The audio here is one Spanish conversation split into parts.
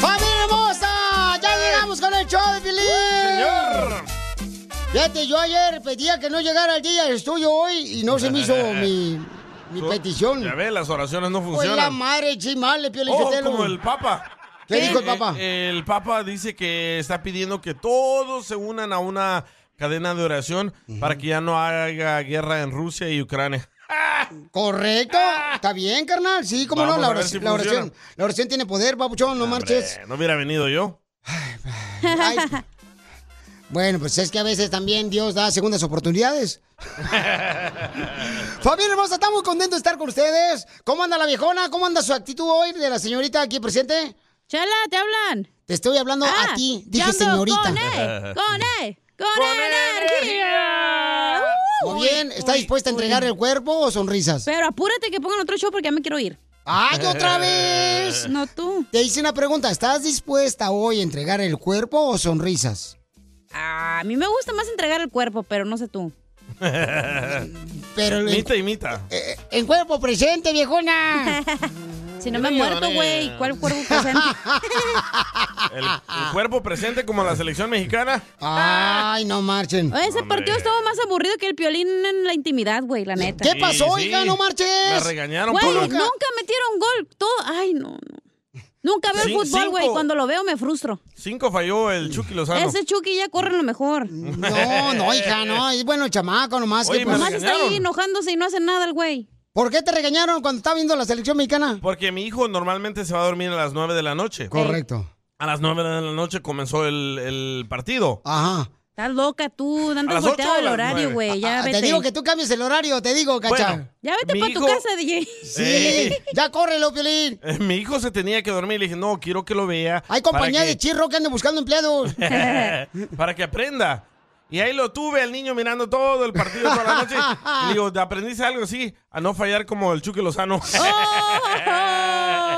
¡Familia hermosa! Eh. ¡Ya llegamos con el show de Pilín! ¡Señor! Fíjate, yo ayer pedía que no llegara el día del estudio hoy y no se me hizo mi, mi petición. Ya ve, las oraciones no Pues la funcionan. madre, chimale, Piolín Oh, Sotelo. como el Papa. ¿Qué dijo el Eh, Papa? eh, el Papa dice que está pidiendo que todos se unan a una cadena de oración para que ya no haya guerra en Rusia y Ucrania. Correcto, está bien, carnal. Sí, cómo Ah. Vamos no, la a ver oración, si la, oración, funciona. la oración tiene poder, papuchón, no marches. Eh, no hubiera venido yo. Ay, Bueno, pues es que a veces también Dios da segundas oportunidades. Familia hermosa, estamos contentos de estar con ustedes. ¿Cómo anda la viejona? ¿Cómo anda su actitud hoy de la señorita aquí presente? Chela, te hablan. Te estoy hablando Ah, a ti, yo dije ando señorita. Con E, con E, con, energía. Muy bien, ¿está dispuesta a entregar el cuerpo o sonrisas? Pero apúrate que pongan otro show porque ya me quiero ir. ¡Ay, otra vez! No tú. Te hice una pregunta, ¿estás dispuesta hoy a entregar el cuerpo o sonrisas? Ah, a mí me gusta más entregar el cuerpo, pero no sé tú. Pero el- Mita y mita. Eh, en cuerpo presente, viejona. Si no me he Mira, muerto, Giovanni. güey, ¿cuál cuerpo presente? El, ah, el cuerpo presente como la selección mexicana. Ay, no marchen. Ah. Oye, ese partido estuvo más aburrido que el piolín en la intimidad, güey, la neta. ¿Qué pasó, Sí, sí. hija? No Me marches. regañaron Güey, por... nunca metieron gol. Todo. Ay, no, no. Nunca veo el Cin- fútbol, güey. cinco. Cuando lo veo me frustro. Cinco falló el Chucky Lozano. Ese Chucky ya corre lo mejor. No, no, hija, no. Es bueno el chamaco nomás. pues. Oye, ¿qué me pasa? Nomás está regañaron. ahí enojándose y no hace nada el güey. ¿Por qué te regañaron cuando estaba viendo la selección mexicana? Porque mi hijo normalmente se va a dormir a las nueve de la noche. Correcto. A las nueve de la noche comenzó el, el partido. Ajá. Estás loca tú, ¿A dando las volteado ocho o el las horario, nueve? güey. Ya Ah, vete. te digo que tú cambies el horario, te digo, cacha. Bueno. Ya vete Mi para tu hijo- casa, DJ. Sí, Ey. ya córrelo, Piolín. Eh, Mi hijo se tenía que dormir. Le dije, no, quiero que lo vea. Hay compañía para de que- chirro que andan buscando empleados. Para que aprenda. Y ahí lo tuve al niño mirando todo el partido toda la noche. Y le digo, ¿te aprendiste algo así? A no fallar como el Chucky Lozano.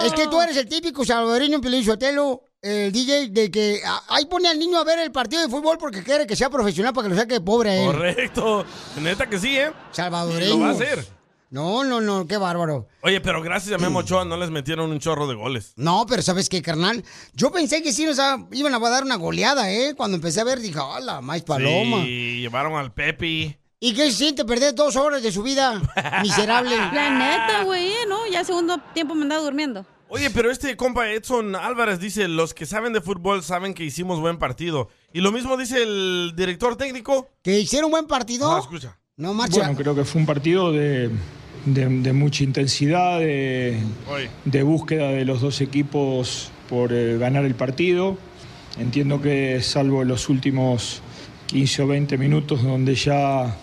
Es que tú eres el típico salvadoreño, Piolín Sotelo, el DJ, de que ah, ahí pone al niño a ver el partido de fútbol porque quiere que sea profesional para que lo saque de pobre a él. Correcto. Neta que sí, ¿eh? Salvadoreño. Lo va a hacer. No, no, no, qué bárbaro. Oye, pero gracias a Memo Ochoa no les metieron un chorro de goles. No, pero ¿sabes qué, carnal? Yo pensé que sí nos a- iban a dar una goleada, ¿eh? Cuando empecé a ver, dije, ¡hala, más paloma! Sí, llevaron al Pepe. ¿Y qué se siente perder dos horas de su vida, miserable? La neta, güey, eh, ¿no? Ya segundo tiempo me andaba durmiendo. Oye, pero este compa Edson Álvarez dice, los que saben de fútbol saben que hicimos buen partido. Y lo mismo dice el director técnico. ¿Que hicieron buen partido? Ah, escucha. No, marcha. Bueno, creo que fue un partido de, de- de mucha intensidad, de, Oye. de búsqueda de los dos equipos por eh, ganar el partido. Entiendo que salvo los últimos 15 o 20 minutos donde ya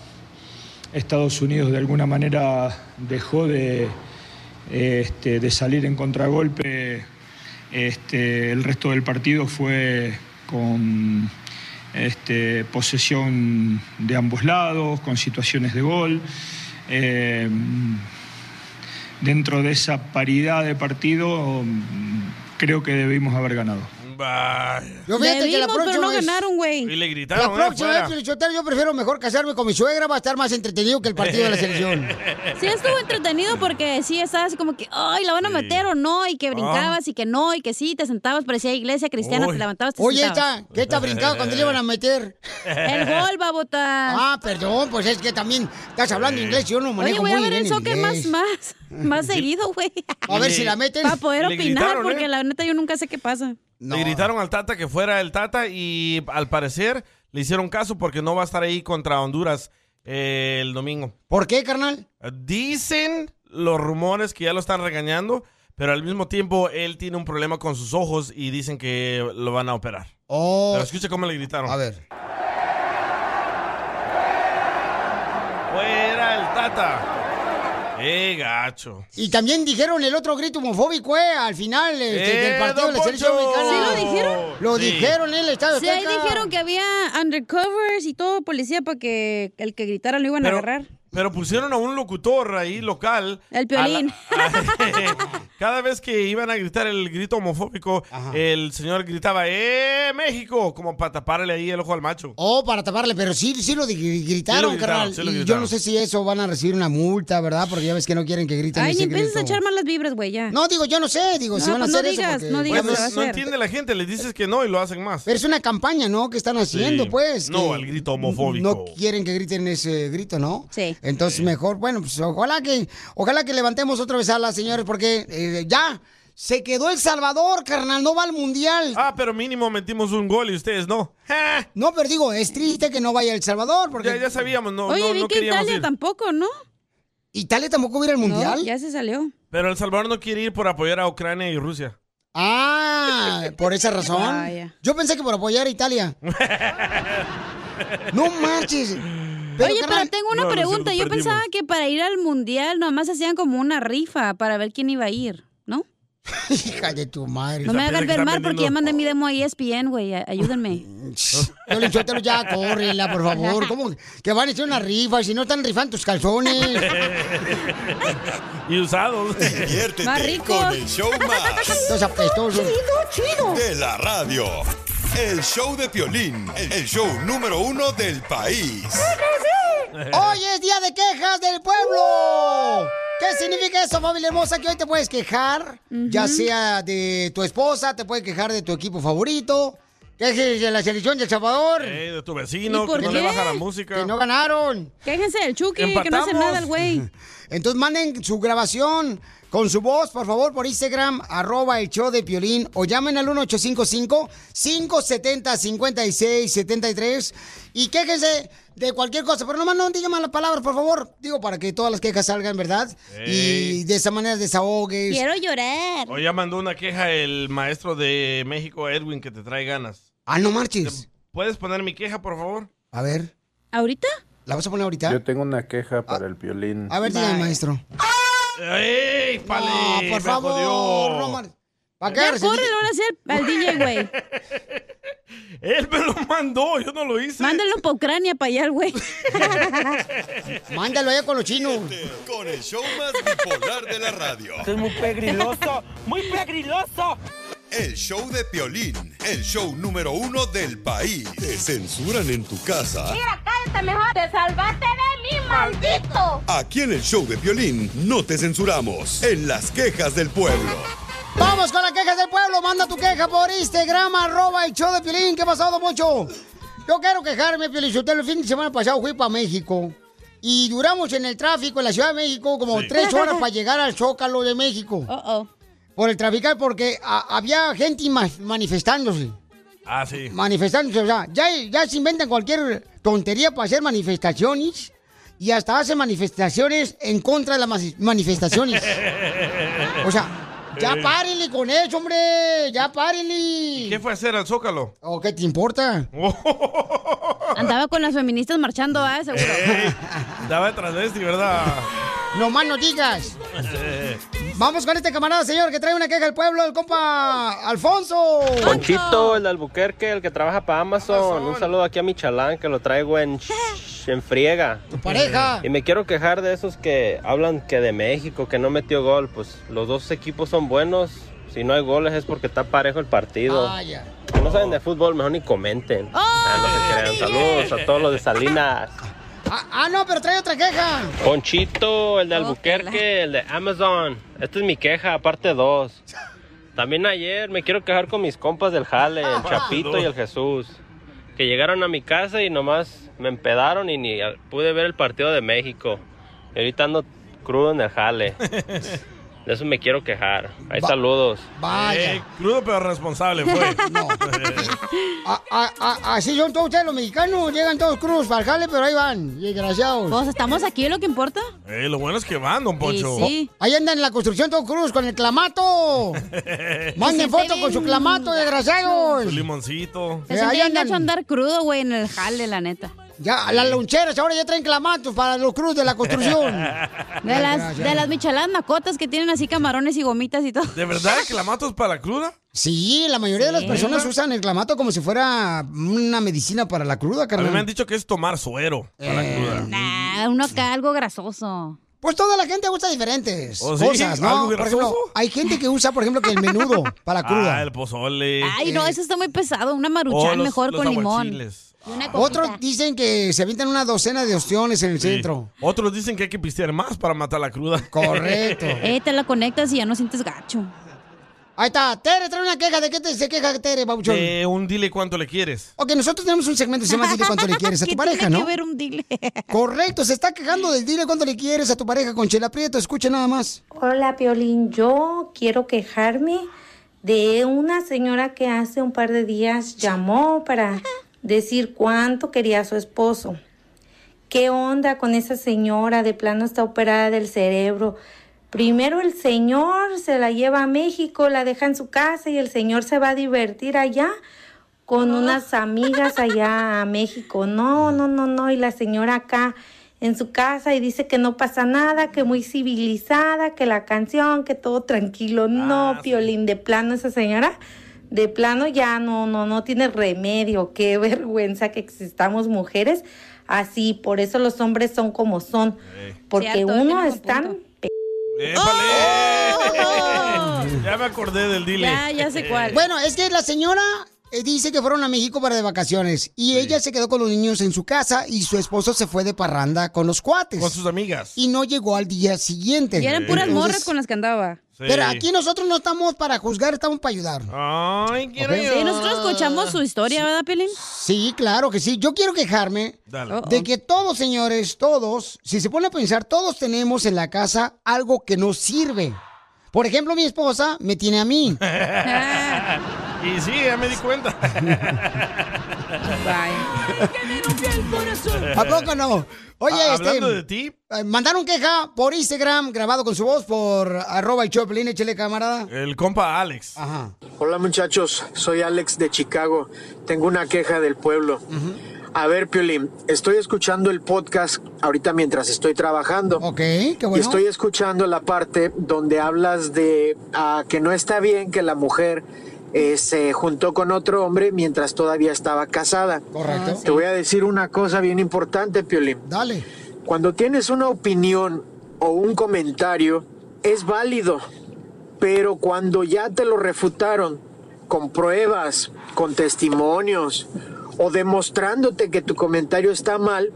Estados Unidos de alguna manera dejó de, este, de salir en contragolpe, este, el resto del partido fue con este, posesión de ambos lados, con situaciones de gol. Eh, dentro de esa paridad de partido, mm, creo que debimos haber ganado. Vaya. Yo fíjate que Debimos, la pero próxima no vez- ganaron, Y güey. le La gritaron. ¿eh? próxima vez, Afuera. Piolichotelo, yo prefiero mejor casarme con mi suegra, va a estar más entretenido que el partido de la selección. Sí, estuvo entretenido porque sí, estabas así como que, ay, la van a meter o no, y que brincabas y que no, y que sí, te sentabas, parecía iglesia cristiana, Ah. Uy. te levantabas, te Oye, sentabas. esta, ¿qué está brincado cuando le iban a meter? El gol, babota. Ah, perdón, pues es que también estás hablando inglés y yo no Oye, manejo voy a muy ver bien el soccer más, inglés. más, más seguido, güey. A ver si la meten. Para poder Le opinar, gritaron, porque ¿eh? la neta yo nunca sé qué pasa. No. Le gritaron al Tata que fuera el Tata y al parecer le hicieron caso porque no va a estar ahí contra Honduras eh, el domingo. Eh, ¿Por qué, carnal? Dicen los rumores que ya lo están regañando, pero al mismo tiempo él tiene un problema con sus ojos y dicen que lo van a operar. Oh, Pero escucha cómo le gritaron. a ver. Fuera el Tata. Eh, gacho. Y también dijeron el otro grito homofóbico, eh, al final este, Eh, del partido de don la selección Poncho. mexicana. ¿Sí lo dijeron? Lo Sí. dijeron eh. en el Estadio Sí, ahí Azteca. dijeron que había undercovers y todo, policía, para que el que gritara lo iban a Pero- agarrar. Pero pusieron a un locutor ahí local. El Piolín. A la- a- cada vez que iban a gritar el grito homofóbico, el señor gritaba, ¡Eh, México! Como para taparle ahí el ojo al macho. Oh, para taparle, pero sí, sí lo di- gritaron, gritaron, carnal. sí lo Y yo gritaron. no sé si eso van a recibir una multa, ¿verdad? Porque ya ves que no quieren que griten Ay, ese ni pienses a grito. echar malas vibras, güey, ya. No, digo, yo no sé, digo, si No, van a pues no hacer digas, eso. porque- no digas. Pues, Dígame, ¿qué va a no hacer? entiende la gente, les dices que no y lo hacen más. Pero es una campaña, ¿no? Que están haciendo, Sí. pues. No, que al grito homofóbico. No quieren que griten ese grito, ¿no? Sí. Entonces, mejor, bueno, pues ojalá que, ojalá que levantemos otra vez a las señores, porque eh, ya se quedó El Salvador, carnal, no va al mundial. Ah, pero mínimo metimos un gol y ustedes no. ¡Ja! No, pero digo, es triste que no vaya El Salvador, porque Ya, ya sabíamos, no, Oye, no, vi no que queríamos Italia ir. tampoco, ¿no? Italia tampoco va a ir al mundial. No, ya se salió. Pero El Salvador no quiere ir por apoyar a Ucrania y Rusia. Ah, por esa razón. Vaya. Yo pensé que por apoyar a Italia. no marches. Pero, Oye, carnal, pero tengo una No, lo pregunta. siento, Yo pensaba que para ir al mundial nomás hacían como una rifa para ver quién iba a ir, ¿no? Hija de tu madre. No me piensa hagas que ver están mal porque vendiendo- ya mandé mi demo a E ESPN, güey. a- Ayúdenme. Piolín Sotelo, ya córrela, por favor. ¿Cómo que van a hacer una rifa si no están rifando tus calzones? Y usados. Más Diviértete rico. con el show más Los apestosos. de la radio. El show de Piolín, el show número uno del país. Hoy es día de quejas del pueblo. ¿Qué significa eso, familia hermosa? Que hoy te puedes quejar, ya sea de tu esposa, te puedes quejar de tu equipo favorito, quejes de la selección de El Salvador, Eh, de tu vecino, ¿Y por que no qué? le baja la música. que no ganaron. Quéjense del Chucky, que no hace Empatamos. nada el güey. Entonces manden su grabación con su voz, por favor, por Instagram, arroba el show de Piolín, o llamen al 1855-570-5673 y quéjense de cualquier cosa, pero nomás no digan malas palabras, por favor, digo, para que todas las quejas salgan, ¿verdad? Ey. Y de esa manera desahogues. Quiero llorar. Hoy ya mandó una queja el maestro de México, Edwin, que te trae ganas. Ah, no marches. ¿Puedes poner mi queja, por favor? A ver, ¿Ahorita? ¿la vas a poner ahorita? Ah, Yo tengo una queja para el violín. A ver, dígame, maestro. ¡Ey, pale! no, Ah, por me favor, jodió. no marches. ¿Para qué? Ya resentiste? córrelo ahora sí al- al DJ, güey. Él me lo mandó, yo no lo hice. Mándalo para Ucrania, para allá, el güey. Mándalo allá con los chinos. Con el show más bipolar de la radio. Este Es muy pegriloso, muy pegriloso. El show de Piolín, el show número uno del país. Te censuran en tu casa. cállate mejor. Te salvaste de mí, maldito. Aquí en el show de Piolín no te censuramos. En las quejas del pueblo. Vamos con las quejas del pueblo. Manda tu queja por Instagram, arroba el show de Piolín. ¿Qué ha pasado, Moncho? Yo quiero quejarme, Piolín. Yo el fin de semana pasado fui para México. Y duramos en el tráfico en la Ciudad de México como tres horas para llegar al Zócalo de México. Oh, oh. Por el traficar, porque a- había gente ma- manifestándose. Ah, sí. Manifestándose, o sea, ya, ya se inventan cualquier tontería para hacer manifestaciones. Y hasta hacen manifestaciones en contra de las mas- manifestaciones. O sea, ya párenle con eso, hombre. Ya párenle. ¿Qué fue a hacer al Zócalo? Oh, ¿O Oh, qué te importa? Andaba con las feministas marchando, ah, seguro. Ey, Daba de transvesti, ¿verdad? No más no digas. Vamos con este camarada, señor, que trae una queja al pueblo, el compa Alfonso. Ponchito, el de Albuquerque, el que trabaja para Amazon. Un saludo aquí a mi chalán que lo traigo en, en friega. Tu pareja. Y me quiero quejar de esos que hablan que de México, que no metió gol. Pues los dos equipos son buenos. Si no hay goles es porque está parejo el partido. Ah, ya. Si no saben de fútbol, mejor ni comenten. Ah, no se crean. Saludos a todos los de Salinas. Ah, ah, no, pero trae otra queja. Ponchito, el de Albuquerque, el de Amazon. Esta es mi queja, parte 2. También ayer me quiero quejar con mis compas del Jale, Ah, el Chapito y el Jesús. Que llegaron a mi casa y nomás me empedaron y ni pude ver el partido de México. Y ahorita ando crudo en el Jale. De eso me quiero quejar. Ahí Va- saludos. Vaya. Eh, crudo pero responsable fue. Ah, ah, ah, así son todos ustedes los mexicanos. Llegan todos cruz, para el jale, pero ahí van. Desgraciados. Pues estamos aquí, lo que importa. Oh. Eh, lo bueno es que van, don Poncho. Ahí andan en la construcción todos cruz con el clamato. Manden fotos con su clamato, desgraciados. Su limoncito. Se Eh, siente ahí bien andan. gacho andar crudo, güey, en el jale, la neta. Ya, las loncheras ahora ya traen clamatos para los cruz de la construcción. De las, de las micheladas macotas que tienen así camarones y gomitas y todo. ¿De verdad que la mato es para cruda? Sí, la mayoría de las Sí. personas usan el clamato como si fuera una medicina para la cruda, A mí me han carnal. Eh, dicho que es tomar suero para cruda. Nah, Ah, uno acá algo grasoso. Pues toda la gente usa diferentes ¿Oh, sí? cosas, ¿no? ¿Algo Por ejemplo, grasoso? hay gente que usa, por ejemplo, que el menudo para Ah, cruda. el pozole. Eh, Ay, no, eso está muy pesado. Una Oh, maruchan los- mejor los con limón. aguachiles. Y una copita. Otros dicen que se avientan una docena de ostiones en el Sí. centro. Otros dicen que hay que pistear más para matar la cruda. Correcto. Eh, te la conectas y ya no sientes gacho. Ahí está, Tere, trae una queja. ¿De qué te, se queja Tere, Babuchón? De un dile cuánto le quieres. Ok, nosotros tenemos un segmento que se llama Dile cuánto le quieres a ¿Qué tu pareja, tiene ¿no? que ver un dile? Correcto, se está quejando del Dile cuánto le quieres a tu pareja con Chela Prieto. Escuche nada más. Hola, Piolín. Yo quiero quejarme de una señora que hace un par de días llamó para decir cuánto quería a su esposo. ¿Qué onda con esa señora? De plano está operada del cerebro. Primero el señor se la lleva a México, la deja en su casa y el señor se va a divertir allá con unas amigas allá a México. No, no, no, no. Y la señora acá en su casa y dice que no pasa nada, que muy civilizada, que la canción, que todo Ah, tranquilo. No, Piolín, de plano esa señora, de plano ya no, no, no tiene remedio. Qué vergüenza que existamos mujeres así. Por eso los hombres son como son. Porque Cierto, uno tienes un están... ¡Oh! ¡Épale! Ya me acordé del dile. Eh, Bueno, es que la señora eh, dice que fueron a México para de vacaciones y ella se quedó con los niños en su casa y su esposo se fue de parranda con los cuates. Con sus amigas. Y no llegó al día siguiente. Y eran puras Entonces- morras con las que andaba. Pero aquí nosotros no estamos para juzgar, estamos para ayudar. Ay, quiero Ok. Sí, nosotros escuchamos su historia, ¿verdad, Pelín? Sí, claro que sí. Yo quiero quejarme Dale. de que todos, señores, todos, si se pone a pensar, todos tenemos en la casa algo que nos sirve. Por ejemplo, mi esposa me tiene a mí. y sí, ya me di cuenta. ¿A poco no? Oye, Ah, este, hablando de ti. eh, Mandaron queja por Instagram, grabado con su voz, por arroba y choplin, échale camarada. El compa Alex. Hola muchachos, soy Alex de Chicago. Tengo una queja del pueblo. A ver, Piolín, estoy escuchando el podcast ahorita mientras estoy trabajando. Ok, qué bueno. Y estoy escuchando la parte donde hablas de ah, que no está bien que la mujer eh, se juntó con otro hombre mientras todavía estaba casada. Correcto. Te voy a decir una cosa bien importante, Piolín. Dale. Cuando tienes una opinión o un comentario, es válido, pero cuando ya te lo refutaron con pruebas, con testimonios o demostrándote que tu comentario está mal,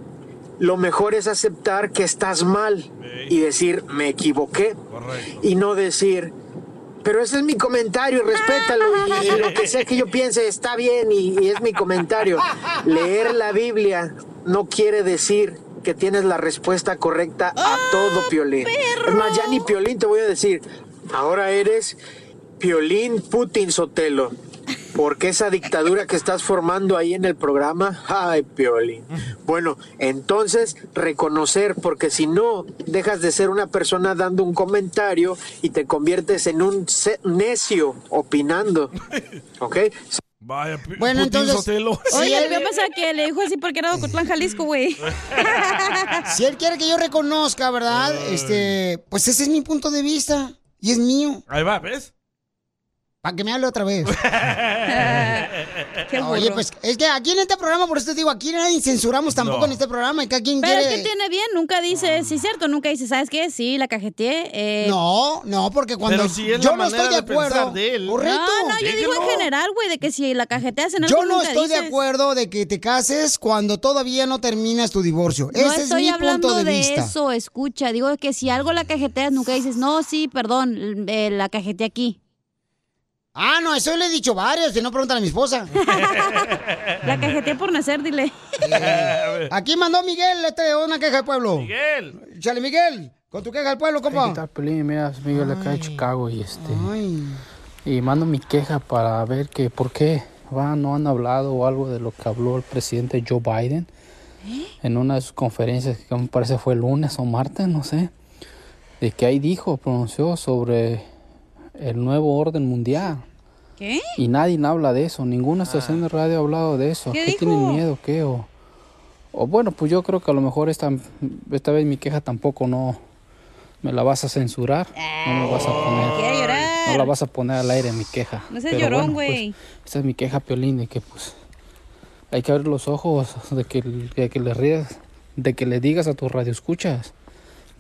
lo mejor es aceptar que estás mal y decir, me equivoqué. Y no decir, pero ese es mi comentario, respétalo. Y, y lo que sea que yo piense está bien y, y es mi comentario. Leer la Biblia no quiere decir que tienes la respuesta correcta a todo, Piolín. Es más, ya ni Piolín te voy a decir. Ahora eres Piolín Putin Sotelo. Porque esa dictadura que estás formando ahí en el programa, ay, Piolín. Bueno, entonces reconocer, porque si no, dejas de ser una persona dando un comentario y te conviertes en un se- necio opinando. ¿Ok? Vaya, pi- Bueno, Putin entonces- Sotelo. Oye, le voy a pasar que Eh, le dijo así porque era de Ocotlán, Jalisco, güey. Si él quiere que yo reconozca, ¿verdad? Este, pues ese es mi punto de vista y es mío. Ahí va, ¿ves? Para que me hable otra vez. Ah, Oye, pues es que aquí en este programa, por eso te digo, aquí nadie censuramos tampoco No. en este programa. Y cada quien Pero quiere... es que tiene bien, nunca dice, sí, cierto, nunca dice, ¿sabes qué? Sí, la cajeteé. eh". No, no, porque cuando Pero si es yo la no estoy de manera de pensar acuerdo. de él. Correcto. No, no, yo digo en general, güey, de que si la cajeteas en algo Yo no nunca estoy dices. de acuerdo de que te cases cuando todavía no terminas tu divorcio. No Ese estoy es mi hablando punto de, de, vista. eso, escucha. Digo que si algo la cajeteas, nunca dices, no, sí, perdón, eh, la cajeteé aquí. Ah, no, eso le he dicho varias, si no preguntan a mi esposa. La cajeteé por nacer, dile. Aquí mandó Miguel este, una queja del pueblo. Miguel. Chale, Miguel, con tu queja del pueblo, ¿Qué compa. tal, Pelín? Mira, soy Miguel acá de Chicago y este. Y mando mi queja para ver que por qué va, no han hablado o algo de lo que habló el presidente Joe Biden ¿Eh? en una de sus conferencias, que me parece fue lunes o martes, no sé, de que ahí dijo, pronunció sobre el nuevo orden mundial. ¿Qué? Y nadie habla de eso, ninguna estación de radio ha hablado de eso. ¿A Ah. ¿Qué ¿Qué, tienen dijo? miedo? ¿Qué? O, o bueno, pues yo creo que a lo mejor esta, esta vez mi queja tampoco no me la vas a censurar, no me vas a poner, no la vas a poner al aire mi queja. No seas Pero bueno, llorón, pues, güey. esa es mi queja, Piolín, de que pues hay que abrir los ojos, de que, de que le rías, de que le digas a tus radioescuchas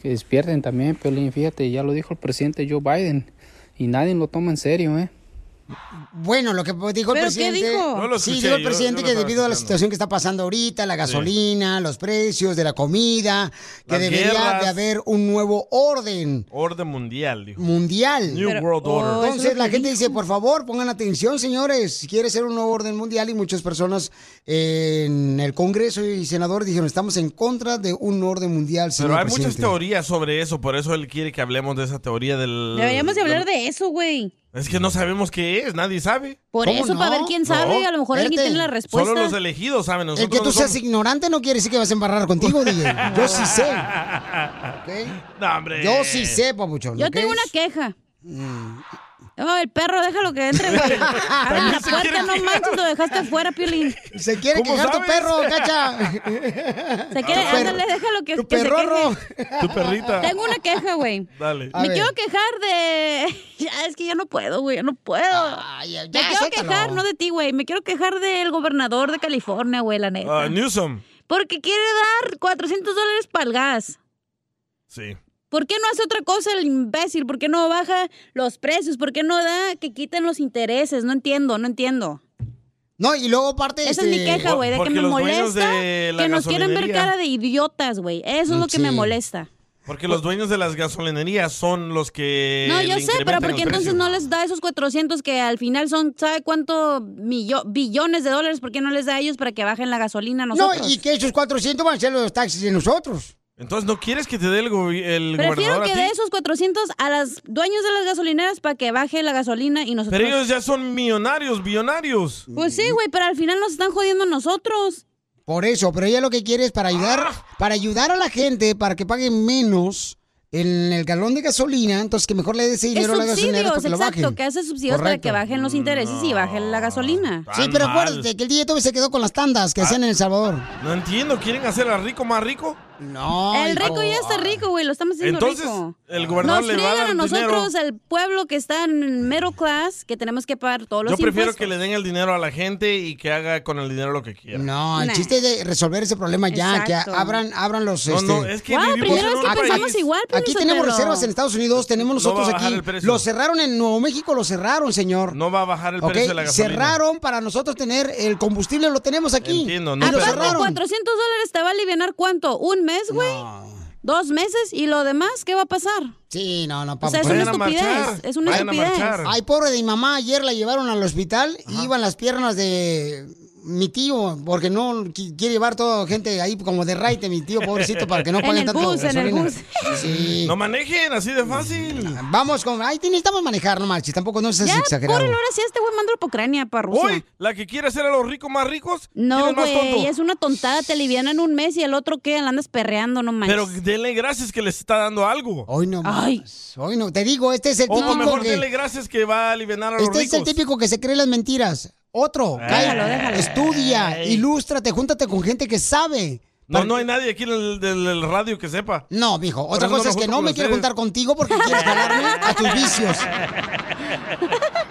que despierten también, Piolín. Fíjate, ya lo dijo el presidente Joe Biden y nadie lo toma en serio, ¿eh? Bueno, lo que Pues dijo el ¿Pero qué presidente. dijo? No lo sí, escuché, dijo el yo- presidente yo lo que estaba debido a la escuchando. situación que está pasando ahorita, la gasolina, los precios de la comida, que Las debería guerras. de haber un nuevo orden Orden mundial, dijo. mundial. New Pero- World Order. oh, eso es Entonces lo la gente dice, por favor, pongan atención, señores, quiere ser un nuevo orden mundial y muchas personas eh, en el Congreso y senadores dijeron, estamos en contra de un orden mundial, señor Pero hay presidente". muchas teorías sobre eso, por eso él quiere que hablemos de esa teoría del... Deberíamos de hablar de eso, güey. Es que no sabemos qué es, nadie sabe. Por eso, para ver quién sabe, a lo mejor alguien tiene la respuesta. Solo los elegidos saben. Nosotros El que tú no seas somos- ignorante no quiere decir que vas a embarrar contigo, DJ. Yo sí sé. No, hombre. Yo sí sé, papuchón. Yo ¿ok? tengo una queja. Oh, el perro, déjalo que entre, güey. Abre la se puerta, quiere no manches, lo dejaste afuera, Piolín. Se quiere ¿Cómo quejar tu sabes? perro, cacha. Se quiere, Tu perro- ándale, déjalo que, tu que se perrorro. queje. Tu perrita. Tengo una queja, güey. Dale. Me quiero quejar de... Ya, es que ya no puedo, güey, ya no puedo. ya, me quiero suéltalo. quejar, no de ti, güey. Me quiero quejar del gobernador de California, güey, la neta. Ah, Newsom. Porque quiere dar 400 dólares para el gas. Sí. ¿Por qué no hace otra cosa el imbécil? ¿Por qué no baja los precios? ¿Por qué no da que quiten los intereses? No entiendo, no entiendo. No, y luego parte... Esa es mi este- queja, güey, de que Porque me los dueños molesta de la que nos quieren ver gasolinería- cara de idiotas, güey. Eso es lo que me Sí. molesta. Porque los dueños de las gasolinerías son los que. No, le yo sé, pero incrementan porque el entonces precio. no les da esos 400 que al final son, ¿sabe cuánto? Millo- billones de dólares. ¿Por qué no les da a ellos para que bajen la gasolina a No, nosotros? y que esos 400 van a ser los taxis de nosotros. Entonces, ¿no quieres que te dé el, gobi- el Prefiero gobernador que a ti? dé esos 400 a los dueños de las gasolineras para que baje la gasolina y nosotros... Pero ellos ya son millonarios, billonarios. Pues sí, güey, pero al final nos están jodiendo a nosotros. Por eso, pero ella lo que quiere es para ayudar, Ah. para ayudar a la gente para que paguen menos en el galón de gasolina, entonces que mejor le des ese Es dinero a la gasolinera subsidios, para que lo exacto, bajen. que hace subsidios para que Correcto. bajen los intereses y baje la gasolina. Sí, pero acuérdate que el DJ todavía se quedó con las tandas Ah. que hacían en El Salvador. No entiendo, ¿quieren hacer al rico más rico? Pues No. el rico ya está rico, güey, lo estamos haciendo Entonces, rico. el Nos gobernador le va a friegan dar a nosotros, dinero. el pueblo que está en middle class, que tenemos que pagar todos los Yo prefiero impuestos. que le den el dinero a la gente y que haga con el dinero lo que quiera. No, el chiste es Este de resolver ese problema ya, Exacto. que abran, abran los. No, este, no, es que Wow, vivimos primero en es que un país- pensamos igual, pues, Aquí Piolín tenemos Sotelo. reservas en Estados Unidos, tenemos No va nosotros a bajar el aquí. precio. Lo cerraron en Nuevo México, lo cerraron, señor. No va a bajar el Ok, precio de la gasolina. cerraron para nosotros tener el combustible, lo tenemos aquí. Entiendo, y no, lo pero- Aparte, Ah, cerraron. 400 dólares te va a aliviar cuánto? ¿Un mes, güey? ¿Dos meses? ¿Y lo demás qué va a pasar? Sí, no, no, O sea, es papá. una estupidez. Es una estupidez. Ay, pobre de mi mamá, ayer la llevaron al hospital y iban las piernas de mi tío, porque no qui- quiere llevar toda gente ahí como de raite, mi tío, pobrecito, para que no En paguen el tanto bus, en el gasolina. bus. Sí. No manejen así de fácil. Vamos con. Ay, te necesitamos manejar, no marches. Tampoco no seas Ya, exagerado. pobre, ahora sí, este güey mándalo para Ucrania, para Rusia. Hoy, la que quiere hacer a los ricos más ricos, ¿quién No, es más güey, tonto? es una tontada, te livianan un mes y el otro que la andas perreando, no manches. Pero denle gracias que les está dando algo. Hoy no Ay. Hoy no, te digo, este es el O típico mejor que. denle gracias que va a aliviar a los Este es ricos. el típico que se cree las mentiras. Otro, Déjalo, cállate, déjalo. estudia, ilústrate, júntate con gente que sabe. No, no hay nadie aquí en el- del del radio que sepa. No, mijo. Por Otra eso cosa es me que junto no con me quiero ustedes. juntar contigo porque quieres jalarme a tus vicios.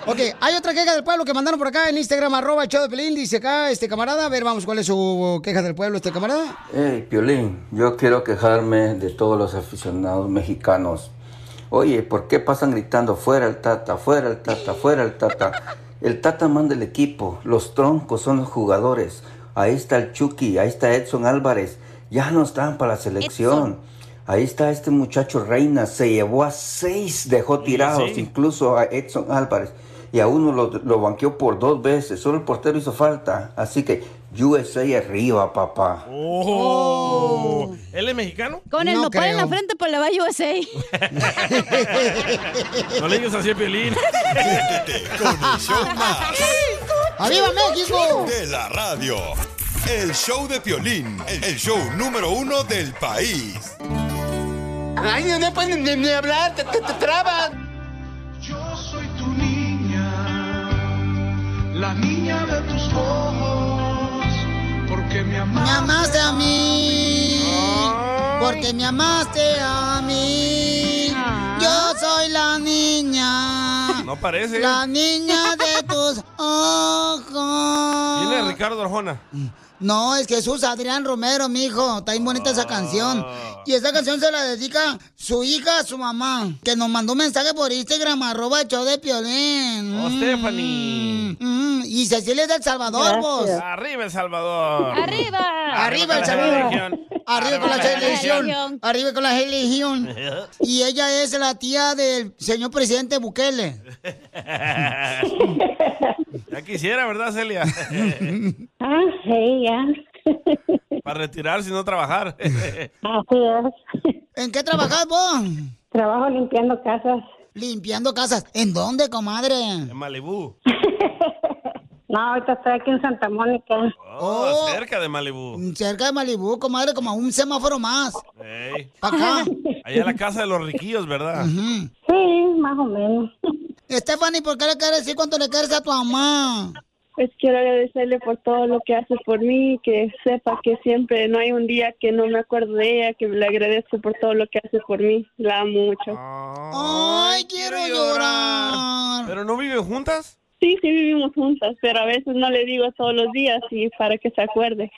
Ok, hay otra queja del pueblo que mandaron por acá en Instagram, arroba el show de Pelín. Dice acá este camarada. A ver, vamos, ¿cuál es su queja del pueblo, este camarada? Hey, Piolín, yo quiero quejarme de todos los aficionados mexicanos. Oye, ¿por qué pasan gritando fuera el Tata, fuera el Tata, fuera el Tata? El Tata manda el equipo, los troncos son los jugadores. Ahí está el Chucky, ahí está Edson Álvarez. Ya no están para la selección. Ahí está este muchacho Reina, se llevó a seis, dejó tirados, sí. incluso a Edson Álvarez. Y a uno lo, lo banqueó por dos veces, solo el portero hizo falta. Así que USA arriba, papá. Oh. ¿Él es mexicano? Con el nopal en la frente, pues le va a USA. No le digas así a Piolín. Ah, ¡Arriba México! De la radio. El show de Piolín, el show número uno del país. Ay, no, no pueden ni, ni hablar, te, te, te traban. La niña de tus ojos, porque me Me amaste a mí, porque me amaste a mí. Yo soy la niña, No parece. la niña de tus ojos. Viene Ricardo Arjona. Mm. No, es Jesús Adrián Romero, mijo. Está bien bonita esa canción. Y esa canción se la dedica su hija a su mamá, que nos mandó un mensaje por Instagram, arroba el show de Piolín. Oh, Stephanie. Mm, y Cecilia es de El Salvador, vos. Arriba El Salvador. ¡Arriba! ¡Arriba El Salvador! ¡Arriba con la selección! ¡Arriba con la selección! Y ella es la tía del señor presidente Bukele. ya quisiera, ¿verdad, Celia? Ah, sí, ya. Para retirarse y no trabajar. Así es. ¿En qué trabajas vos? Trabajo limpiando casas. Limpiando casas. ¿En dónde, comadre? en Malibú. No, ahorita estoy aquí en Santa Mónica. Oh, cerca de Malibú. Cerca de Malibú, comadre, como a un semáforo más. Ey. Pa' acá. Allá en la casa de los riquillos, ¿verdad? Sí, más o menos. Stephanie, ¿por qué le quieres decir cuánto le quieres a tu mamá? Pues quiero agradecerle por todo lo que hace por mí, que sepa que siempre no hay un día que no me acuerdo de ella, que le agradezco por todo lo que hace por mí. La amo mucho. Ay, quiero llorar. ¿Pero no viven juntas? Sí, sí vivimos juntas, pero a veces no le digo todos los días y para que se acuerde.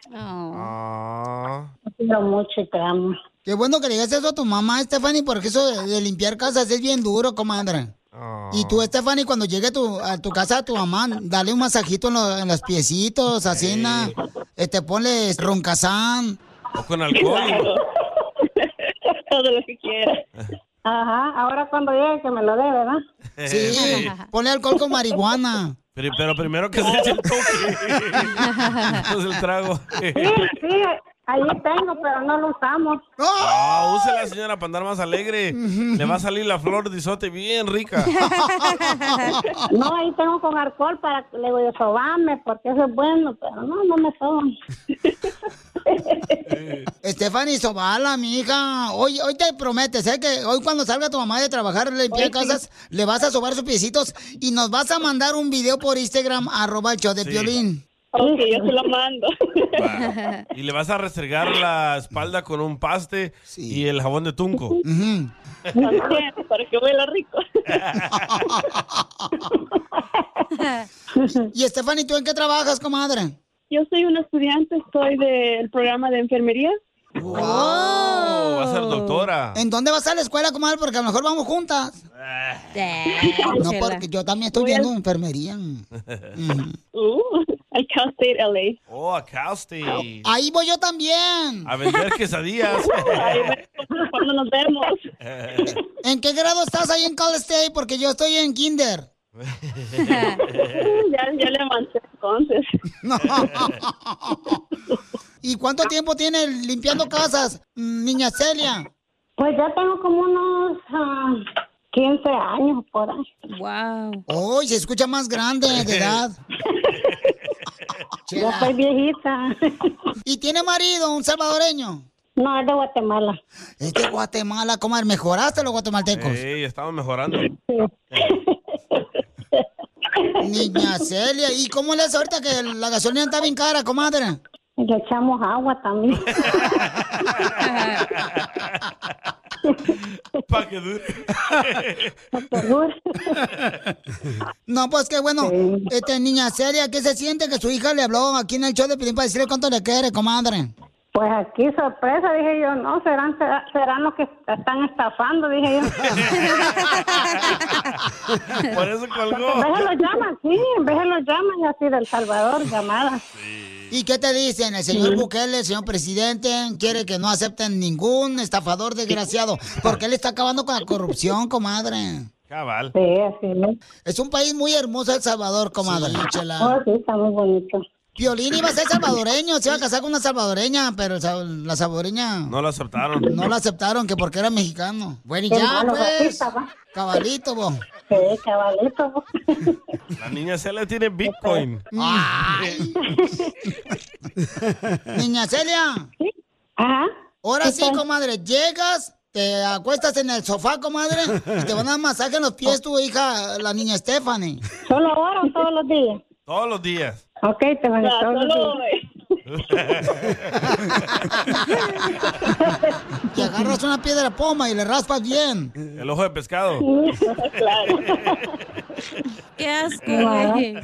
Quiero mucho y te amo. Qué bueno que le digas eso a tu mamá, Stephanie, porque eso de, de limpiar casas es bien duro, comadre. Y tú, Stephanie, cuando llegue a tu, a tu casa a tu mamá, dale un masajito en, lo- en los piecitos, así, na. este, ponle roncazán. ¿O con alcohol? Todo lo que quieras. Ajá, ahora cuando llegue que me lo dé, ¿verdad? Sí, ponle alcohol con marihuana. Pero, pero primero que se eche el toque. Después el trago. Sí, sí, ahí tengo, pero no lo usamos. Ah, úsela, señora, para andar más alegre. Le va a salir la flor de isote bien rica. No, ahí tengo con alcohol para le voy a sobarme, porque eso es bueno, pero no, no me soban. Stephanie, sobala, mi hija. Hoy, hoy te prometes, ¿eh? Que hoy cuando salga tu mamá de trabajar, a Hoy limpiar sí. casas, le vas a sobar sus piecitos y nos vas a mandar un video por Instagram, arroba el show de Sí. Piolín. Ok, yo se lo mando. Y le vas a restregar la espalda con un paste y el jabón de tunco. También, para que huela rico. Y Stephanie, ¿tú en qué trabajas, comadre? Yo soy una estudiante, estoy del programa de enfermería. Oh, va a ser doctora. ¿En dónde vas a la escuela, comadre? Porque a lo mejor vamos juntas. No, porque yo también estoy viendo enfermería. Uh, al Cal State LA. Oh, a Cal State. Ahí voy yo también. A vender quesadillas. Cuando nos vemos. ¿En qué grado estás ahí en Cal State? Porque yo estoy en Kinder. Ya, ya le avancé entonces. ¿Y cuánto tiempo tiene limpiando casas, mm, niña Celia? Pues ya tengo como unos ah, 15 años por ahí. Wow. Oh, se escucha más grande de edad. Ya soy viejita. ¿Y tiene marido, un salvadoreño? No, es de Guatemala. Es de Guatemala, comadre. ¿Mejoraste los guatemaltecos? Ey, estamos mejorando. Niña Celia, ¿y cómo le hace ahorita que la gasolina está bien cara, comadre? Le echamos agua también. Para que dure. No, pues qué bueno. Este, niña seria, ¿qué se siente que su hija le habló aquí en el show de Pilín para decirle cuánto le quiere, comadre? Pues aquí sorpresa, dije yo, no, serán será- serán los que están estafando, dije yo. Por eso colgó. En vez los llaman, sí, en vez los llaman así del Salvador, llamadas. ¿Y qué te dicen? El señor Sí. Bukele, el señor presidente, quiere que no acepten ningún estafador desgraciado, porque él está acabando con la corrupción, comadre. Cabal. Es un país muy hermoso El Salvador, comadre. Oh, chela. sí, está muy bonito. Piolín iba a ser salvadoreño, se iba a casar con una salvadoreña, pero el sal- la salvadoreña No lo aceptaron. no la aceptaron que porque era mexicano. Bueno, y Qué ya, malo, pues. racista, va. Cabalito, vos. Sí, cabalito. vos. La niña Celia tiene Bitcoin. Mm. Niña Celia. Ajá. Ahora ¿Qué sí, tal? comadre, llegas, te acuestas en el sofá, comadre, y te van a dar masaje en los pies tu hija, la niña Stephanie. ¿Solo ahora o todos los días? Todos los días. Ok, te van a todos los días. Y agarras una piedra poma y le raspas bien. El ojo de pescado. Qué asco, Wow. güey.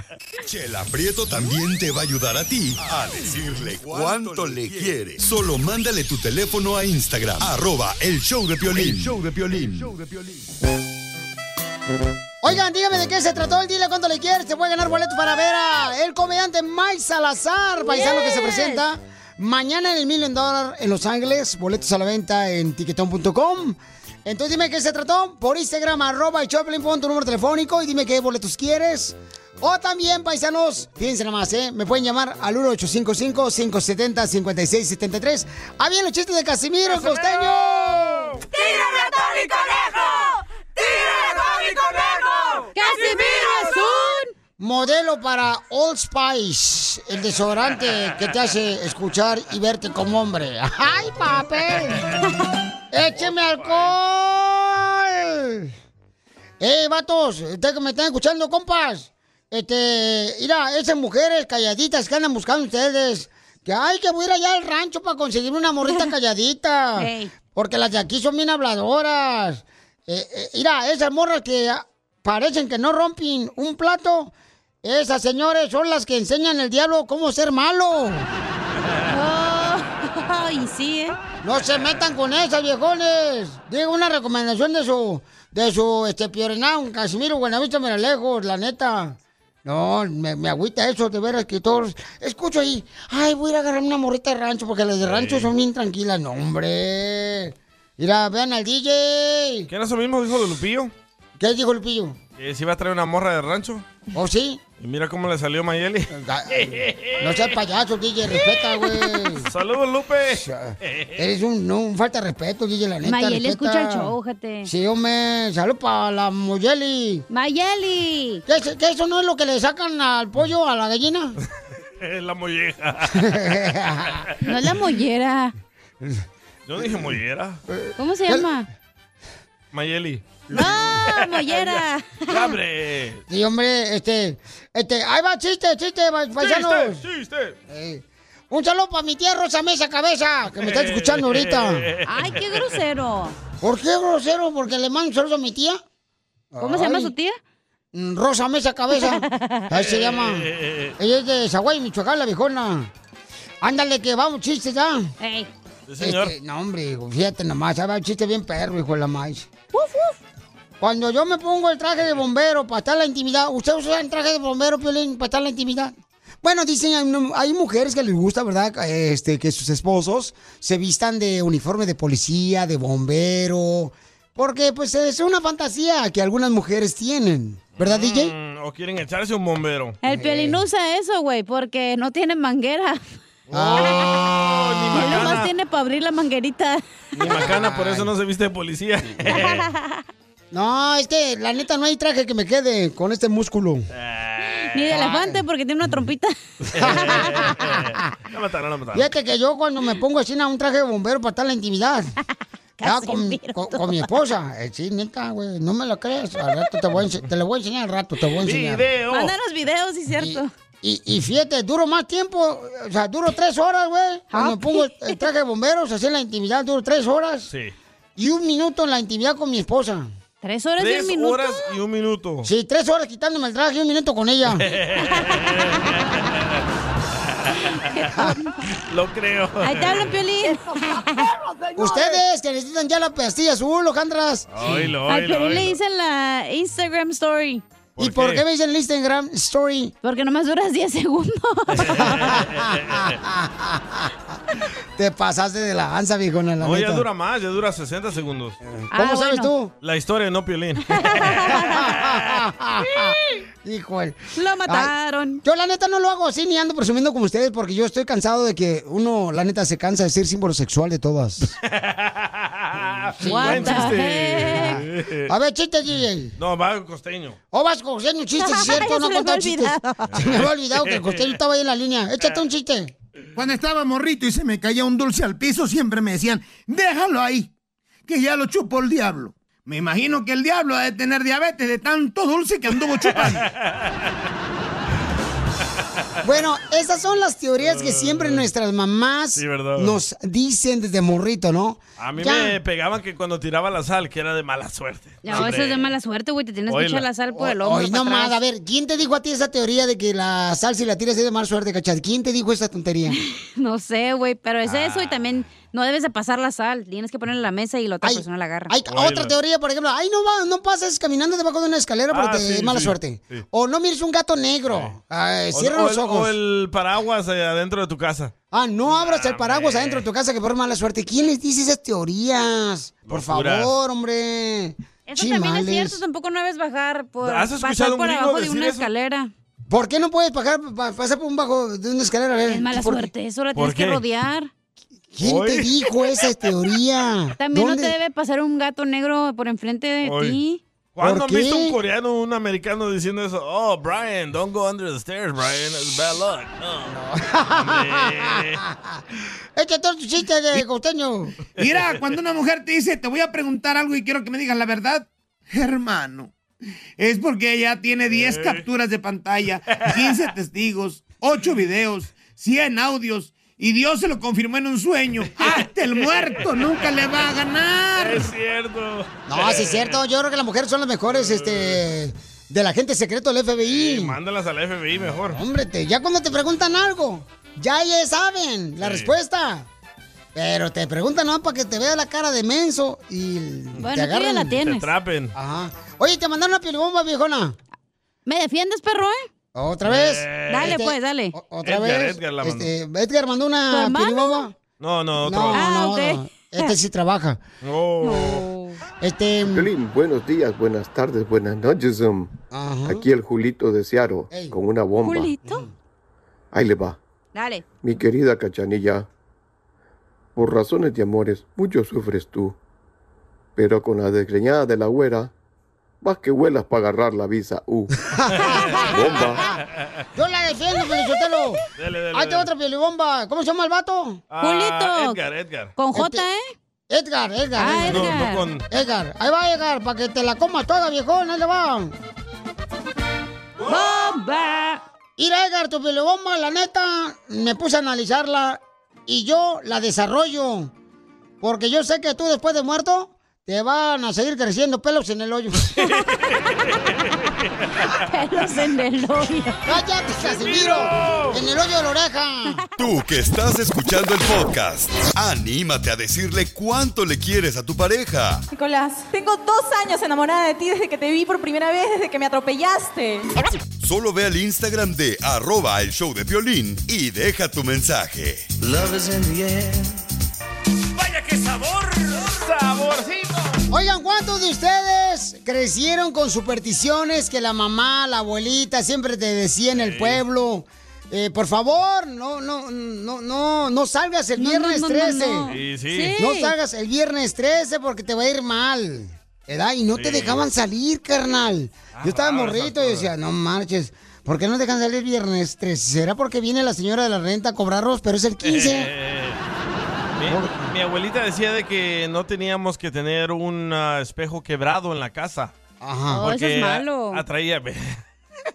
Chela Prieto también te va a ayudar a ti a decirle cuánto le quiere. Solo mándale tu teléfono a Instagram, arroba el show de Piolín. El show de Piolín. Oigan, dígame de qué se trató el Dile cuánto le quieres. Te puede ganar boletos para ver a el comediante Mike Salazar, paisano que se Yes. presenta mañana en el Million Dollar en Los Ángeles. Boletos a la venta en tiquetón.com. Entonces dime de qué se trató por Instagram, arroba y Choplin, pon tu número telefónico y dime qué boletos quieres. O también, paisanos, fíjense nomás, ¿eh? Me pueden llamar al 1855-570-5673. ¡Ah, bien los chistes de Casimiro, el costeño! ¡Tírame a Tony Conejo! ¡Tírame a Tony Conejo! ¡Casimiro es un modelo para Old Spice, el desodorante que te hace escuchar y verte como hombre. ¡Ay, papel! ¡Écheme alcohol! ¡Ey, vatos! Ustedes que me están escuchando, compas. Este, mira, esas mujeres calladitas que andan buscando ustedes. Que, ay, que voy a ir allá al rancho para conseguir una morrita calladita. Ey. Porque las de aquí son bien habladoras. Eh, eh, mira, esas morras que ah, parecen que no rompen un plato. Esas señores son las que enseñan al diablo cómo ser malo. y sí, ¿eh? No se metan con esas, viejones. Digo una recomendación de su, de su, este, Piorenán, Casimiro Buenavista lejos, la neta. No, me, me agüita eso, de veras que todos... Escucho ahí, ay, voy a ir a agarrar una morrita de rancho, porque las de rancho son bien tranquilas. No, hombre. Mira, vean al DJ. ¿Qué era eso mismo que dijo de Lupillo? ¿Qué dijo Lupillo? Que se iba a traer una morra de rancho. ¿Oh, sí? eh, Y mira cómo le salió Mayeli. No seas payaso, DJ, respeta, güey. Saludos, Lupe. Eres un, no, un falta de respeto, DJ, la neta. Mayeli escucha respeta. el show, ojete. Sí, hombre, salud para la Mayeli. Mayeli. ¿Qué, es- qué eso no es lo que le sacan al pollo, a la gallina? la molleja. No es la mollera. Yo dije mollera. Eh. ¿Cómo se llama? Mayeli. ¡No, mollera! ¡Abre! Sí, hombre, este, este, ahí va, chiste, chiste, pa- paisanos. Eh, un saludo para mi tía Rosa Mesa Cabeza, que me está escuchando ahorita. Ay, qué grosero. ¿Por qué grosero? Porque le mando un saludo a mi tía. ¿Cómo se llama su tía? Rosa Mesa Cabeza. Ahí se llama. Ella es de Zaguay, Michoacán, la viejona. Ándale, que vamos, chiste ya. señor. Este, no, hombre, hijo, fíjate nomás, ahí va un chiste bien perro, hijo de la maíz. Cuando yo me pongo el traje de bombero para estar en la intimidad, ¿ustedes usan traje de bombero, Piolín, para estar en la intimidad? Bueno, dicen, hay, no- hay mujeres que les gusta, ¿verdad? Este, que sus esposos se vistan de uniforme de policía, de bombero, porque pues es una fantasía que algunas mujeres tienen, ¿verdad, DJ? Mm, ¿O quieren echarse un bombero? El piolín usa eso, güey, porque no tiene manguera. Ah. Él nomás tiene para abrir la manguerita. Ah, Ni macana, por eso no se viste de policía. No, es que la neta no hay traje que me quede con este músculo. Ni de elefante, porque tiene una trompita. la mataron, la mataron. Fíjate que yo cuando me pongo así a un traje de bombero para estar en la intimidad. ya, con, con- con mi esposa. Eh, sí, neta, güey. No me lo creas. Al rato te, voy a ense- te lo voy a enseñar al rato, te voy a enseñar. Mándanos videos, sí, cierto. Y, y fíjate, duro más tiempo, o Ah. sea, duro tres horas, güey. Cuando me pongo el traje de bomberos, así en la intimidad, duro tres horas. Sí. y un minuto en la intimidad con mi esposa. ¿Tres horas Tres horas y un minuto. Sí, tres horas quitándome el traje y un minuto con ella. Lo creo. Ahí te hablan, Piolín. Ustedes que necesitan ya la pastilla azul, los cantras. Oílo, Al oílo, Piolín le oílo. dicen la Instagram Story. ¿Y por qué me dicen la Instagram Story? Porque nomás duras 10 segundos. Te pasaste de la ansa, viejo. La No, ya neta. dura más, ya dura 60 segundos. Ah, sabes bueno. La historia, no Piolín. Hijo él. Lo mataron. yo la neta no lo hago así ni ando presumiendo como ustedes porque yo estoy cansado de que uno, la neta, se cansa de ser símbolo sexual de todas. Buen What the Ah, chiste. A ver, chiste, DJ. No, va costeño. O vas costeño, chiste, Ya es cierto, se no me ha contado había chistes. olvidado. Se me había olvidado que el costeño estaba ahí en la línea. Échate un chiste. Cuando estaba morrito y se me caía un dulce al piso, siempre me decían, déjalo ahí, que ya lo chupó el diablo. Me imagino que el diablo ha de tener diabetes de tanto dulce que anduvo chupando. Bueno, esas son las teorías que siempre nuestras mamás Sí, ¿verdad? nos dicen desde morrito, ¿no? A mí Ya. me pegaban que cuando tiraba la sal, que era de mala suerte. No, eso es de mala suerte, güey. Te tienes que Oíla. echar la sal por el hombro. Oye, no más, a ver, ¿quién te dijo a ti esa teoría de que la sal si la tiras es de mala suerte, cachas? ¿Quién te dijo esa tontería? No sé, güey, pero es eso Ah. y también no debes de pasar la sal. Tienes que ponerla en la mesa y la otra persona la agarra. Hay otra teoría, por ejemplo, ay, no, va- no pases caminando debajo de una escalera Ah, porque sí, es mala sí, suerte. sí. O no mires un gato negro. O- Ay, Eh, cierra o los el- ojos. O el paraguas eh, adentro de tu casa. Ah, no abras el paraguas adentro de tu casa que por mala suerte. ¿Quién les dice esas teorías? Por Locuras. favor, hombre. Eso también es cierto, tampoco no debes bajar por ¿Has pasar escuchado un por gringo abajo de decir una eso? escalera. ¿Por qué no puedes bajar- pa- pasar por un bajo de una escalera? A ver, Es mala ¿por qué? suerte, eso la ¿Por tienes que qué? rodear. ¿Quién te Oye. dijo esa teoría? También ¿Dónde? no te debe pasar un gato negro por enfrente de Oye. ti. ¿Cuándo ¿Por han visto qué? un coreano o un americano diciendo eso? Oh, Brian, don't go under the stairs, Brian. It's bad luck. No. Échate otro chiste de costeño. Mira, cuando una mujer te dice, te voy a preguntar algo y quiero que me digas la verdad, hermano, es porque ella tiene 10 capturas de pantalla, 15 testigos, 8 videos, 100 audios. Y Dios se lo confirmó en un sueño. Hasta el muerto nunca le va a ganar. Es cierto. No, sí es cierto. Yo creo que las mujeres son las mejores, este, de la gente secreto del FBI. Mándalas al FBI mejor. Hombre, te- ya cuando te preguntan algo, ya ya saben la Sí. respuesta. Pero te preguntan no para que te vea la cara de menso y te agarren. Te trapen. Ajá. Oye, te mandaron una pilibomba, viejona. ¿Me defiendes, perro, eh? ¿Otra vez? Eh. Dale, Este, pues, dale. o- Otra Edgar, vez. Edgar la mandó. Este, Edgar mandó una hermano? pilibomba. No, no, otro. No, vato. no, no. Este sí trabaja. Este. Piolín, buenos días, buenas tardes, buenas noches. um. Ajá. Aquí el Julito de Searo Ey. con una bomba. Julito. Ahí le va. Dale. Mi querida cachanilla, por razones de amores, mucho sufres tú. Pero con la desgreñada de la güera, vas que vuelas para agarrar la visa U. bomba. Yo la defiendo, Felicitelo. Dele, dele, Ahí te dele. va otra pilibomba. ¿Cómo se llama el vato? Ah, Edgar, Edgar. Con J, ¿eh? Edgar, Edgar. Ah, Edgar. Edgar. No, no con- Edgar. Ahí va, Edgar, para que te la comas toda, viejón. Ahí le va. ¡Bomba! Mira, Edgar, tu pilibomba, la neta, me puse a analizarla y yo la desarrollo. Porque yo sé que tú, después de muerto, te van a seguir creciendo pelos en el hoyo. pelos en el hoyo. ¡Cállate, Casimiro! ¡En el hoyo de la oreja! Tú que estás escuchando el podcast, anímate a decirle cuánto le quieres a tu pareja. Nicolás, tengo dos años enamorada de ti desde que te vi por primera vez, desde que me atropellaste. Eh, Solo ve al Instagram de arroba el show de violín y deja tu mensaje. Vaya qué sabor. Saborcito. Oigan, ¿cuántos de ustedes crecieron con supersticiones que la mamá, la abuelita siempre te decía en el pueblo? Eh, por favor, no, no, no, no, no salgas el No, viernes no, no, no, 13. no. Sí, sí. No Sí. salgas el viernes 13 porque te va a ir mal. ¿Verdad? Y no te Sí. Ah, dejaban salir, carnal. Yo estaba raro esas morrito y decía, no marches. ¿Por qué no dejan salir viernes 13? ¿Será porque viene la señora de la renta a cobrarlos, pero es el 15? Eh, mi, mi abuelita decía de que no teníamos que tener un ah, espejo quebrado en la casa. Ajá. Oh, eso es malo. Atraía.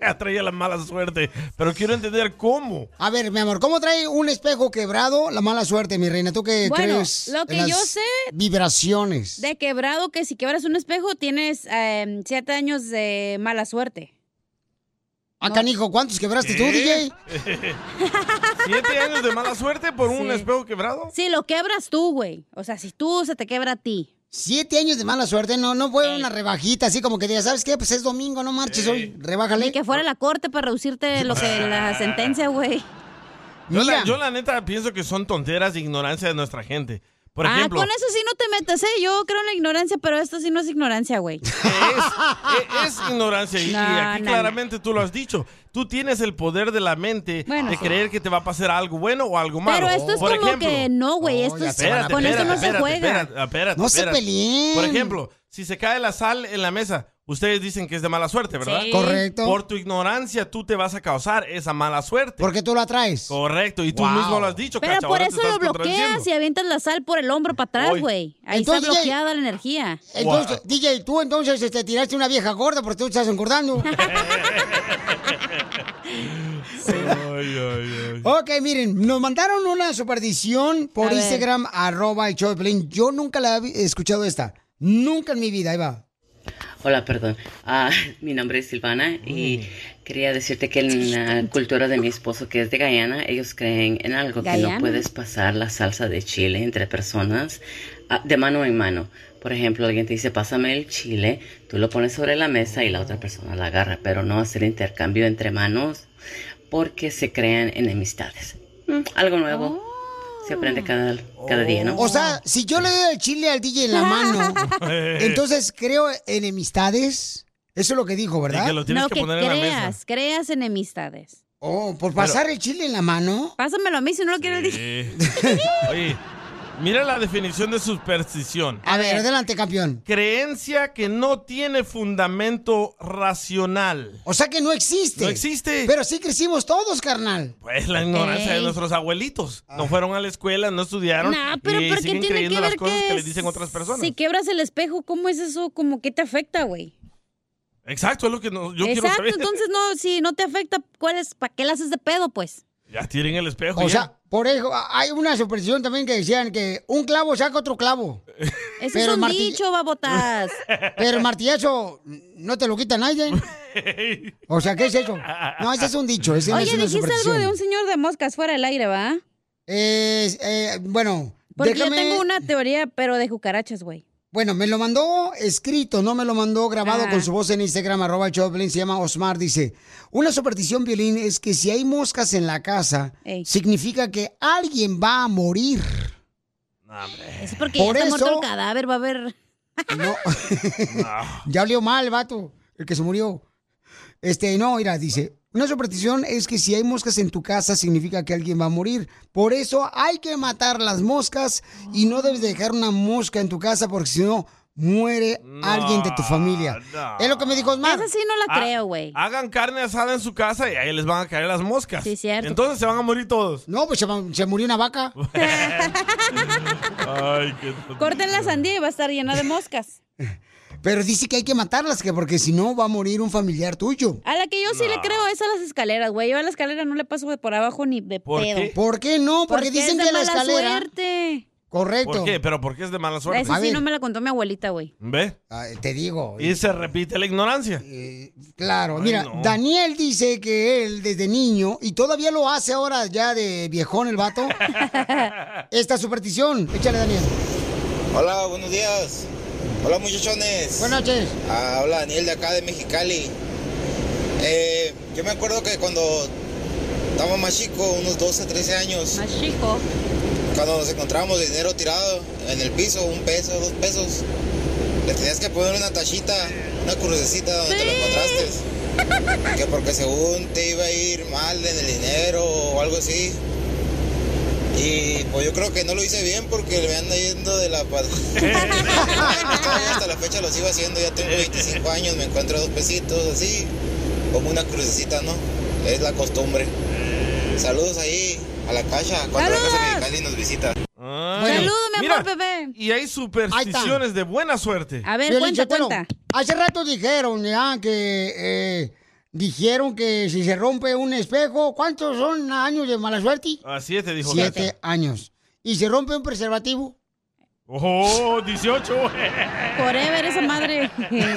Atraía la mala suerte. Pero quiero entender cómo. A ver, mi amor, ¿cómo trae un espejo quebrado la mala suerte, mi reina? ¿Tú qué Bueno, crees? lo que en las yo sé- Vibraciones. De quebrado que si quebras un espejo tienes eh, siete años de mala suerte. Ah, canijo, ¿cuántos quebraste tú, ¿Qué? DJ? ¿Eh? ¿Siete años de mala suerte por un espejo quebrado? Si lo quebras tú, güey. O sea, si tú se te quebra a ti. Siete años de mala suerte, no, no fue una rebajita así como que digas, ¿sabes qué? Pues es domingo, no marches hoy, rebájale. Ni que fuera la corte para reducirte lo que la sentencia, güey. Yo la, yo la neta pienso que son tonteras de ignorancia de nuestra gente. Por ah, ejemplo, con eso sí no te metas, ¿eh? Yo creo en la ignorancia, pero esto sí no es ignorancia, güey. E-, es ignorancia y, y Ah, No, aquí no, claramente tú lo has dicho. Tú tienes el poder de la mente Bueno, de sí. creer que te va a pasar algo bueno o algo malo. Pero esto es Por como ejemplo, que no, güey. Esto es, Espérate, con esto espérate, no se espérate, juega. espérate, espérate, No se espérate. peleen. Por ejemplo, si se cae la sal en la mesa, ustedes dicen que es de mala suerte, ¿verdad? Sí. Correcto. Por tu ignorancia, tú te vas a causar esa mala suerte. Porque tú la traes. Correcto, y tú Wow. mismo lo has dicho, Pero Cacha, por ahora te eso estás lo bloqueas contradiciendo. y avientas la sal por el hombro para Hoy. atrás, güey. Ahí Entonces, está DJ, bloqueada la energía. Entonces, DJ, tú entonces te tiraste una vieja gorda porque tú estás engordando. Ay, ay, ay. ok, miren, nos mandaron una superdición por A ver. Instagram, arroba el show de Piolín. Yo nunca la he escuchado esta. Nunca en mi vida, ahí va. Hola, perdón. Ah, mi nombre es Silvana y quería decirte que en la cultura de mi esposo, que es de Guyana, ellos creen en algo que Guyana. no puedes pasar la salsa de chile entre personas ah, de mano en mano. Por ejemplo, alguien te dice, pásame el chile, tú lo pones sobre la mesa y la Oh. otra persona la agarra, pero no hacer intercambio entre manos porque se crean enemistades. Mm, algo nuevo. Se aprende cada, cada día, ¿no? O sea, si yo le doy el chile al DJ en la mano, entonces creo enemistades. Eso es lo que dijo, ¿verdad? no, que, creas, creas enemistades. Oh, por pasar el chile en la mano. Pásamelo a mí si no lo quiero el DJ. Eh, Oye, mira la definición de superstición. A ver, adelante, campeón. Creencia que no tiene fundamento racional. O sea que no existe. No existe. Pero sí crecimos todos, carnal. Pues la ignorancia de Ok. nuestros abuelitos. Ah. No fueron a la escuela, no estudiaron. Nah, pero y ¿por qué siguen tiene creyendo que las ver cosas que que, les dicen otras personas. Si quebras el espejo, ¿cómo es eso? ¿Cómo que te afecta, güey? Exacto, es lo que no- yo quiero Exacto, saber. entonces no, si no te afecta, ¿cuál es? ¿Para qué la haces de pedo, pues? Ya tiren el espejo. ya. O sea, por eso a- hay una superstición también que decían que un clavo saca otro clavo. Ese es el un martill- dicho, babotas. Pero el martillazo no te lo quita nadie. O sea, ¿qué es eso? No, ese es un dicho. Ese no Oye, es una dijiste algo superstición. de un señor de moscas fuera del aire, ¿va? Eh, eh, bueno, Porque déjame- yo tengo una teoría, pero de cucarachas, güey. Bueno, me lo mandó escrito, no me lo mandó grabado Ah. con su voz en Instagram, arroba el show de Piolín, se llama Osmar, dice, una superstición, Violín, es que si hay moscas en la casa, significa que alguien va a morir. Es porque Por ya está eso- muerto el cadáver, va a haber... No. ya olió mal, vato, el que se murió. Este, no, mira, dice, una superstición es que si hay moscas en tu casa significa que alguien va a morir. Por eso hay que matar las moscas y no debes dejar una mosca en tu casa porque si no muere alguien de tu familia. no. Es lo que me dijo Osmar. Esa sí no la Ah, creo, güey. Hagan carne asada en su casa y ahí les van a caer las moscas. Sí, cierto. Entonces se van a morir todos. No, pues se, se murió una vaca. Ay, qué Corten la sandía y va a estar llena de moscas. Pero dice que hay que matarlas, que porque si no va a morir un familiar tuyo. A la que yo sí le No. creo es a las escaleras, güey. Yo a la escalera no le paso de por abajo ni de ¿Por pedo. qué? ¿Por qué no? Porque es dicen de que la mala escalera- Suerte. Correcto. ¿Por qué? ¿Pero por qué es de mala suerte? Esa Pues, sí no me la contó mi abuelita, güey. ¿Ve? Ah, te digo. Eh, Y se repite la ignorancia. Claro, Ay, mira, no. Daniel dice que él desde niño, y todavía lo hace ahora ya de viejón el vato, esta superstición. Échale, Daniel. Hola, buenos días. Hola, muchachones. Buenas noches. Ah, habla Daniel de acá de Mexicali. Eh, yo me acuerdo que cuando estábamos más chicos, unos 12, 13 años. Más chico. Cuando nos encontrábamos dinero tirado en el piso, un peso, dos pesos, le tenías que poner una tachita, una crucecita donde te lo encontraste. Que porque según te iba a ir mal en el dinero o algo así. Y pues yo creo que no lo hice bien porque me anda yendo de la pata. hasta la fecha lo sigo haciendo, ya tengo 25 años, me encuentro dos pesitos así, como una crucecita, ¿no? Es la costumbre. Saludos ahí a la caja cuando la casa Mexicali nos visita. Saludos, mi amor, bebé. Y hay Ahí supersticiones de buena suerte. Violín Sotelo, Hace rato dijeron ya que eh, dijeron que si se rompe un espejo, ¿cuántos son años de mala suerte? Ah, siete, dijo. Siete Gata. años. ¿Y se rompe un preservativo? ¡Oh, 18! Forever esa madre.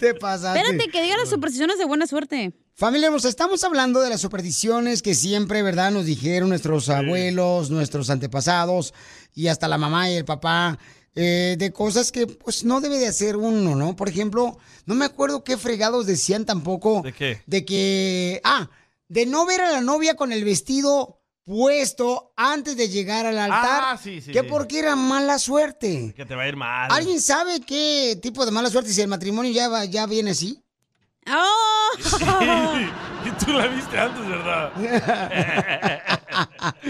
Te pasaste. Espérate que diga las supersticiones de buena suerte. Familia hermosa, estamos hablando de las supersticiones que siempre, ¿verdad? Nos dijeron nuestros abuelos, nuestros antepasados y hasta la mamá y el papá. eh, de cosas que pues no debe de hacer uno, ¿no? Por ejemplo, no me acuerdo qué fregados decían tampoco. ¿De qué? De que, ah, de no ver a la novia con el vestido puesto antes de llegar al altar. Ah, sí, sí, Que sí. porque era mala suerte. Que te va a ir mal. ¿Alguien sabe qué tipo de mala suerte si el matrimonio ya, va- ya viene así? ¡Oh! Y tú la viste antes, ¿verdad?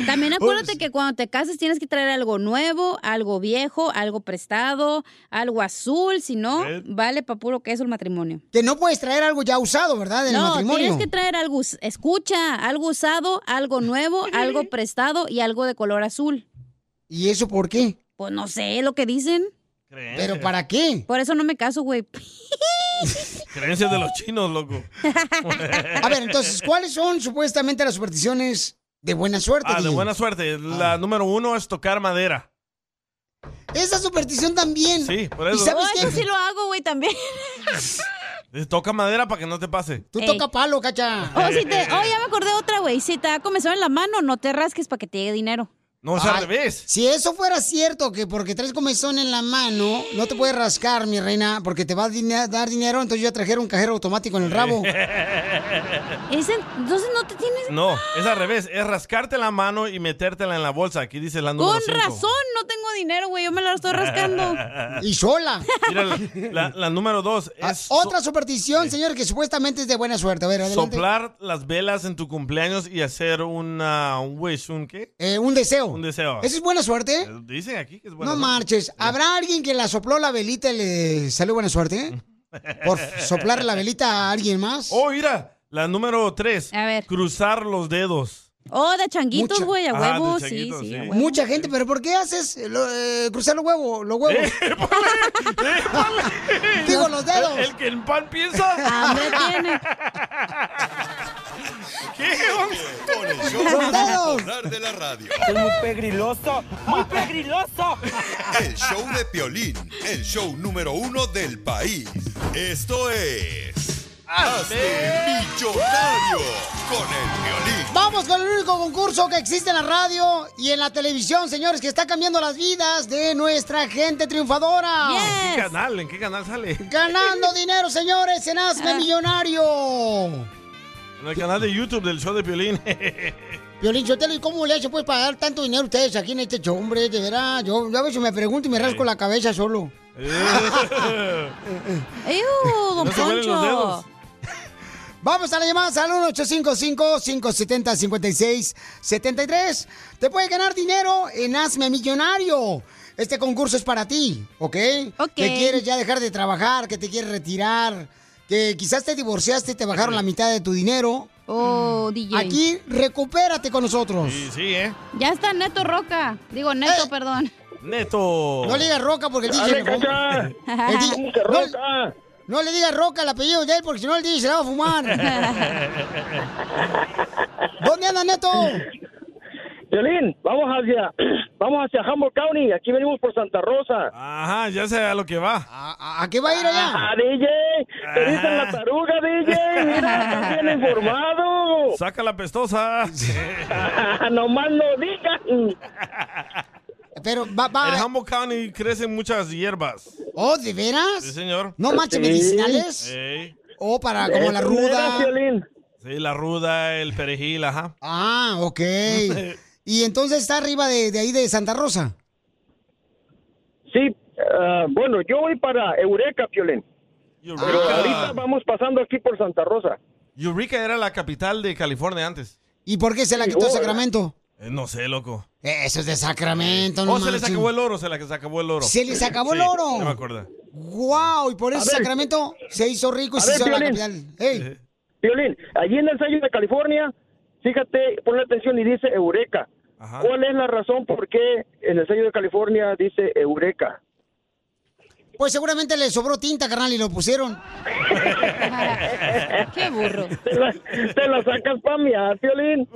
También acuérdate que cuando te cases tienes que traer algo nuevo, algo viejo, algo prestado, algo azul, si no, vale para puro queso el matrimonio. Que no puedes traer algo ya usado, ¿verdad? Del no, matrimonio. tienes que traer algo, us- escucha, algo usado, algo nuevo, algo prestado y algo de color azul. ¿Y eso por qué? Pues no sé lo que dicen. ¿Pero para qué? Por eso no me caso, güey. Creencias de los chinos, loco. A ver, entonces, ¿cuáles son supuestamente las supersticiones de buena suerte? Ah, de DJ? buena suerte. La Ah. número uno es tocar madera. Esa superstición también. Sí, por eso. ¿Y sabes qué? Yo Oh, sí lo hago, güey, también. Toca madera para que no te pase. Tú toca palo, cacha. Oh, si te- oh, ya me acordé otra, güey. Si te da comezón en la mano, no te rasques para que te llegue dinero. No, es Ay, al revés. Si eso fuera cierto, que porque traes comezón en la mano, no te puedes rascar, mi reina, porque te va a dine- dar dinero, entonces yo ya trajera un cajero automático en el rabo. Eh, entonces no te tienes... No, es al revés. Es rascarte la mano y metértela en la bolsa. Aquí dice la número Con cinco. razón, no tengo dinero, güey. Yo me lo estoy rascando. Y sola. Ah, Mira, la, la- la número dos es Otra superstición, señor, que supuestamente es de buena suerte. A ver, adelante. soplar las velas en tu cumpleaños y hacer una, un wish, ¿un qué? Eh, un deseo. Un deseo. Eh, ¿Eso es buena suerte? Dicen aquí que es buena No suerte. marches. ¿Habrá alguien que la sopló la velita y le salió buena suerte? ¿Por soplar la velita a alguien más? Oh, mira, la número tres. A ver. Cruzar los dedos. Oh, de changuitos, Mucha- güey, a Ah, huevo. de sí, changuitos, sí, sí. a huevo. Mucha gente, pero ¿por qué haces lo- eh, cruzar los huevos? Los huevos. Eh. Digo, los dedos. El que el pan piensa. Hambre tiene. Los dedos. Popular de la radio. Es muy pegriloso, muy pegriloso. El show de Piolín, el show número uno del país. Esto es... ¡Hazte millonario con el Piolín! Vamos con el único concurso que existe en la radio y en la televisión, señores, que está cambiando las vidas de nuestra gente triunfadora. ¿En qué canal? ¿En qué canal sale? Ganando dinero, señores, en Hazme Ah. Millonario. En el canal de YouTube del show de Piolín. Violín Sotelo, ¿y cómo le hace pues pagar tanto dinero a ustedes aquí en este show, hombre? De verdad, yo, yo a veces me pregunto y me rasco la cabeza solo. ¡Ew, oh, don No se huelen los dedos. Poncho! Vamos a la llamada al 1-855-570-5673. Te puede ganar dinero en Hazme Millonario. Este concurso es para ti, ¿ok? Ok. Que quieres ya dejar de trabajar, que te quieres retirar, que quizás te divorciaste y te bajaron la mitad de tu dinero. Mm. Oh, DJ. Aquí, recupérate con nosotros. Sí, sí, ¿eh? Ya está Neto Roca. Digo, Neto, perdón. Neto. Eh. No le digas roca porque el Dale, DJ. me- cacha. El DJ- Que no, no le digas roca el apellido de él porque si no el DJ se la va a fumar. ¿Dónde anda Neto? Violín, vamos hacia, vamos hacia Humboldt County. Aquí venimos por Santa Rosa. Ajá, ya sé a lo que va. ¿A, qué va a ir allá? Ah, DJ, te dicen la taruga, DJ. Mira, estás bien informado. Saca la pestosa. Nomás no digan. Pero va, va. En Humboldt County crecen muchas hierbas. Oh, ¿de veras? Sí, señor. No manches, medicinales. Ey. O para como la ruda. Sí, la ruda, el perejil, ajá. Ah, ok. Y entonces está arriba de, de ahí de Santa Rosa. Sí, ah, bueno, yo voy para Eureka, Violín. Pero ahorita vamos pasando aquí por Santa Rosa. Eureka era la capital de California antes. ¿Y por qué se la quitó oh, Sacramento? Eh, no sé, loco. Eso es de Sacramento, no Oh, se les manchen. acabó el oro, se les acabó el oro. Se les acabó el Sí, oro. No me acuerdo. Wow, y por eso A ver. Sacramento se hizo rico y A se ver, hizo la Piolín. capital. Ey, Eh. Violín, allí en el sello de California, fíjate, ponle atención y dice Eureka. ¿Cuál es la razón por qué en el sello de California dice Eureka? Pues seguramente le sobró tinta, carnal, y lo pusieron. Qué burro. Te la, te la sacas pa' mi Piolín.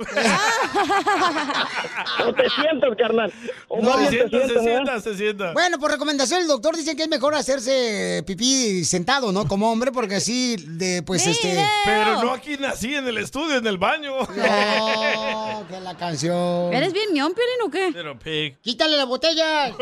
no te sientas, carnal. O más se sienta, se bien te sientas, ¿verdad? sienta, se sienta. Bueno, por recomendación el doctor dice que es mejor hacerse pipí sentado, ¿no? Como hombre, porque así, de, pues, este... Pero no aquí nací, en el estudio, en el baño. No, Oh, que la canción. ¿Eres bien mión, Piolín, o qué? Little pig. ¡Quítale la botella!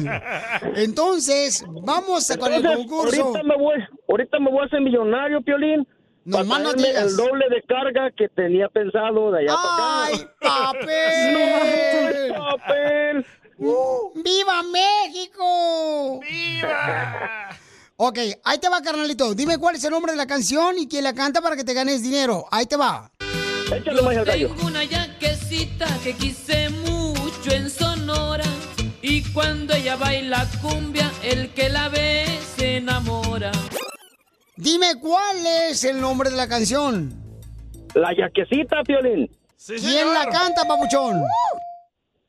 Entonces, vamos a- con el Entonces, concurso. Ahorita me, voy, ahorita me voy a hacer millonario, Piolín. No, Nomás no digas. el doble de carga que tenía pensado de allá para acá. papel! No, papel! Uh, ¡Viva México! ¡Viva! Ok, ahí te va, carnalito. Dime cuál es el nombre de la canción y quién la canta para que te ganes dinero. Ahí te va. Échale más al gallo. Tengo una yaquecita que quise mucho en Sonora y cuando ella baila cumbia el que la ve se enamora. Dime cuál es el nombre de la canción. La yaquecita, Piolín. ¿Quién la canta, papuchón?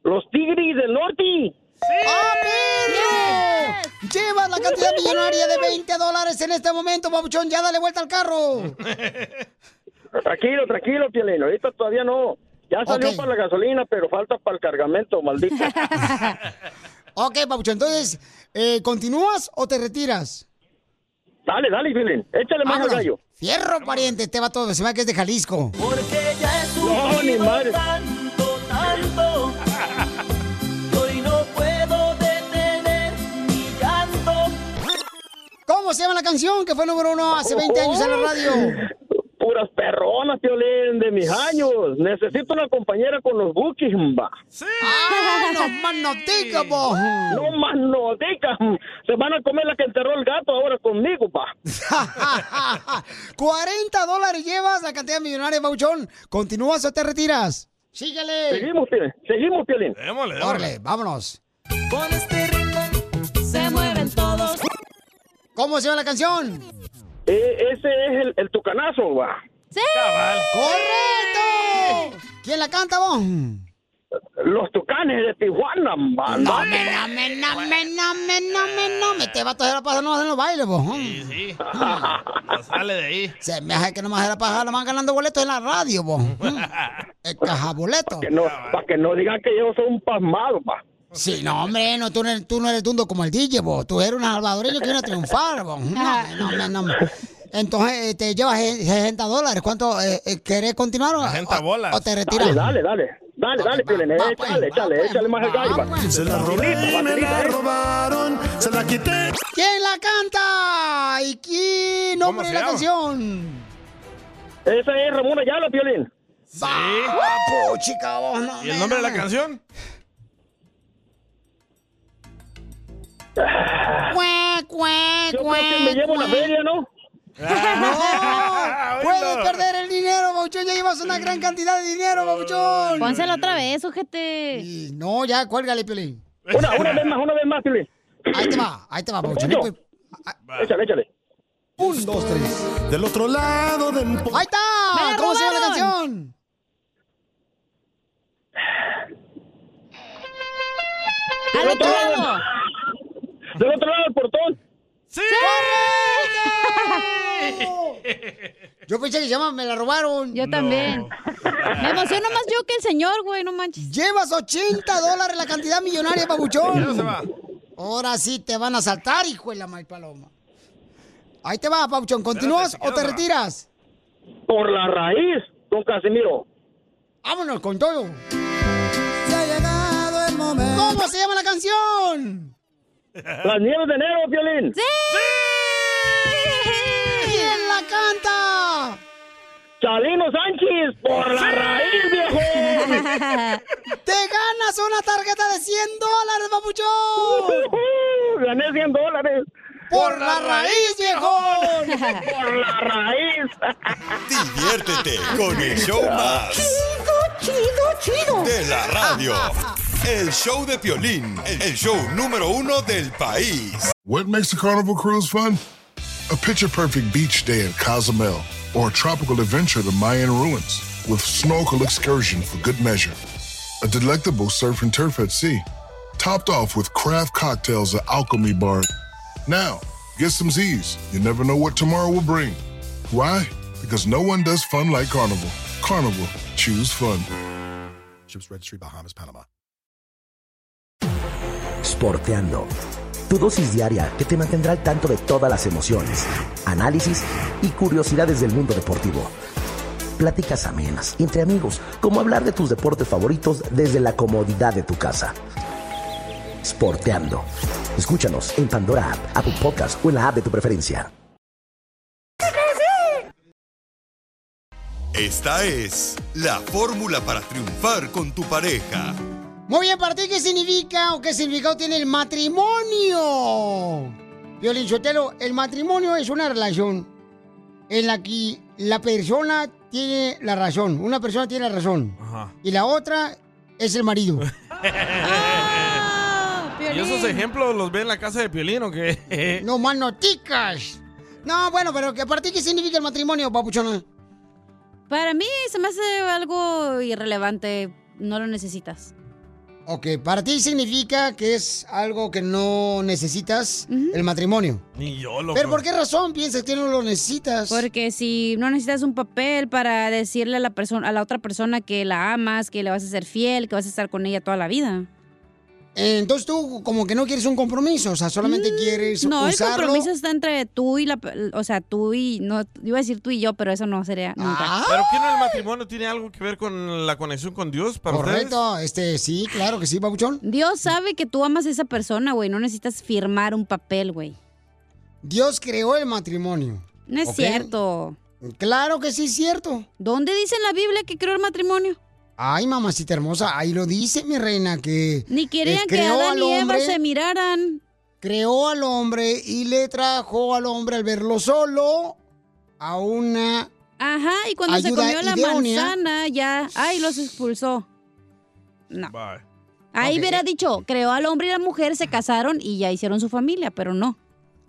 Los Tigres del Norte. ¡Ah, perro! Llevas la cantidad millonaria de 20 dólares en este momento, papuchón. Ya dale vuelta al carro. Tranquilo, tranquilo, Piolín. Ahorita todavía no. Ya salió para la gasolina, pero falta para el cargamento, maldito. Ok, papuchón. Entonces, eh, ¿continúas o te retiras? dale, dale, Piolín. Échale más al Vámonos. gallo. Fierro, pariente. Este va todo. Se me va que es de Jalisco. Porque ya he No, ni sufrido madre. tanto, tanto que hoy no puedo detener mi llanto. ¿Cómo se llama la canción que fue número uno hace Oh, 20 años en la radio? Puras perronas, Piolín, de mis años. Necesito una compañera con los bookies, va. ¡Ah, no más no diga, bo! No más no diga. Se van a comer la que enterró el gato ahora conmigo, va. 40 dólares llevas la cantidad millonaria, Bauchón. ¿Continúas o te retiras? Síguele. Seguimos, Piolín. Seguimos, Piolín. Órale, vámonos. Con este ritmo se mueven todos. ¿Cómo se llama la canción? E- ese es el, el tucanazo, va. ¡Sí! ¡Correcto! ¿Quién la canta, vos? Los tucanes de Tijuana, va. No, me, no, me, no, me, no, me, no, me, no, me te va a tocar la paja nomás en los bailes, vos. Sí, sí. sale de ahí. Se me hace que nomás era paja, nomás ganando boletos en la radio, vos. El cajaboleto. Que no, para que no digan que yo soy un pasmado, va. Sí, no, hombre, no, tú, no eres, tú no eres dundo como el DJ, vos. Tú eres un salvadoreño que viene a triunfar, vos. No, no, no, no. Entonces, eh, te llevas eh, 60 dólares. ¿Cuánto eh, eh, querés continuar o, o- o te retiras? Dale, dale, dale. Dale, dale, Piolín. Échale, pues, échale, échale, más el gallo, va. Se la robé robaron, se la quité. ¿Quién la canta? ¿Y quién nombre de la canción? Esa es Ramón Ayala, Piolín. Sí. Guapo, chica, vos, Oh, no, ¿Y el me, nombre de no, la me. canción? Cué, cué, Yo creo que me llevo una feria, ¿no? Ah. No, puedes perder el dinero, Bauchón. Ya llevas una gran cantidad de dinero, Bauchón. Pónsela otra vez, ojete. No, ya, cuélgale, Piolín. Una, una vez más, una vez más, Piolín. Ahí te va, ahí te va, Bauchón. Ocho. Échale, échale. Un, dos, tres. Del otro lado del... ¡Ahí está! Me la ¿Cómo se llama la robaron. canción? ¡Al otro lado! Del otro lado del portón. ¡Sí! Yo pensé que se llama Me la robaron. Yo también. Me emociono más yo que el señor, güey, no manches. Llevas 80 dólares la cantidad millonaria, babuchón. Ya se va. Ahora sí te van a saltar, hijo de la mal paloma. Ahí te va, Pabuchón. ¿Continúas o te retiras? Por la raíz, don Casimiro. Vámonos con todo. ¿Cómo se llama la canción? Las nieves de enero, Piolín. ¿Quién la canta? Chalino Sánchez, por la raíz, viejo. ¡Te ganas una tarjeta de 100 dólares, papuchón! Gané 100 dólares. ¡Por la raíz, viejón! Por la raíz. Diviértete con el show más Chido, chido, chido. de la radio. El show de Piolín, el show número uno del país. What makes a carnival cruise fun? A picture perfect beach day at Cozumel or a tropical adventure to Mayan ruins with snorkel excursion for good measure. A delectable surf and turf at sea, topped off with craft cocktails at Alchemy Bar Now, get some Z's. You never know what tomorrow will bring. Why? Because no one does fun like Carnival. Carnival, choose fun. Ships Registry, Bahamas, Panama. Sporteando. Tu dosis diaria que te mantendrá al tanto de todas las emociones, análisis y curiosidades del mundo deportivo. Pláticas amenas entre amigos, como hablar de tus deportes favoritos desde la comodidad de tu casa. Sporteando. Escúchanos en Pandora App, Apple Podcast o en la app de tu preferencia. Esta es la fórmula para triunfar con tu pareja. Muy bien, ¿para ti qué significa o qué significado tiene el matrimonio? Violín Sotelo, el matrimonio es una relación en la que la persona tiene la razón. Una persona tiene la razón. Ajá. Y la otra es el marido. ¿Y esos ejemplos los ve en la casa de Piolín o qué? No más noticas. No, bueno, pero que ¿para ti qué significa el matrimonio, papuchona? Para mí se me hace algo irrelevante. No lo necesitas. Ok, para ti significa que es algo que no necesitas, el matrimonio. Ni yo lo Pero ¿por qué razón piensas que no lo necesitas? Porque si no necesitas un papel para decirle a la persona, a la otra persona que la amas, que le vas a ser fiel, que vas a estar con ella toda la vida. Entonces tú como que no quieres un compromiso, o sea, solamente quieres Mm, No, el usarlo. compromiso está entre tú y la, pe- o sea, tú y no iba a decir tú y yo, pero eso no Ah, sería nunca. ¿Pero qué no el matrimonio tiene algo que ver con la conexión con Dios para Correcto, este, sí, claro que sí, Papuchón. Dios sabe que tú amas a esa persona, güey. No necesitas firmar un papel, güey. Dios creó el matrimonio. No es ¿Ok? cierto. Claro que sí es cierto. ¿Dónde dice en la Biblia que creó el matrimonio? Ay, mamacita hermosa, ahí lo dice mi reina que Ni querían eh, que creó Adán al y Eva hombre, se miraran. creó al hombre y le trajo al hombre al verlo solo a una Ajá, y cuando ayuda se comió la idónea. manzana, ya. Ay, los expulsó. No. Ahí hubiera dicho, creó al hombre y la mujer, se casaron y ya hicieron su familia, pero no.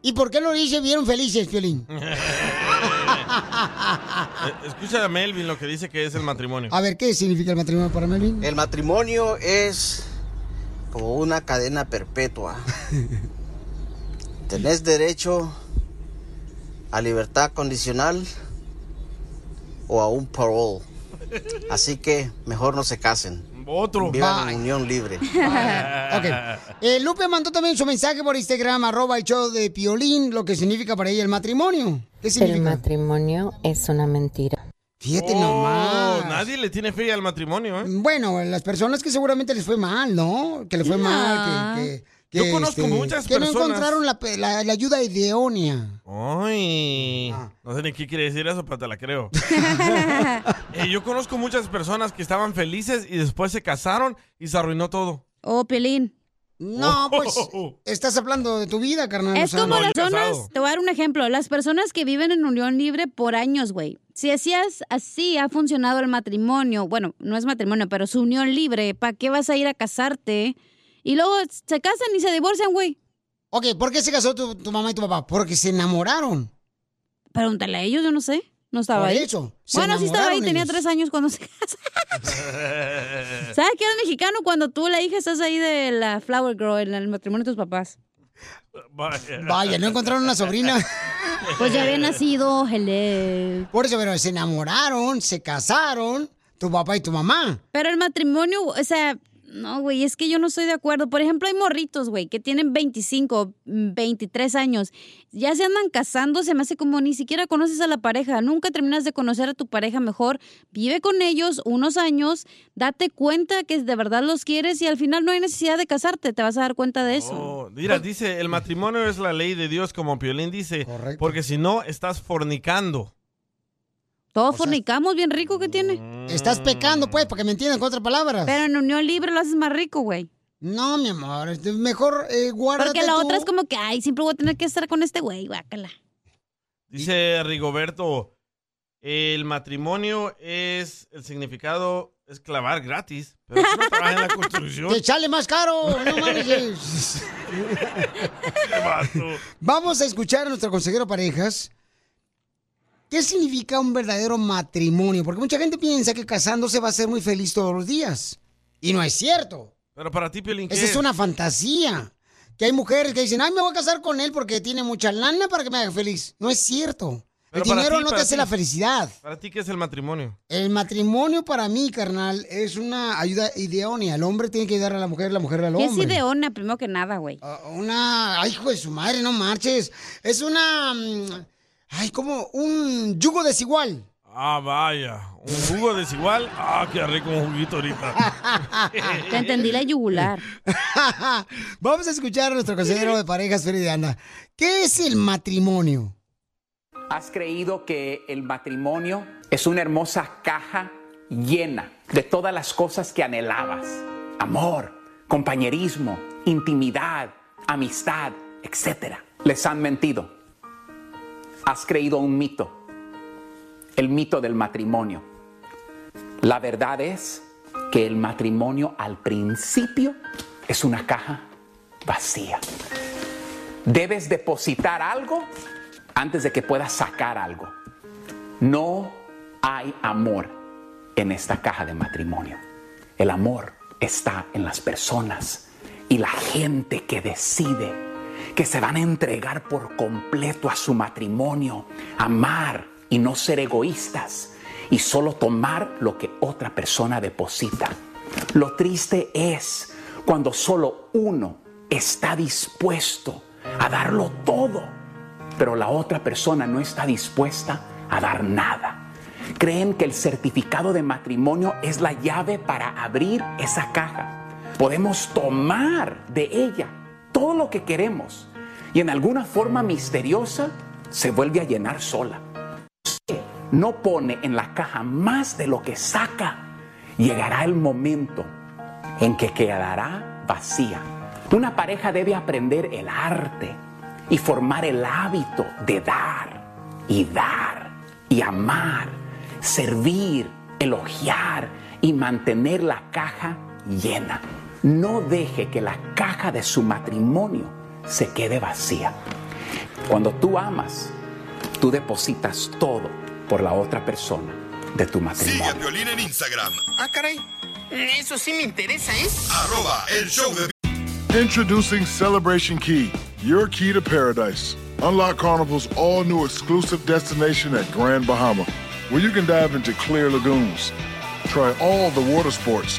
¿Y por qué no dice vieron felices, Piolín? ustedes? Eh, Escucha a Melvin lo que dice que es el matrimonio. A ver, ¿qué significa el matrimonio para Melvin? El matrimonio es como una cadena perpetua. Tenés derecho a libertad condicional o a un parole. Así que mejor no se casen. Otro. Vivan en unión libre. Eh, Lupe mandó también su mensaje por Instagram, arroba el show de Piolín, lo que significa para ella el matrimonio. ¿Qué El significa? matrimonio es una mentira. Fíjate Oh, nomás. Nadie le tiene fe al matrimonio, ¿eh? Bueno, las personas que seguramente les fue mal, ¿no? Que les fue No. ah. mal, que... que- Yo que, conozco muchas que no personas. encontraron la, pe- la- la ayuda idónea. Ay, Ah. no sé ni qué quiere decir eso, pero te la creo. Eh, yo conozco muchas personas que estaban felices y después se casaron y se arruinó todo. Oh, Pelín. No, pues estás hablando de tu vida, carnal. Es o sea, como las personas, te voy a dar un ejemplo, las personas que viven en unión libre por años, güey. Si hacías así, ha funcionado el matrimonio, bueno, no es matrimonio, pero su unión libre, ¿para qué vas a ir a casarte? Y luego se casan y se divorcian, güey. Ok, ¿por qué se casó tu, tu mamá y tu papá? Porque se enamoraron. Pregúntale a ellos, yo no sé. No estaba Por ahí. eso, se bueno, sí estaba ahí, enamoraron tenía ellos. tres años cuando se casó. ¿Sabes que eres mexicano cuando tú, la hija, estás ahí de la Flower Girl en el matrimonio de tus papás? Vaya. Vaya, no encontraron una sobrina. Pues ya había nacido, hello. Por eso, pero se enamoraron, se casaron, tu papá y tu mamá. Pero el matrimonio, o sea, no, güey, es que yo no estoy de acuerdo. Por ejemplo, hay morritos, güey, que tienen 25, mm, 23 años. Ya se andan casando, se me hace como ni siquiera conoces a la pareja. Nunca terminas de conocer a tu pareja mejor. Vive con ellos unos años, date cuenta que de verdad los quieres y al final no hay necesidad de casarte. Te vas a dar cuenta de eso. Pues, Mira, dice, el matrimonio es la ley de Dios, como Piolín dice, porque si no, estás fornicando. Todos fornicamos bien rico que tiene. Mm. Estás pecando, pues, para que me entiendan con otras palabras. Pero en unión libre lo haces más rico, güey. No, mi amor, este, mejor eh, guárdate Porque la tú. otra es como que, ay, siempre voy a tener que estar con este güey, guácala. Dice Rigoberto, el matrimonio es, el significado es clavar gratis, pero tú no trabajas en la construcción. Te sale más caro, no manches. Vamos a escuchar a nuestro consejero parejas. ¿Qué significa un verdadero matrimonio? Porque mucha gente piensa que casándose va a ser muy feliz todos los días. Y no es cierto. Pero para ti, Piolín, ¿qué Esa es una fantasía. Que hay mujeres que dicen, ay, me voy a casar con él porque tiene mucha lana para que me haga feliz. No es cierto. Pero el para dinero ti, no te para hace ti. la felicidad. ¿Para ti qué es el matrimonio? El matrimonio para mí, carnal, es una ayuda ideónea. El hombre tiene que ayudar a la mujer, la mujer al ¿Qué hombre. Ah, oh, es ideona, primero que nada, güey? Una, ay, hijo de su madre, no marches. Es una, mm, ay, como un yugo desigual. Ah, vaya. ¿Un jugo desigual? Ah, qué rico un juguito ahorita. Te entendí la yugular. Vamos a escuchar a nuestro consejero de parejas, Freddy de Anda. ¿Qué es el matrimonio? ¿Has creído que el matrimonio es una hermosa caja llena de todas las cosas que anhelabas? Amor, compañerismo, intimidad, amistad, etc. Les han mentido. Has creído un mito, el mito del matrimonio. La verdad es que el matrimonio al principio es una caja vacía. Debes depositar algo antes de que puedas sacar algo. No hay amor en esta caja de matrimonio. El amor está en las personas y la gente que decide que se van a entregar por completo a su matrimonio, amar y no ser egoístas y solo tomar lo que otra persona deposita. Lo triste es cuando solo uno está dispuesto a darlo todo pero la otra persona no está dispuesta a dar nada. Creen que el certificado de matrimonio es la llave para abrir esa caja. Podemos tomar de ella todo lo que queremos y en alguna forma misteriosa se vuelve a llenar sola. No pone en la caja más de lo que saca. Llegará el momento en que quedará vacía. Una pareja debe aprender el arte y formar el hábito de dar y dar y amar, servir, elogiar y mantener la caja llena. No deje que la caja de su matrimonio se quede vacía. Cuando tú amas, tú depositas todo por la otra persona de tu matrimonio. Sigue a Piolín en Instagram. Ah, caray. Eso sí me interesa, ¿eh? Arroba el show de Introducing Celebration Key, your key to paradise. Unlock Carnival's all new exclusive destination at Grand Bahama, where you can dive into clear lagoons, try all the water sports,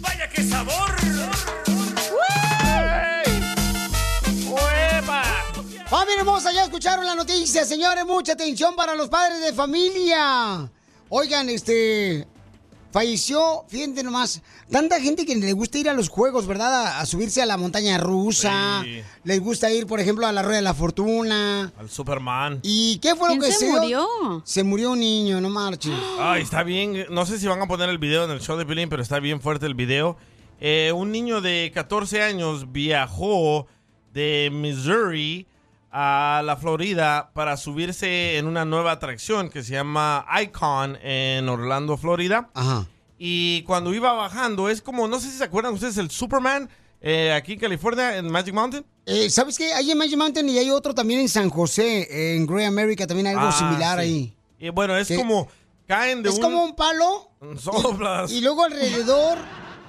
¡Vaya qué sabor! ¡Ey! ¡Uepa! ¡Familia hermosa! Ya escucharon la noticia, señores. Mucha atención para los padres de familia. Oigan, este. Falleció, fíjense nomás, tanta gente que le gusta ir a los juegos, ¿verdad? A, a subirse a la montaña rusa. Sí. Les gusta ir, por ejemplo, a la Rueda de la Fortuna. Al Superman. ¿Y qué fue lo ¿Quién que se dio? murió? Se murió un niño, no marches. Ay, está bien. No sé si van a poner el video en el show de Pilín, pero está bien fuerte el video. Eh, un niño de 14 años viajó de Missouri a la Florida para subirse en una nueva atracción que se llama Icon en Orlando, Florida. Y cuando iba bajando, es como, no sé si se acuerdan ustedes, el Superman eh, aquí en California, en Magic Mountain. Eh, ¿Sabes qué? Hay en Magic Mountain y hay otro también en San José, en Grey America, también hay algo Ah, similar sí. ahí. Y bueno, es como caen de es un... como un palo Soplas. y luego alrededor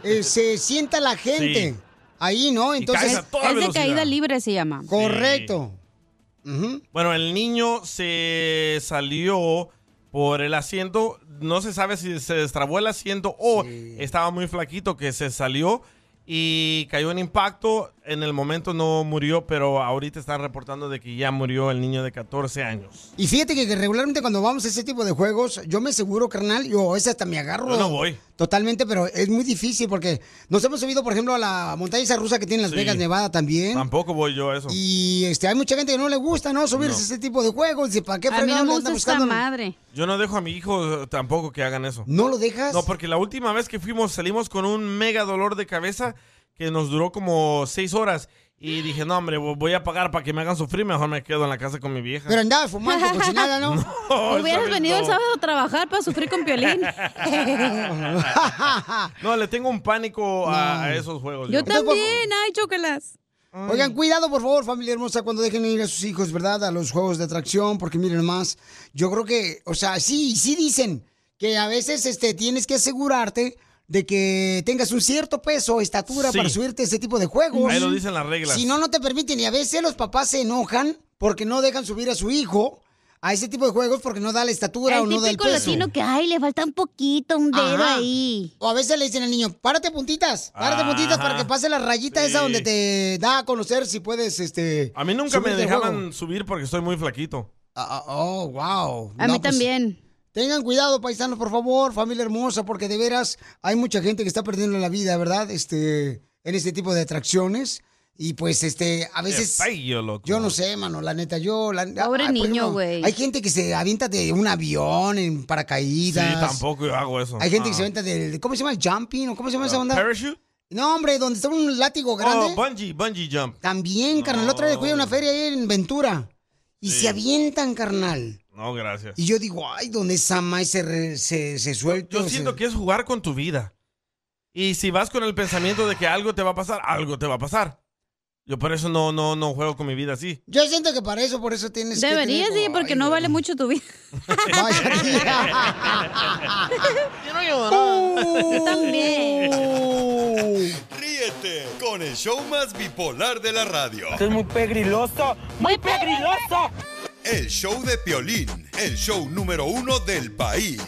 eh, se sienta la gente. Sí. Ahí, ¿no? Entonces. caes a toda Es de Es de caída libre se llama. Correcto. Bueno, el niño se salió por el asiento. No se sabe si se destrabó el asiento o estaba muy flaquito que se salió y cayó en impacto. En el momento no murió, pero ahorita están reportando de que ya murió el niño de 14 años. Y fíjate que regularmente cuando vamos a ese tipo de juegos, yo me aseguro, carnal, yo a veces hasta me agarro. Yo no voy. Totalmente, pero es muy difícil porque nos hemos subido, por ejemplo, a la montaña esa rusa que tiene Las Sí. Vegas, Nevada también. Tampoco voy yo a eso. Y este, hay mucha gente que no le gusta, ¿no? Subirse No. a ese tipo de juegos. Dice, ¿para qué A mí no fregados me le andan gusta esta buscando? madre. Yo no dejo a mi hijo eh, tampoco que hagan eso. ¿No lo dejas? No, porque la última vez que fuimos salimos con un mega dolor de cabeza que nos duró como seis horas. Y dije, no, hombre, vo- voy a pagar para que me hagan sufrir. Mejor me quedo en la casa con mi vieja. Pero andaba fumando, cochinada, ¿no? Hubieras ¿sabes? venido el No. sábado a trabajar para sufrir con violín. no, le tengo un pánico a, a esos juegos. Yo también, ay, chócalas. Oigan, cuidado, por favor, familia hermosa, cuando dejen ir a sus hijos, ¿verdad? A los juegos de atracción, porque miren más. Yo creo que, o sea, sí, sí dicen que a veces este, tienes que asegurarte de que tengas un cierto peso, estatura Sí. para subirte a ese tipo de juegos. Ahí lo dicen las reglas. Si no, no te permiten. Y a veces los papás se enojan porque no dejan subir a su hijo a ese tipo de juegos porque no da la estatura o El no da el típico peso. latino que, ay, le falta un poquito, un dedo Ajá. ahí. O a veces le dicen al niño, párate puntitas, párate Ah, Ajá. puntitas para que pase la rayita Sí. esa donde te eh, da a conocer si puedes, este... A mí nunca me subirte al juego. dejaban subir porque estoy muy flaquito. Ah, ah, oh, wow. A mí también. Tengan cuidado, paisanos, por favor, familia hermosa, porque de veras hay mucha gente que está perdiendo la vida, ¿verdad? Este, en este tipo de atracciones. Y pues, este, a veces. Qué feo, loco. Yo no sé, mano, la neta, yo. La, Pobre por niño, ejemplo, güey. Hay gente que se avienta de un avión en Sí, paracaídas. tampoco yo hago eso. Hay gente que Ah. se avienta del. ¿Cómo se llama? ¿Jumping? ¿O cómo se llama esa onda? ¿Parachute? No, hombre, donde está un látigo grande. Oh, bungee, bungee jump. También, carnal. La otra vez fui a una feria ahí en Ventura. Y se avientan, carnal. No, gracias. Y yo digo, ay, ¿dónde esa mae se, re- se, se suelta? Yo se- siento que es jugar con tu vida. Y si vas con el pensamiento de que algo te va a pasar, algo te va a pasar. Yo por eso no, no, no juego con mi vida así. Yo siento que para eso, por eso tienes Deberías, que sí, porque no vale mucho tu vida. Yo también. Ríete con el show más bipolar de la radio. Esto es muy pegriloso, muy pegriloso. El show de Piolín, el show número uno del país.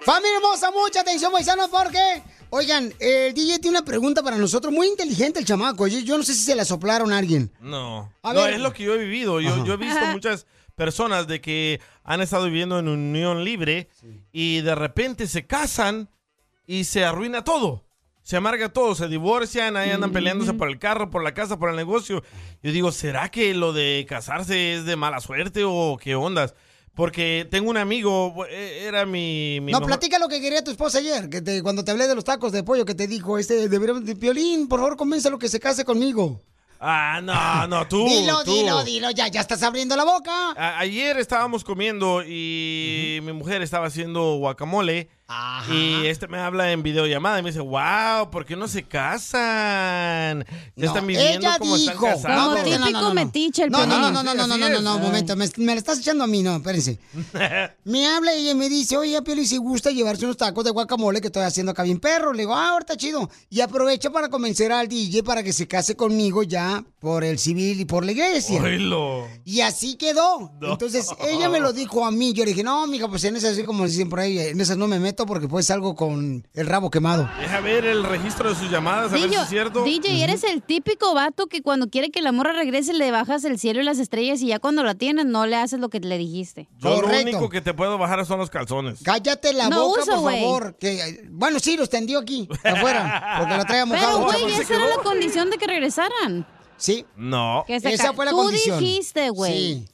Familia hermosa, mucha atención, paisanos, porque... Oigan, el DJ tiene una pregunta para nosotros. Muy inteligente el chamaco. Yo, yo no sé si se la soplaron a alguien. No. A no, ver. es lo que yo he vivido. Yo, yo he visto Ajá. muchas personas de que han estado viviendo en unión libre y de repente se casan y se arruina todo. Se amarga todo, se divorcian, ahí andan peleándose por el carro, por la casa, por el negocio. Yo digo, ¿será que lo de casarse es de mala suerte o qué ondas? Porque tengo un amigo, eh, era mi... mi no, mejor- platica lo que quería tu esposa ayer, que te- cuando te hablé de los tacos de pollo, que te dijo, este, deberíamos de violín, por favor, convénzalo que se case conmigo. Ah, no, no, tú. dilo, tú. dilo, dilo, ya, ya estás abriendo la boca. A- ayer estábamos comiendo y mi mujer estaba haciendo guacamole. Y este me habla en videollamada y me dice, wow, ¿por qué no se casan? Ya están viviendo ella como dijo. están casados. No, espérate, no, no, no, no. No, no, no, no, no, no, no, no, no, no, Así es. momento, me, me la estás echando a mí, no, espérense. Me habla y ella me dice, oye, Pioli, si gusta llevarse unos tacos de guacamole que estoy haciendo acá bien perro. Le digo, ah, ahorita chido. Y aprovecho para convencer al DJ para que se case conmigo ya por el civil y por la iglesia. Oílo. Y así quedó. No. Entonces ella me lo dijo a mí. Yo le dije, no, mija, pues en esas, así como dicen por ahí, en esas no me meto porque pues salgo con el rabo quemado. Deja ver el registro de sus llamadas, a ver si es cierto. DJ, eres el típico vato que cuando quiere que la morra regrese le bajas el cielo y las estrellas y ya cuando la tienes no le haces lo que le dijiste. Yo Correcto. lo único que te puedo bajar son los calzones. Cállate la No boca, uso, por güey. favor. Que, eh, bueno, sí, los tendió aquí, afuera, porque lo traía mojado. Pero, güey, esa era la condición de que regresaran. Sí. No. Que se Esa ca- fue la Tú condición. dijiste, güey. Sí.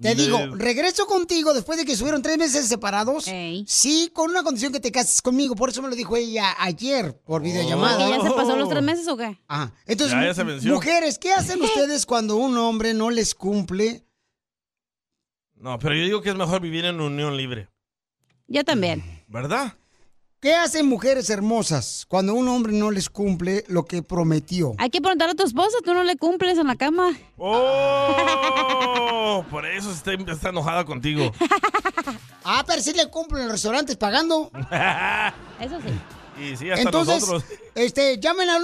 Te digo, regreso contigo después de que estuvieron tres meses separados. Sí, con una condición que te cases conmigo. Por eso me lo dijo ella ayer por videollamada. ¿Que Oh. ya se pasó los tres meses o qué? Ah, entonces, Oh. Ya, ya se venció. mujeres, ¿qué hacen ustedes cuando un hombre no les cumple? No, pero yo digo que es mejor vivir en unión libre, Yo también. ¿verdad? ¿Qué hacen mujeres hermosas cuando un hombre no les cumple lo que prometió? Hay que preguntarle a tu esposa, tú no le cumples en la cama. ¡Oh! Por eso está, está enojada contigo. Ah, pero sí le cumplen en los restaurantes pagando. Eso sí. Y sí, hasta Entonces, nosotros. este, llamen al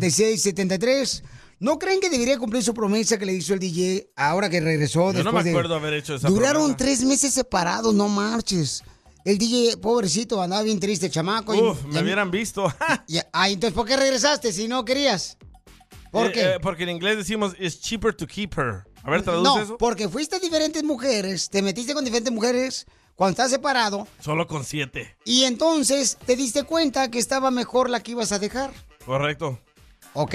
1-855-570-5673. ¿No creen que debería cumplir su promesa que le hizo el DJ ahora que regresó? Yo no después me de- acuerdo haber hecho esa Duraron promesa. tres meses separados, no marches. El DJ, pobrecito, andaba bien triste, chamaco. y- Uf, y a me mí- hubieran visto. y- ah, entonces, ¿por qué regresaste si no querías? ¿Por Eh, qué? eh, porque en inglés decimos, it's cheaper to keep her. A ver, traduce No, eso. porque fuiste diferentes mujeres, te metiste con diferentes mujeres cuando estás separado Solo con siete. y entonces te diste cuenta que estaba mejor la que ibas a dejar, Correcto. ¿ok?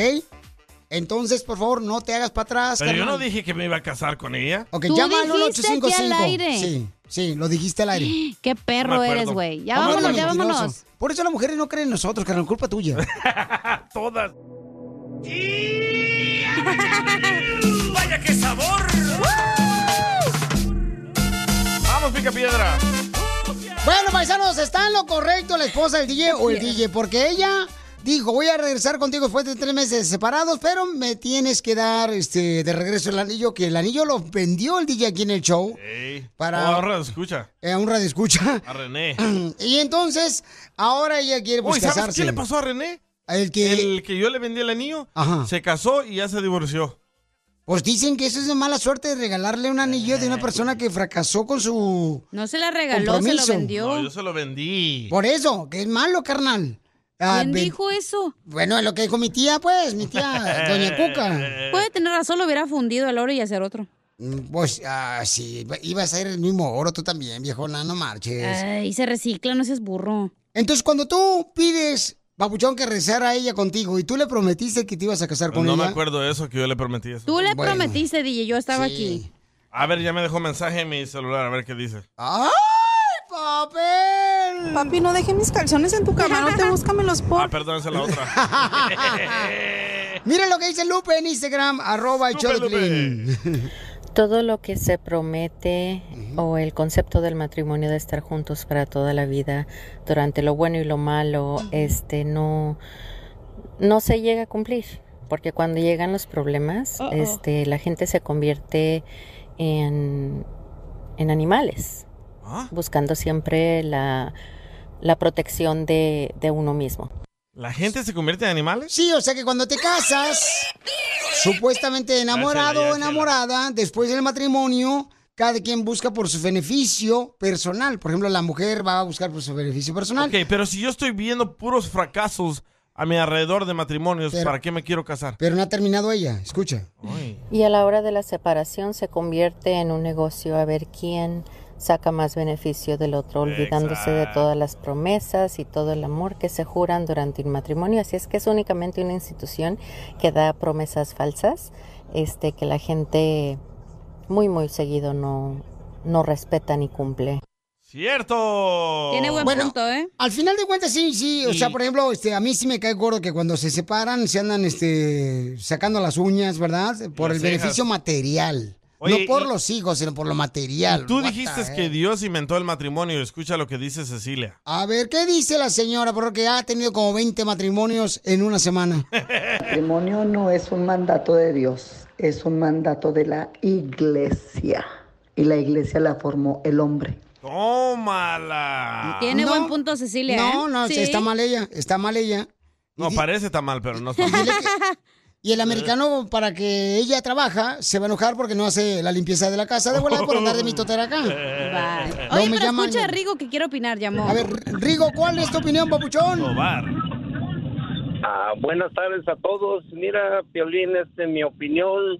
Entonces, por favor, no te hagas para atrás. Pero yo carnal. no dije que me iba a casar con ella. Ok, Tú llama al dijiste aquí 855. al aire. Sí, sí, lo dijiste al aire. Qué perro eres, güey. Ya Vamos, vámonos, ya mentiroso. vámonos. Por eso las mujeres no creen en nosotros, carnal, culpa tuya. Todas. ¡Vaya qué sabor! Vamos, pica piedra. Bueno, paisanos, ¿está en lo correcto la esposa del DJ o el DJ? Porque ella dijo, voy a regresar contigo después de tres meses separados, pero me tienes que dar este, de regreso el anillo, que el anillo lo vendió el DJ aquí en el show. Ey. Para- Oh, ahora escucha. Eh, un radio escucha. A René. Y entonces, ahora ella quiere pues, Uy, ¿sabes casarse. qué le pasó a René? El que... El que yo le vendí el anillo se casó y ya se divorció. Pues dicen que eso es de mala suerte de regalarle un anillo Ah, de una persona que fracasó con su... No se la regaló, se Compromiso. lo vendió. No, yo se lo vendí. Por eso, que es malo, carnal. Ah, ¿Quién ve- dijo eso? Bueno, es lo que dijo mi tía, pues, mi tía, doña Cuca. Puede tener razón, lo hubiera fundido el oro y hacer otro. Mm, Pues, ah, sí, iba- iba a ser el mismo oro tú también, viejona, no marches. Ay, se recicla, no seas burro. Entonces, cuando tú pides, Papuchón, que rezara a ella contigo y tú le prometiste que te ibas a casar con no ella. me acuerdo de eso que yo le prometí eso. Tú le prometiste, DJ, yo estaba aquí. A ver, ya me dejó mensaje en mi celular, a ver qué dice. ¡Ay, papel! Papi, no dejes mis calzones en tu cama, no te búscamelos por... Ah, perdón, esa es la otra. Mira lo que dice Lupe en Instagram, arroba el show de Piolín. Todo lo que se promete o el concepto del matrimonio de estar juntos para toda la vida, durante lo bueno y lo malo, este no no se llega a cumplir, porque cuando llegan los problemas, Uh-oh. este la gente se convierte en en animales, buscando siempre la la protección de, de uno mismo. ¿La gente se convierte en animales? Sí, o sea que cuando te casas, supuestamente enamorado Ya, chela, o ya, chela. enamorada, después del matrimonio, cada quien busca por su beneficio personal. Por ejemplo, la mujer va a buscar por su beneficio personal. Ok, pero si yo estoy viendo puros fracasos a mi alrededor de matrimonios, Pero- ¿para qué me quiero casar? Pero no ha terminado ella, escucha. Y a la hora de la separación se convierte en un negocio a ver quién saca más beneficio del otro, olvidándose de Exacto. todas las promesas y todo el amor que se juran durante un matrimonio. Así es que es únicamente una institución que da promesas falsas, este que la gente muy muy seguido no no respeta ni cumple. ¡Cierto! Bueno, ¿eh? Al final de cuentas, sí, sí. O Y- sea, por ejemplo, este, a mí sí me cae gordo que cuando se separan se andan este, sacando las uñas, ¿verdad? Por Las cejas. el beneficio material. Oye, no por y- los hijos, sino por lo material. ¿eh? Tú What the dijiste heck? que Dios inventó el matrimonio. Escucha lo que dice Cecilia. A ver, ¿qué dice la señora? Porque ha tenido como 20 matrimonios en una semana. matrimonio no es un mandato de Dios, es un mandato de la iglesia. Y la iglesia la formó el hombre. ¡Tómala! Tiene No, buen punto, Cecilia. No, ¿eh? no, Sí. está mal ella, está mal ella. No, parece tan mal, pero no está mal. Dile que- Y el americano, para que ella trabaja, se va a enojar porque no hace la limpieza de la casa. De volada por andar de mi totera acá. Bye. No, Oye, me pero llaman- escucha a Rigo que quiero opinar, llamó. A ver, Rigo, ¿cuál es tu opinión, papuchón? Ah, buenas tardes a todos. Mira, Piolín, este, mi opinión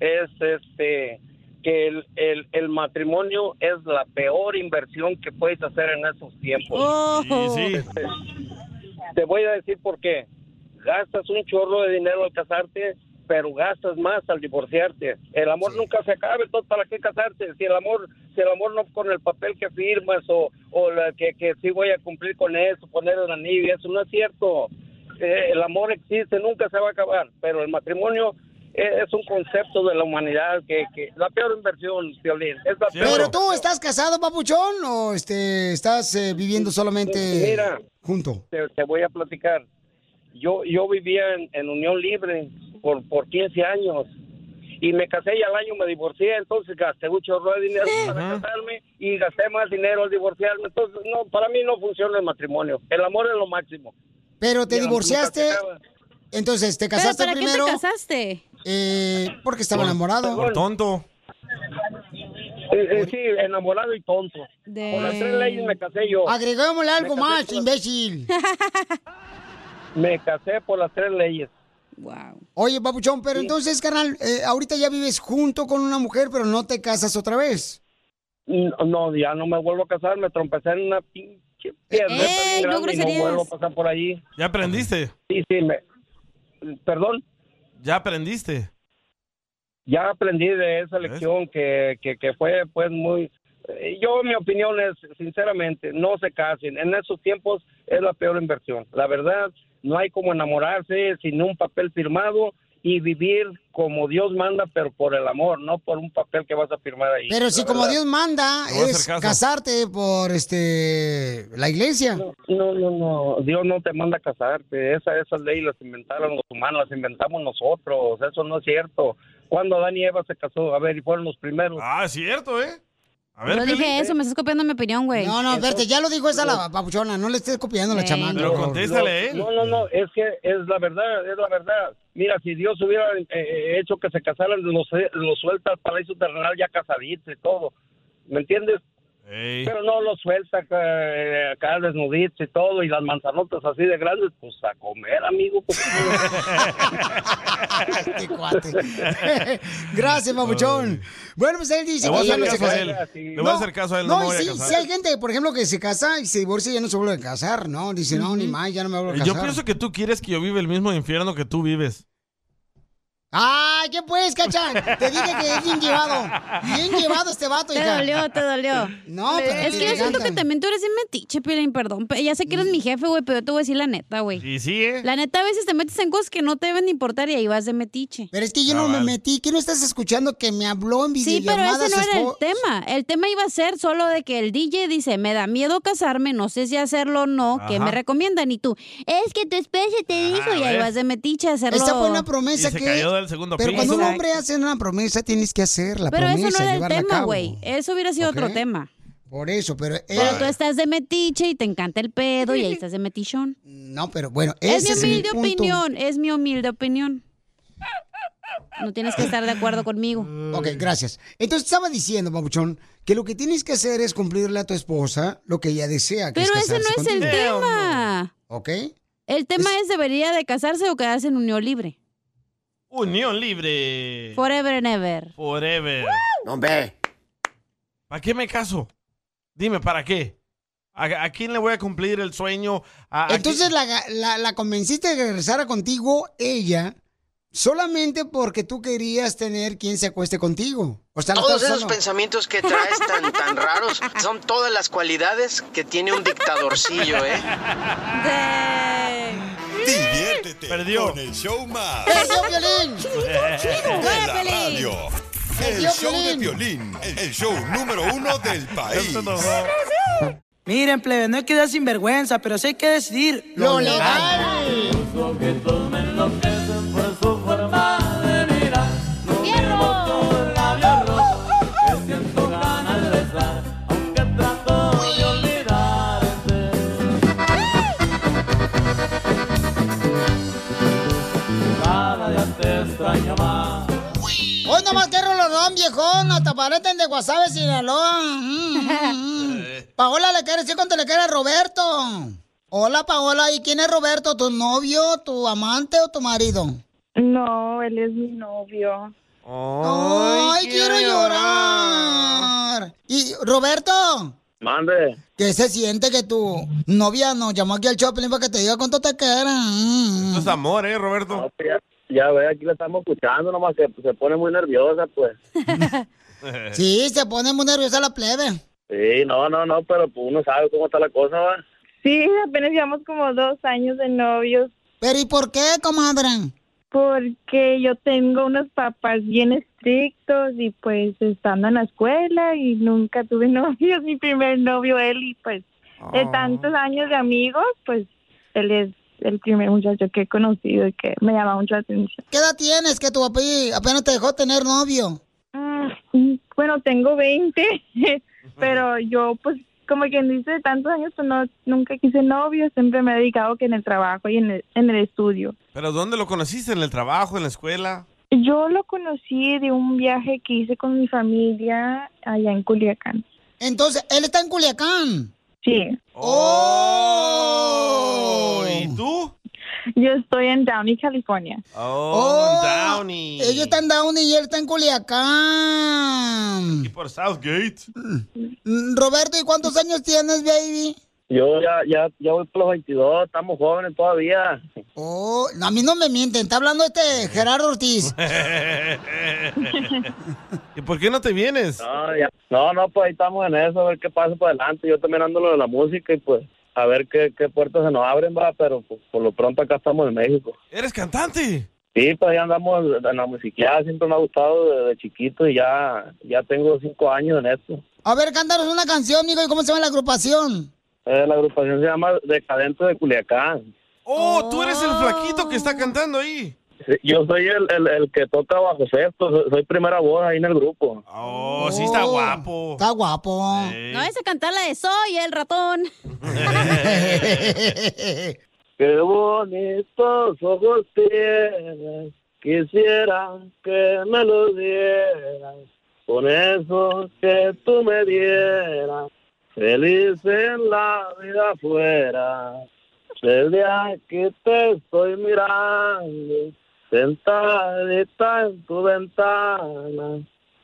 es este que el, el, el matrimonio es la peor inversión que puedes hacer en esos tiempos. Sí, Este, te voy a decir por qué. Gastas un chorro de dinero al casarte, pero gastas más al divorciarte. El amor nunca se acaba, entonces ¿para qué casarte? Si el amor, si el amor no con el papel que firmas o, o la que, que sí voy a cumplir con eso, poner el anillo, eso no es cierto. Eh, el amor existe, nunca se va a acabar, pero el matrimonio eh, es un concepto de la humanidad que, que la peor inversión, Violín, es la peor. Pero tú, ¿estás casado, papuchón? ¿O este, estás eh, viviendo solamente Mira. junto? te, te voy a platicar. Yo, yo vivía en, en unión libre por, por 15 años y me casé y al año me divorcié, entonces gasté un chorro de dinero para casarme y gasté más dinero al divorciarme. Entonces, no, para mí no funciona el matrimonio. El amor es lo máximo. Pero te Ya, divorciaste. nunca se acaba. Entonces, ¿te ¿Pero casaste para qué te primero? casaste? Eh, porque estaba Por- enamorado. por tonto. Eh, eh, sí, enamorado y tonto. Por las tres leyes me casé yo. Agregámosle algo Me casé más, imbécil. Me casé por las tres leyes. Wow. Oye, papuchón, pero entonces, carnal, eh, ahorita ya vives junto con una mujer, pero no te casas otra vez. No, no, ya no me vuelvo a casar, me trompecé en una pinche Eh, piedra. Ey, no groserías. no vuelvo a pasar por allí. ¿Ya aprendiste? Sí, sí, me... ¿Perdón? ¿Ya aprendiste? Ya aprendí de esa lección que, que, que fue pues muy... eh, Yo mi opinión es, sinceramente, no se casen. En esos tiempos es la peor inversión. La verdad, no hay como enamorarse sin un papel firmado y vivir como Dios manda, pero por el amor, no por un papel que vas a firmar ahí. Pero si La como verdad. Dios manda Te voy a hacer Ah, es caso. casarte por este la iglesia. No, no, no. Dios no te manda a casarte. Esa, esas leyes las inventaron los humanos, las inventamos nosotros. Eso no es cierto. Cuando Adán y Eva se casó, a ver, y fueron los primeros. Ah, cierto, ¿eh? A Yo dije eso, me estás copiando mi opinión, güey. No, no, verte, ya lo dijo esa la papuchona, no le estés copiando a eh, la chamaca. por favor. ¿eh? No, no, no, es que es la verdad, es la verdad. Mira, si Dios hubiera eh, hecho que se casaran, los, eh, los suelta al paraíso terrenal ya casaditos y todo. ¿Me entiendes? Pero no los suelta eh, acá desnuditos y todo, y las manzanotas así de grandes, pues a comer, amigo. Gracias, papuchón. Bueno, pues él dice Le voy a que ya hacer no se caso a casa. él. Le voy a hacer caso a él, no me y voy a sí, casar. sí hay gente, por ejemplo, que se casa y se divorcia y ya no se vuelve a casar, ¿no? Dice, no, ni más, ya no me vuelvo a casar. Yo pienso que tú quieres que yo viva el mismo infierno que tú vives. ¡Ay, qué pues, cachan! Te dije que es bien llevado. Bien llevado este vato, Te hija. dolió, te dolió. No, pero Es te que yo siento que encantan. también tú eres bien metiche, Piolín, perdón. Pe- Ya sé que eres mi jefe, güey, pero yo te voy a decir la neta, güey. Y sí, ¿eh? La neta, a veces te metes en cosas que no te deben importar y ahí vas de metiche. Pero es que yo no me metí. ¿Qué no estás escuchando que me habló en Sí, pero videollamada ese no su era el esposo? tema. El tema iba a ser solo de que el DJ dice, me da miedo casarme, no sé si hacerlo o no, que Ajá. me recomiendan. Y tú, es que tu especie te dijo y Ah, ahí ¿ves? vas de metiche a hacerlo. Esta fue una promesa Y se que. cayó del segundo pero piso. cuando un Exacto. hombre hace una promesa, tienes que hacer la Pero promesa. eso no era el llevarla a tema, cabo. güey. Eso hubiera sido ¿Ok? otro tema. Por eso, pero. Pero él- tú estás de metiche y te encanta el pedo y ahí estás de metichón. No, pero bueno, Es ese mi es mi humilde punto. opinión, es mi humilde opinión. No tienes que estar de acuerdo conmigo. Ok, gracias. Entonces estaba diciendo, Pabuchón, que lo que tienes que hacer es cumplirle a tu esposa lo que ella desea. Que Pero es ese no casarse es el contigo. Eh, tema. ¿Ok? Ah, El tema es, debería de casarse o quedarse en unión libre. Unión libre. Forever and ever. Forever. Hombre. ¿Para qué me caso? Dime, ¿para qué? ¿A, a quién le voy a cumplir el sueño? ¿A- a quién- Entonces la, la- la convenciste de que regresara contigo ella solamente porque tú querías tener quien se acueste contigo. O sea, la Todos estás esos usando- pensamientos que traes tan, tan raros son todas las cualidades que tiene un dictadorcillo, ¿eh? Diviértete con el show más. Perdió Piolín! Eh, De la radio. El Perdió show de violín. El show número uno del país. Miren, plebe, no hay que dar sinvergüenza, pero sí hay que decidir lo legal. Hoy nomás que rolonón, viejón, hasta parecen de Guasave, Sinaloa. Mm, mm, mm. Paola le quiere decir cuánto le quiere a Roberto. Hola, Paola, ¿y quién es Roberto? ¿Tu novio, tu amante o tu marido? No, él es mi novio. Ay, quiero llorar. Y Roberto, Mande. ¿qué se siente que tu novia nos llamó aquí al shopping para que te diga cuánto te queda? Mm. Esto es amor, ¿eh, Roberto? pues, ya, ya ve, aquí la estamos escuchando, nomás que se pone muy nerviosa, pues. Sí, se pone muy nerviosa la plebe. Sí, no, no, no, pero pues, uno sabe cómo está la cosa, ¿va? Sí, apenas llevamos como dos años de novios. ¿Pero y por qué, comadre? Porque yo tengo unos papás bien estrictos y pues estando en la escuela y nunca tuve novios, mi primer novio él y pues de tantos años de amigos, pues él es el primer muchacho que he conocido y que me llama mucho la atención. ¿Qué edad tienes que tu papi apenas te dejó tener novio? Mm, Bueno, tengo 20, pero yo pues como quien dice, de tantos años pues, no, nunca quise novio, siempre me he dedicado que en el trabajo y en el, en el estudio. ¿Pero dónde lo conociste? ¿En el trabajo? ¿En la escuela? Yo lo conocí de un viaje que hice con mi familia allá en Culiacán. Entonces, él está en Culiacán. Sí. ¡Oh! ¿Y tú? Yo estoy en Downey, California. Oh, Downey. Ella está en Downey y él está en Culiacán. Y por Southgate. Mm, Roberto, ¿y cuántos años tienes, baby? Yo ya, ya, ya voy por los 22, estamos jóvenes todavía. Oh, a mí no me mienten, está hablando este Gerardo Ortiz. ¿Y por qué no te vienes? No, ya- no, no, pues ahí estamos en eso, a ver qué pasa por adelante. Yo también ando en lo de la música y pues a ver qué, qué puertas se nos abren, va, pero pues, por lo pronto acá estamos en México. ¿Eres cantante? Sí, pues ya andamos en la musiquilla, siempre me ha gustado desde chiquito y ya, ya tengo cinco años en esto. A ver, cántanos una canción, Nico, ¿y cómo se llama la agrupación? Eh, la agrupación se llama Decadente de Culiacán. Oh, tú eres el flaquito que está cantando ahí. Sí, Yo soy el, el, el que toca bajo sexto, so- soy primera voz ahí en el grupo. Oh, sí está guapo. Está guapo. eh. No es a cantar la de Soy el ratón. eh. Qué bonitos ojos tienes, quisiera que me los dieras, con eso que tú me dieras, feliz en la vida afuera. Desde aquí te estoy mirando, sentadita en tu ventana,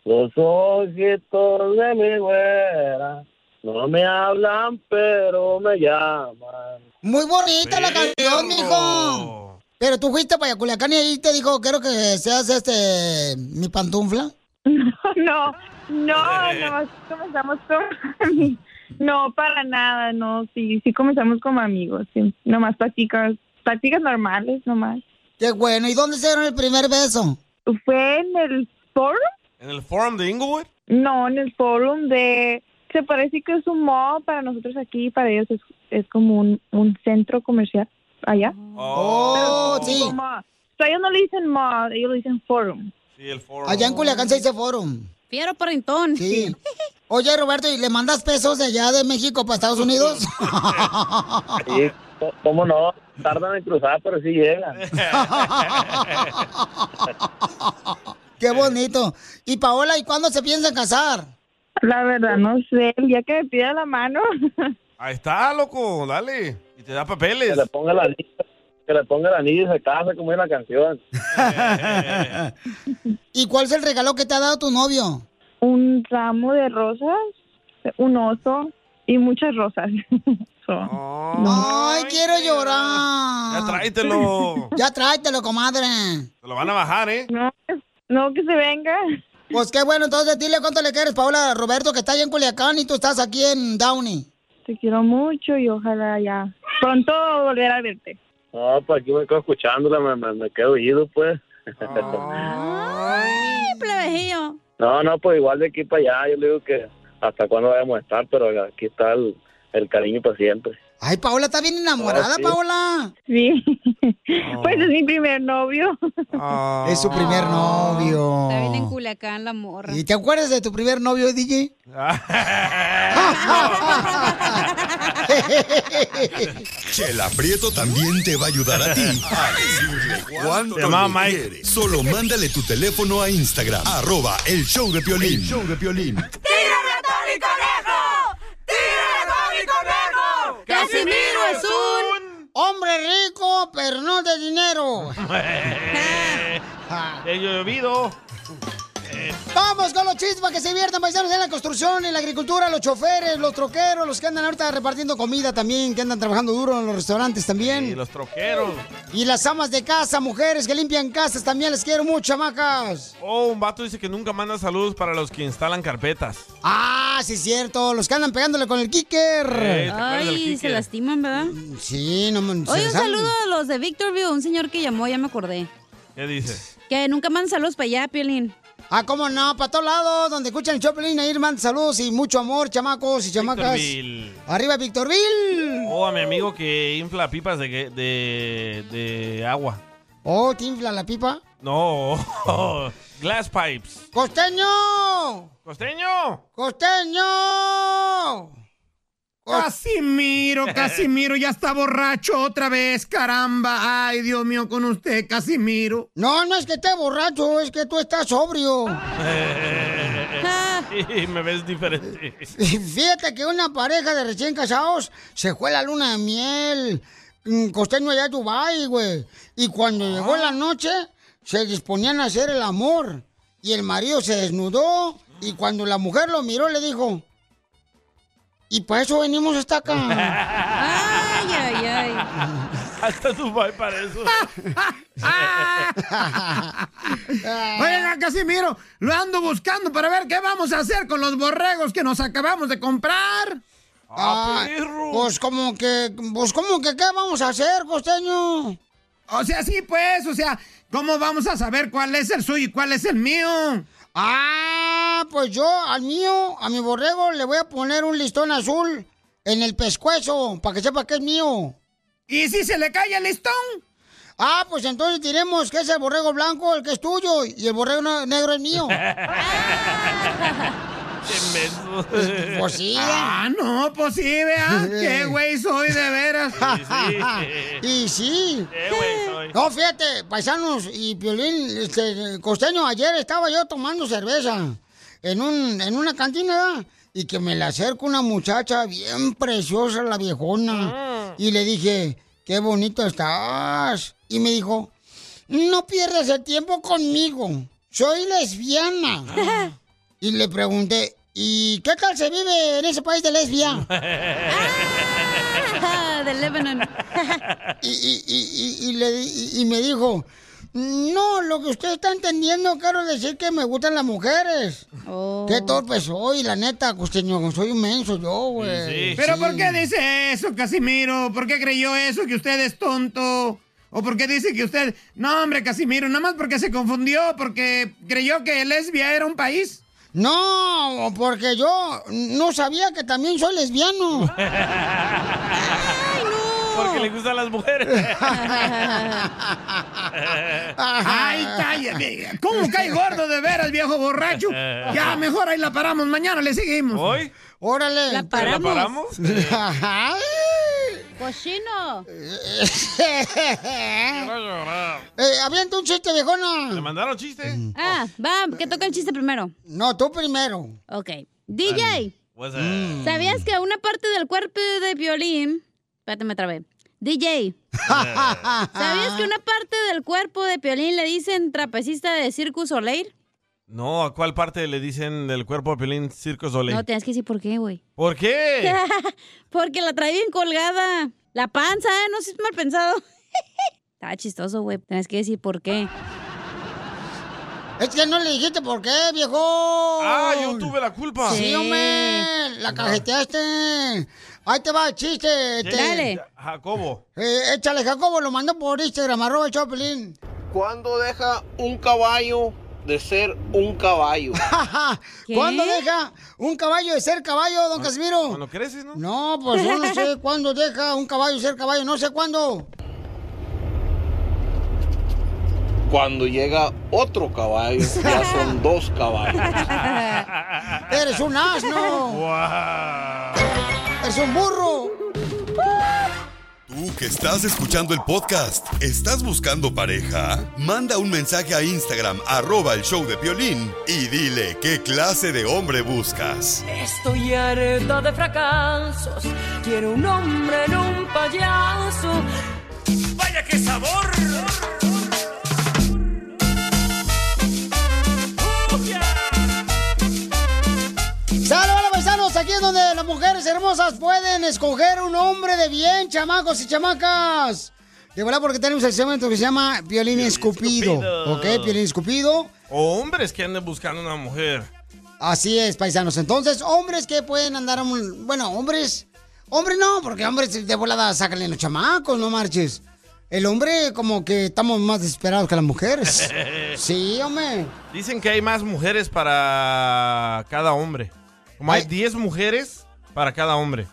los ojitos de mi güera, no me hablan pero me llaman. Muy bonita la canción, mijo. Pero tú fuiste para Culiacán y ahí te dijo, quiero que seas este, mi pantufla. No, no, no, sí comenzamos con... No, para nada, no, sí, sí comenzamos como amigos, sí. Nomás pláticas, pláticas normales, nomás. Qué bueno, ¿y dónde se dieron el primer beso? ¿Fue en el forum? ¿En el forum de Inglewood? No, en el forum de... Se parece que es un mall para nosotros aquí, para ellos es, es como un, un centro comercial allá. Ah. Oh, Pero sí. como- o sea, ellos no le dicen mall, ellos le dicen forum. Sí, el forum. Allá en Culiacán se dice forum. Fiero parentón. Sí. Oye, Roberto, ¿y le mandas pesos de allá de México para Estados Unidos? Sí, co- cómo no, tardan en cruzar, pero sí llegan. Qué bonito. Y Paola, ¿y cuándo se piensan casar? La verdad, no sé, el día que me pida la mano. Ahí está, loco, dale. Y te da papeles. Que le ponga el anillo, que le ponga el anillo y se casa como es la canción. ¿Y cuál es el regalo que te ha dado tu novio? Un ramo de rosas, un oso y muchas rosas. So, Ay, quiero llorar. Ya tráetelo. Ya tráetelo, comadre. Te lo van a bajar, ¿eh? No, no, que se venga. Pues qué bueno, entonces dile cuánto le quieres, Paola, a Roberto, que está allá en Culiacán y tú estás aquí en Downey. Te quiero mucho y ojalá ya pronto volver a verte. No, pues aquí me quedo escuchándola, me, me, me quedo oído, pues. Ay, plebejillo. No, no, pues igual de aquí para allá, yo le digo que hasta cuándo vamos a estar, pero aquí está el, el cariño para siempre. Ay, Paola está bien enamorada, Ah, sí. Paola. Sí. Pues es mi primer novio. Es su primer novio. Está bien en Culiacán la morra. Oh. ¿Y te acuerdas de tu primer novio, DJ? Chela Prieto también te va a ayudar a ti a decirle cuánto Te amaba, le Mike. quieres. Solo mándale tu teléfono a Instagram, arroba el show de Piolín. ¡Tira ratón y conejo! ¡Tira ratón y conejo! ¡Casimiro es un hombre rico, pero no de dinero! He llovido. Eh, Vamos con los chistes para que se diviertan paisanos en la construcción, en la agricultura, los choferes, los troqueros, los que andan ahorita repartiendo comida también, que andan trabajando duro en los restaurantes también. Y los troqueros. Y las amas de casa, mujeres que limpian casas, también les quiero mucho, chamacas. Oh, un vato dice que nunca manda saludos para los que instalan carpetas. Ah, sí es cierto, los que andan pegándole con el kicker. Eh, Ay, se lastiman, ¿verdad? Mm, Sí, no me... Oye, se un sale. saludo a los de Victorville, un señor que llamó, ya me acordé. ¿Qué dice? Que nunca mandan saludos para allá, Piolín. Ah, cómo no, para todos lados, donde escuchan el Choplin, ahí mandan saludos y mucho amor, chamacos y chamacas. Victorville. Arriba, Victorville. Oh, a mi amigo que infla pipas de, gue- de, de agua. Oh, te infla la pipa. No, glass pipes. ¡Costeño! ¡Costeño! ¡Costeño! Casimiro, Casimiro, ya está borracho otra vez, caramba. Ay, Dios mío, con usted, Casimiro. No, no es que esté borracho, es que tú estás sobrio. Y me ves diferente. Fíjate que una pareja de recién casados se fue a la luna de miel. mm, costeño allá en Dubái, güey. Y cuando llegó la noche, se disponían a hacer el amor. Y el marido se desnudó. Y cuando la mujer lo miró, le dijo: Y para eso venimos hasta acá. Ay, ay, ay. Hasta Dubai para eso. Oiga, Casimiro, lo ando buscando para ver qué vamos a hacer con los borregos que nos acabamos de comprar. Ah, pues como que, pues como que, ¿qué vamos a hacer, costeño? O sea, sí, pues, o sea, ¿cómo vamos a saber cuál es el suyo y cuál es el mío? Ah, pues yo al mío, a mi borrego, le voy a poner un listón azul en el pescuezo para que sepa que es mío. ¿Y si se le cae el listón? Ah, pues entonces diremos que es el borrego blanco el que es tuyo y el borrego ne- negro es mío. Qué Pues sí. Ah, no, pues sí, vea. Qué güey soy de veras. Ah. y sí. No, fíjate, paisanos y Piolín, este, costeño, ayer estaba yo tomando cerveza en, un, en una cantina, ¿verdad? Y que me le acerco una muchacha bien preciosa, la viejona. Y le dije, qué bonito estás. Y me dijo, no pierdas el tiempo conmigo. Soy lesbiana. y le pregunté, ¿y qué tal se vive en ese país de lesbia? de Lebanon. y, y- y- y- y le di- y- y me dijo, no, lo que usted está entendiendo, quiero decir que me gustan las mujeres. Oh. Qué torpe soy, la neta, costeño, soy un menso yo, güey. pues, ¿Pero Sí. por qué dice eso, Casimiro? ¿Por qué creyó eso que usted es tonto? ¿O por qué dice que usted... No, hombre, Casimiro, nada más porque se confundió, porque creyó que lesbia era un país. No, porque yo no sabía que también soy lesbiano. Porque le gustan las mujeres. Ay, cállate. ¿Cómo cae gordo de veras, viejo borracho? Ya, mejor ahí la paramos. Mañana le seguimos. ¿Hoy? Órale. ¿La paramos? ¿La paramos? Ay. Cochino. Eh, avienta un chiste, viejona. Mm. ¿Le mandaron chiste? Ah, va, que toca el chiste primero. No, tú primero. Ok. DJ. What's Mm. that? ¿Sabías que una parte del cuerpo de violín... Espérate, me trabé. DJ. ¿Sabías que una parte del cuerpo de Piolín le dicen trapecista de Circus Soleil? No, ¿a cuál parte le dicen del cuerpo a Pelín Circo Soleil? No, tienes que decir por qué, güey. ¿Por qué? Porque la trae bien colgada. La panza, ¿eh? No seas mal pensado. Está chistoso, güey. Tienes que decir por qué. Es que no le dijiste por qué, viejo. Ah, yo tuve la culpa. Sí, hombre, la cajeteaste. Ahí te va el chiste. este. Jacobo. Eh, échale, Jacobo, lo mandó por Instagram, arroba el Choplin. ¿Cuándo deja un caballo de ser un caballo? ¿Cuándo deja un caballo de ser caballo, don Casimiro? cuando creces, ¿no? No, pues yo no sé cuándo deja un caballo de ser caballo, no sé cuándo. Cuando llega otro caballo, ya son dos caballos. Eres un asno. Ah. Eres un burro. Tú que estás escuchando el podcast, ¿estás buscando pareja? Manda un mensaje a Instagram, arroba el show de violín, y dile qué clase de hombre buscas. Estoy harta de fracasos. Quiero un hombre en un payaso. ¡Vaya qué sabor! ¡Salve, hola, paisanos! Aquí es donde las mujeres hermosas pueden escoger un hombre de bien, chamacos y chamacas. De verdad, porque tenemos el segmento que se llama Violín Escupido. Escupido. ¿Ok? Violín Escupido. O hombres que anden buscando una mujer. Así es, paisanos. Entonces, hombres que pueden andar... a un- Bueno, hombres... Hombres no, porque hombres de volada sacan los chamacos, no marches. El hombre como que estamos más desesperados que las mujeres. Sí, hombre. Dicen que hay más mujeres para cada hombre. Como hay 10 mujeres para cada hombre.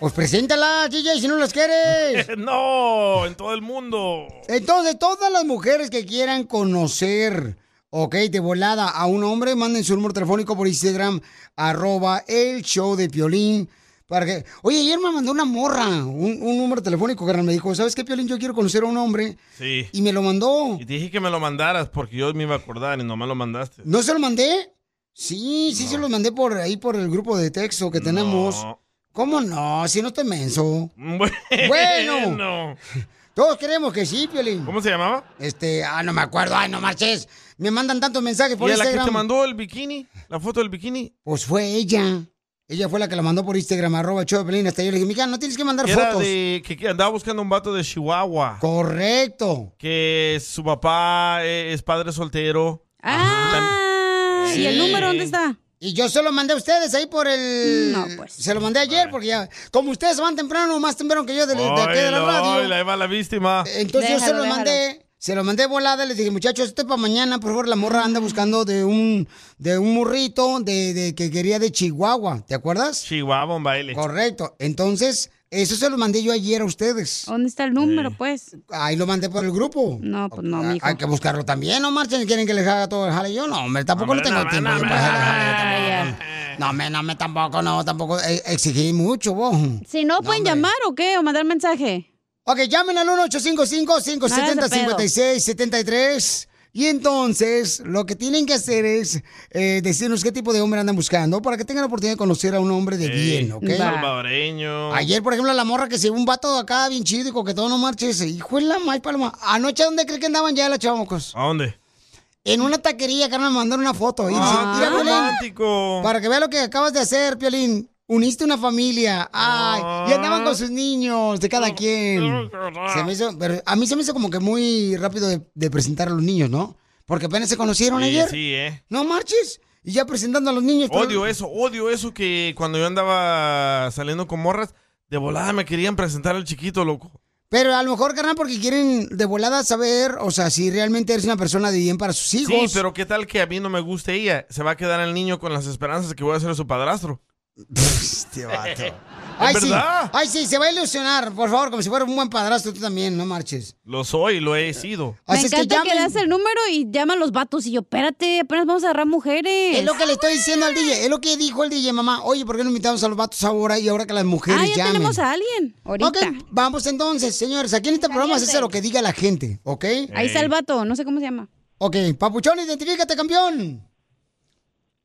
Pues preséntala, DJ, si no las quieres. no, en todo el mundo. Entonces, todas las mujeres que quieran conocer, ok, de volada a un hombre, manden su número telefónico por Instagram, arroba el show de Piolín. Para que... Oye, ayer me mandó una morra, un, un número telefónico, carnal. Me dijo, ¿sabes qué, Piolín? Yo quiero conocer a un hombre. Sí. Y me lo mandó. Y te dije que me lo mandaras porque yo me iba a acordar y nomás lo mandaste. ¿No Pues, se lo mandé? Sí, sí se lo mandé por ahí, por el grupo de texto que tenemos. ¿Cómo no? Si no te menso. Bueno. Todos creemos que sí, Piolín. ¿Cómo se llamaba? Este, ah, no me acuerdo. Ay, no marches. Me mandan tantos mensajes por ¿Y a la Instagram. que te mandó el bikini? ¿La foto del bikini? Pues fue ella. Ella fue la que la mandó por Instagram, arroba el show de Piolín. Hasta yo le dije, mija, no tienes que mandar Que era fotos. de- que que andaba buscando un vato de Chihuahua. Correcto. Que su papá eh, es padre soltero. Ah, ¿y el número dónde está? Y yo se lo mandé a ustedes ahí por el... No, pues. Se lo mandé ayer porque ya... Como ustedes van temprano, más temprano que yo de, de aquí de la radio. la va la víctima. Entonces yo se lo mandé, se lo mandé volada, les dije, muchachos, este para mañana, por favor, la morra Mm. anda buscando de un de un murrito de, de- que quería de Chihuahua, ¿te acuerdas? Chihuahua, un baile. Correcto. Entonces, eso se lo mandé yo ayer a ustedes. ¿Dónde está el número, pues? Ahí lo mandé por el grupo. No, pues no, mijo. Hay que buscarlo también, no marchen, quieren que les haga todo el jale yo, no, hombre, tampoco no tengo tiempo yo para hacerle jale, tampoco. No, me, no, me tampoco, no, tampoco eh, exigí mucho, vos. Si no, pueden llamar o qué, o mandar mensaje. Ok, llamen al 1-855-570-5673. Y entonces, lo que tienen que hacer es eh, decirnos qué tipo de hombre andan buscando para que tengan la oportunidad de conocer a un hombre de bien, ¿ok? Un salvadoreño. Ayer, por ejemplo, la morra que se llevó un vato de acá bien chido y coquetón, no marche ese. Hijo de la mal paloma. Anoche, ¿dónde creen que andaban ya las chamacos? ¿A dónde? En una taquería, que me mandaron una foto. Y Ah. Ah, dice, qué "Mira, Piolín, romántico. para que vea lo que acabas de hacer, Piolín. Uniste una familia. Ay, y andaban con sus niños, de cada quien. Se me hizo- pero a mí se me hizo como que muy rápido de, de presentar a los niños, ¿no? Porque apenas se conocieron Sí, ayer. sí, eh. No marches. Y ya presentando a los niños. pero- Odio eso, odio eso que cuando yo andaba saliendo con morras, de volada me querían presentar al chiquito, loco. Pero a lo mejor, carnal, porque quieren de volada saber, o sea, si realmente eres una persona de bien para sus hijos. Sí, pero ¿qué tal que a mí no me guste ella? Se va a quedar el niño con las esperanzas de que voy a ser su padrastro. este Ay, sí. Ay, sí, se va a ilusionar, por favor, como si fuera un buen padrastro tú también, no marches. Lo soy, lo he sido. Me encanta que, das el número y llaman los vatos y yo, espérate, apenas vamos a agarrar mujeres. Es lo que le estoy diciendo al DJ, es lo que dijo el DJ, mamá. Oye, ¿por qué no invitamos a los vatos ahora y ahora que las mujeres Ah, ya llamen? tenemos a alguien, ahorita. Ok, vamos entonces, señores. Aquí en este programa se hace lo que diga la gente, ¿ok? Ahí está el vato, no sé cómo se llama. Ok, Papuchón, identifícate, campeón.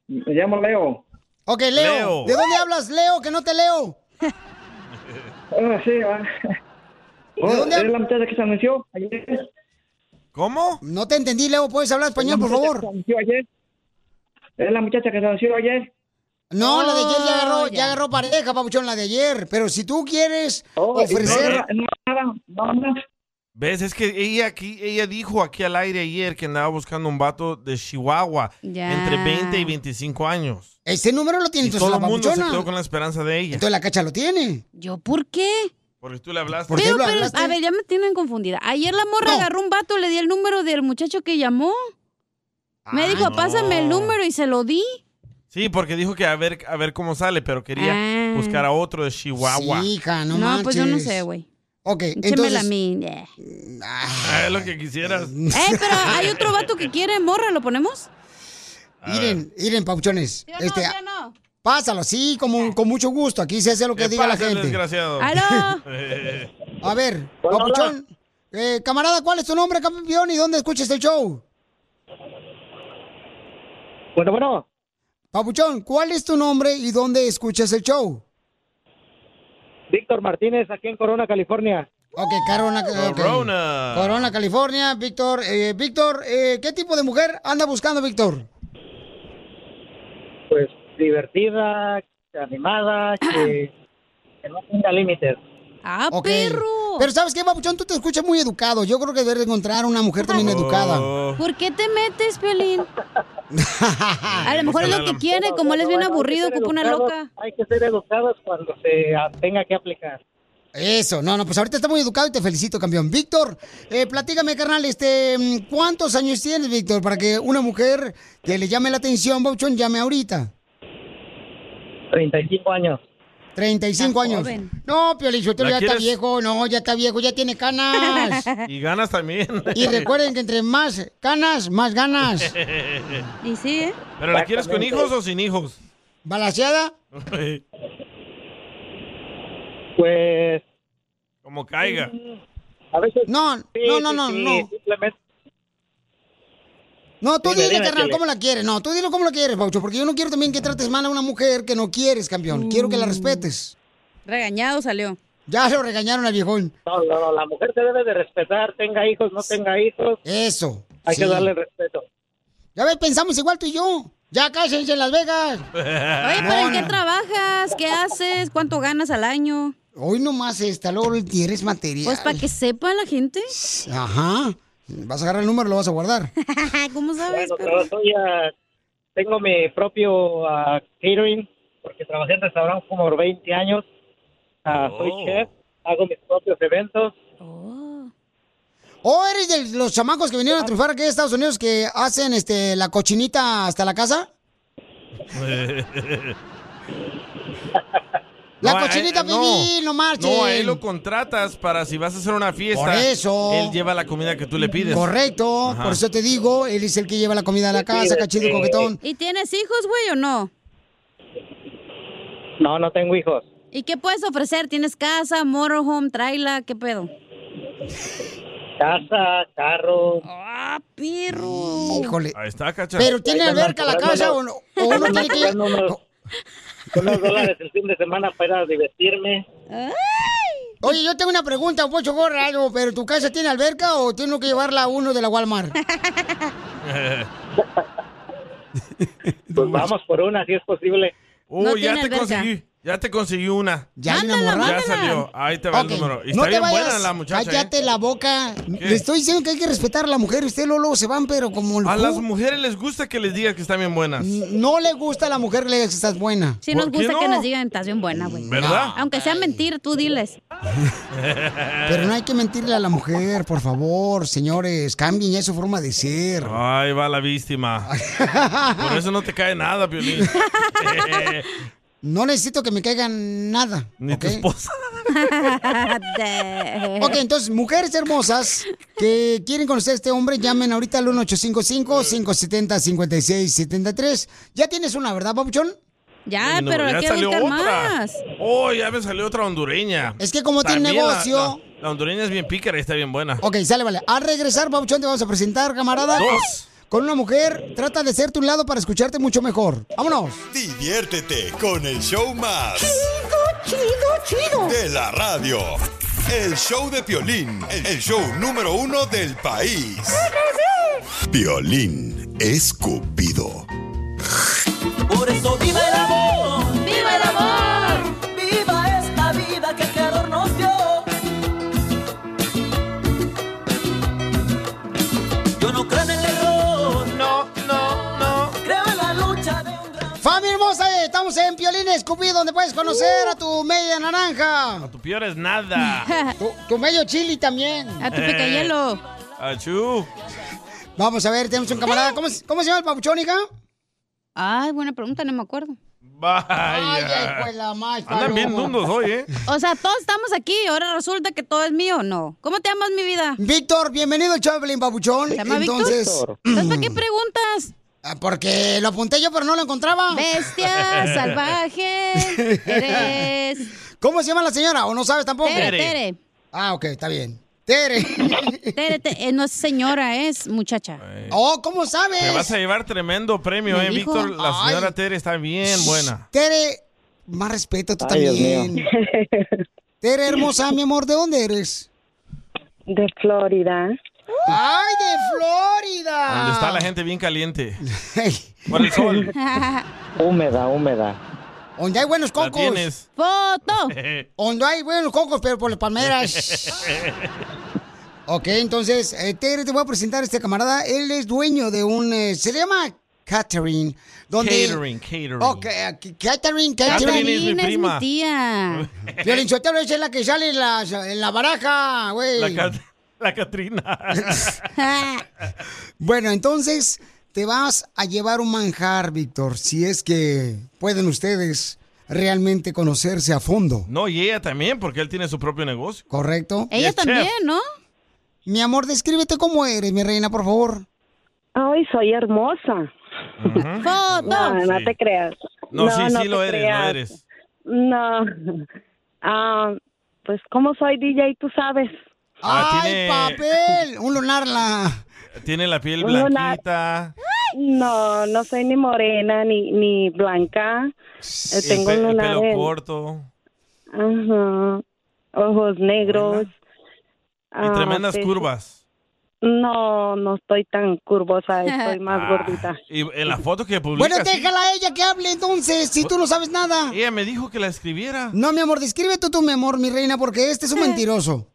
Me llamo Leo. Ok, Leo. Leo. ¿De dónde hablas, Leo? Que no te leo. Ah, sí, va. Oh, ¿De dónde ¿Es la muchacha que se anunció ayer? ¿Cómo? No te entendí, Leo. ¿Puedes hablar español, por favor? ¿Es la muchacha que se anunció ayer? No, la de ayer ya agarró, Oh, ya agarró pareja, papuchón, la de ayer. Pero si tú quieres Oh, ofrecer... ¿Ves? Es que ella aquí, ella dijo aquí al aire ayer que andaba buscando un vato de Chihuahua Ya. entre 20 y 25 años. Ese Este número lo Eh, tiene Y todo entonces el la mundo se papuchona. quedó con la esperanza de ella. Entonces la cacha lo tiene. ¿Yo por qué? Porque tú le hablaste. Pero, pero, a ver, ya me tienen confundida. Ayer la morra agarró un vato, le di el número del muchacho que llamó. Ah, Me Ay, dijo, no. pásame el número y se lo di. Sí, porque dijo que a ver, a ver cómo sale, pero quería Ah. buscar a otro de Chihuahua. Sí, hija, no, No, pues yo no marches. sé, güey. Ok, Échemela entonces- a mí. eh. Ah, Es lo que quisieras. Eh, pero hay otro vato que quiere morra, ¿lo ponemos? Miren, miren, papuchones. Yo no, este, yo no. Pásalo, sí, como, con mucho gusto. Aquí se hace lo que ¿Qué diga la pasa, gente. Eh, desgraciado? ¡Aló! A ver, Pues, papuchón. eh, camarada, ¿cuál es tu nombre, campeón? ¿Y dónde escuchas el show? Bueno, bueno. Papuchón, ¿cuál es tu nombre y dónde escuchas el show? Víctor Martínez, aquí en Corona, California. Ok, Corona. ok. Corona. Corona, California, Víctor. eh, Víctor, eh, ¿qué tipo de mujer anda buscando, Víctor? Pues divertida, animada, que, que no tenga límites. ¡Ah, perro! Pero ¿sabes qué, Papuchón? Tú te escuchas muy educado. Yo creo que debes encontrar una mujer también educada. ¿Por qué te metes, Piolín? A lo mejor es lo que quiere, No, como él es bien bueno, hay que aburrido, ser ocupa una educados, loca. Hay que ser educados cuando se a- tenga que aplicar. Eso, no, no, pues ahorita está muy educado y te felicito, campeón. Víctor, eh, platícame, carnal, este, mm, ¿cuántos años tienes, Víctor? Para que una mujer que le llame la atención, Papuchón, llame ahorita. 35 años. 35 años. joven. No, Piolín, Sotelo ¿La ya está quieres? viejo, no, ya está viejo, ya tiene canas. Y ganas también. y recuerden que entre más canas, más ganas. Y sí, ¿eh? ¿Pero la quieres con hijos o sin hijos? ¿Balaseada? Pues. Como caiga. A veces. No, no, no, no, no. No, tú Dime, dile, dime, carnal, Piolín. cómo la quieres. No, tú dile cómo la quieres, Paucho, porque yo no quiero también que trates mal a una mujer que no quieres, campeón. Quiero que la respetes. Mm. Regañado salió. Ya lo regañaron al viejón. No, no, no, la mujer se debe de respetar, tenga hijos, no tenga hijos. Eso. Hay que sí. darle respeto. Ya ves, pensamos igual tú y yo. Ya cállense en Las Vegas. Oye, ¿para en qué trabajas? ¿Qué haces? ¿Cuánto ganas al año? Hoy nomás esta, luego tienes material. Pues para que sepa la gente. Ajá. Vas a agarrar el número y lo vas a guardar. ¿Cómo sabes? Bueno, perro? pero soy, ah, tengo mi propio ah, catering porque trabajé en restaurantes como por 20 años. Ah, Oh. Soy chef, hago mis propios eventos. ¿O eres de los chamacos que vinieron a triunfar aquí de Estados Unidos que hacen este la cochinita hasta la casa? La eh, cochinita, Piolín, no marchen. No, a él lo contratas para si vas a hacer una fiesta. Por eso. Él lleva la comida que tú le pides. Correcto, Ajá. por eso te digo, él es el que lleva la comida a la casa, cachito y coquetón. ¿Y tienes hijos, güey, o no? No, no tengo hijos. ¿Y qué puedes ofrecer? ¿Tienes casa, motorhome, traila? ¿Qué pedo? Casa, carro. ¡Ah, perro! Híjole. Ahí está, cacha. Pero ¿tiene Ahí andan alberca la cobrando- casa o no- o no tiene que- cobrando unos- Unos dólares el fin de semana para ir a divertirme. Oye, yo tengo una pregunta, Pocho Gorra, algo, pero ¿tu casa tiene alberca o tengo que llevarla a uno de la Walmart? Pues vamos por una, si es posible. Oh, ya te conseguí. Ya te conseguí una. Ya, hay ya una Mándala, morra. mándala. salió. Ahí te va Ok, el número. Y está no te bien vayas, buena la muchacha. ¿eh? cállate la boca. Le estoy diciendo que hay que respetar a la mujer. Usted luego, luego se van, pero como... el A las ju- mujeres les gusta que les digas que están bien buenas. No le gusta a la mujer que le digas que estás buena. Sí, nos ¿Por qué gusta que no? nos digan, estás bien buena, güey. ¿Verdad? Aunque sea mentira, tú diles. Pero no hay que mentirle a la mujer, por favor, señores. Cambien ya su forma de ser. Ahí va la víctima. Por eso no te cae nada, Piolín. No necesito que me caigan nada. Ni tu esposa. Ok, entonces, mujeres hermosas que quieren conocer a este hombre, llamen ahorita al 1855-570-5673. Ya tienes una, ¿verdad, Papuchón? Ya, No, ya salió otra. Oh, ya me salió otra hondureña. Es que como tiene También la- negocio- La, la hondureña es bien pícara y está bien buena. Ok, sale, vale. Al regresar, Papuchón, te vamos a presentar, camarada. Dos. Con una mujer, trata de ser tu lado para escucharte mucho mejor. Vámonos. Diviértete con el show más. Chido, chido, De la radio. El show de Piolín. El show número uno del país. Piolín escupido. Por eso viva el amor, viva el amor, viva esta vida que el creador nos dio. Yo no creo en el error, no, no, no, creo en la lucha de un Familia hermosa, eh, estamos en Piolín Escupí, donde puedes conocer a tu media naranja. Tu peor es nada. Tu, tu medio chili también. Eh, A tu picayelo. Achú. Vamos a ver, tenemos un camarada. ¿Cómo, se- cómo se llama el papuchón, hija? Ay, buena pregunta, no me acuerdo. Ay, Vaya. hijo de la más, Andan bien dundos hoy, ¿eh? O sea, todos estamos aquí, ahora resulta que todo es mío, ¿no? ¿Cómo te llamas, mi vida? Víctor, bienvenido al Chaplin, papuchón. ¿Te llama Entonces, mm. Ah, Víctor? ¿Sabes para qué preguntas? Porque lo apunté yo, pero no lo encontraba. Bestia salvaje eres. ¿Cómo se llama la señora? ¿O no sabes tampoco? Tere, Tere. Ah, ok, está bien. Tere. Tere, te- eh, no es señora, es muchacha. Oh, ¿cómo sabes? Te vas a llevar tremendo premio, Me ¿eh, dijo- Víctor? La señora Ay. Tere está bien buena. Tere, más respeto tú Ay, Dios también. Tere, hermosa, mi amor, ¿de dónde eres? De Florida. ¡Ay, de Florida! Donde está Ah. la gente bien caliente. Por el sol. Húmeda, húmeda. Donde hay buenos La cocos. tienes. ¡Foto! Donde hay buenos cocos, pero por las palmeras. ok, entonces, eh, Tere, te voy a presentar a este camarada. Él es dueño de un... eh, se llama Catherine. Donde... Catering, catering. Oh, ca- ca- Catherine, Catherine. Catherine es mi Catherine es prima. mi tía. Violín Sotelo, esa es la que sale en la, en la baraja, güey. La, Cat- la Catrina. bueno, entonces te vas a llevar un manjar, Víctor, si es que pueden ustedes realmente conocerse a fondo, No, y ella también, porque él tiene su propio negocio. ¿correcto? Ella Y es chef. también, ¿no? Mi amor, descríbete cómo eres, mi reina, por favor. Ay, soy hermosa. No, no Sí. te creas. No, sí, sí te lo eres, creas. lo eres. No. Ah, pues, ¿cómo soy DJ? Tú sabes. Ah, ¡Ay, tiene- papel! Un lunar la... Tiene la piel Un lunar. blanquita. No, no soy ni morena ni, ni blanca. Eh, el tengo pe- un el lunar pelo en- corto. Ajá. Ojos negros. Y Ah, tremendas pues, curvas. No, no estoy tan curvosa, estoy más Ah, gordita. Y en la foto que publicas. Bueno, sí. déjala a ella que hable entonces, si tú no sabes nada. Ella me dijo que la escribiera. No, mi amor, describe tú tu mi amor, mi reina, porque este es Eh. un mentiroso.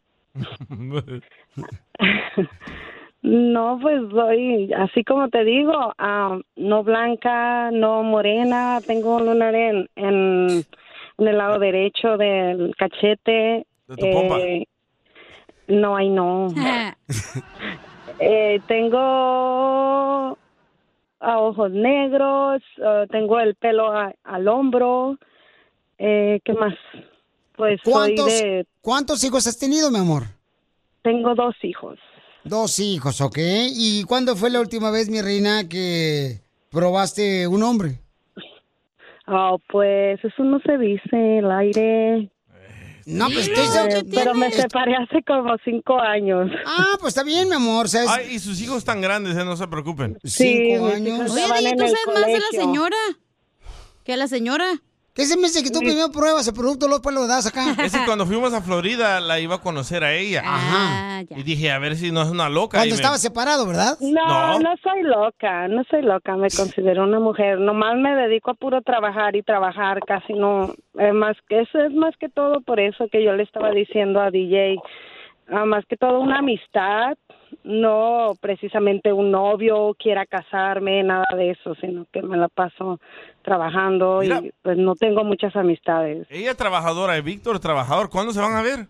No, pues soy, así como te digo, ah, no blanca, no morena, tengo un lunar en, en, en el lado derecho del cachete. eh, De tu pompa. No, ay, no. Eh, tengo ah, ojos negros, ah, tengo el pelo a- al hombro. Eh, ¿Qué más? Pues soy ¿Cuántos, de... ¿Cuántos hijos has tenido, mi amor? Tengo dos hijos. Dos hijos, ok. ¿Y cuándo fue la última vez, mi reina, que probaste un hombre? Oh, pues eso no se dice, el aire. No, pues estoy Eh, Pero me separé hace como cinco años. Ah, pues está bien, mi amor. Ay, y sus hijos están grandes, eh, no se preocupen. mis hijos Oye, estaban Didi, en tú el sabes más de la colegio. señora que la señora. ¿Qué se me dice que tú primero pruebas el producto, luego lo das acá? Es que cuando fuimos a Florida la iba a conocer a ella. Ah, Ajá. Y dije, a ver si no es una loca. Cuando y me- estaba separado, ¿verdad? No, no, soy loca, no soy loca, me considero una mujer. Nomás me dedico a puro trabajar y trabajar, casi no. eh, más que eso es más que todo por eso que yo le estaba diciendo a DJ, ah, más que todo una amistad, no precisamente un novio quiera casarme, nada de eso, sino que me la paso trabajando y pues no tengo muchas amistades. Ella trabajadora y Víctor trabajador. ¿Cuándo se van a ver?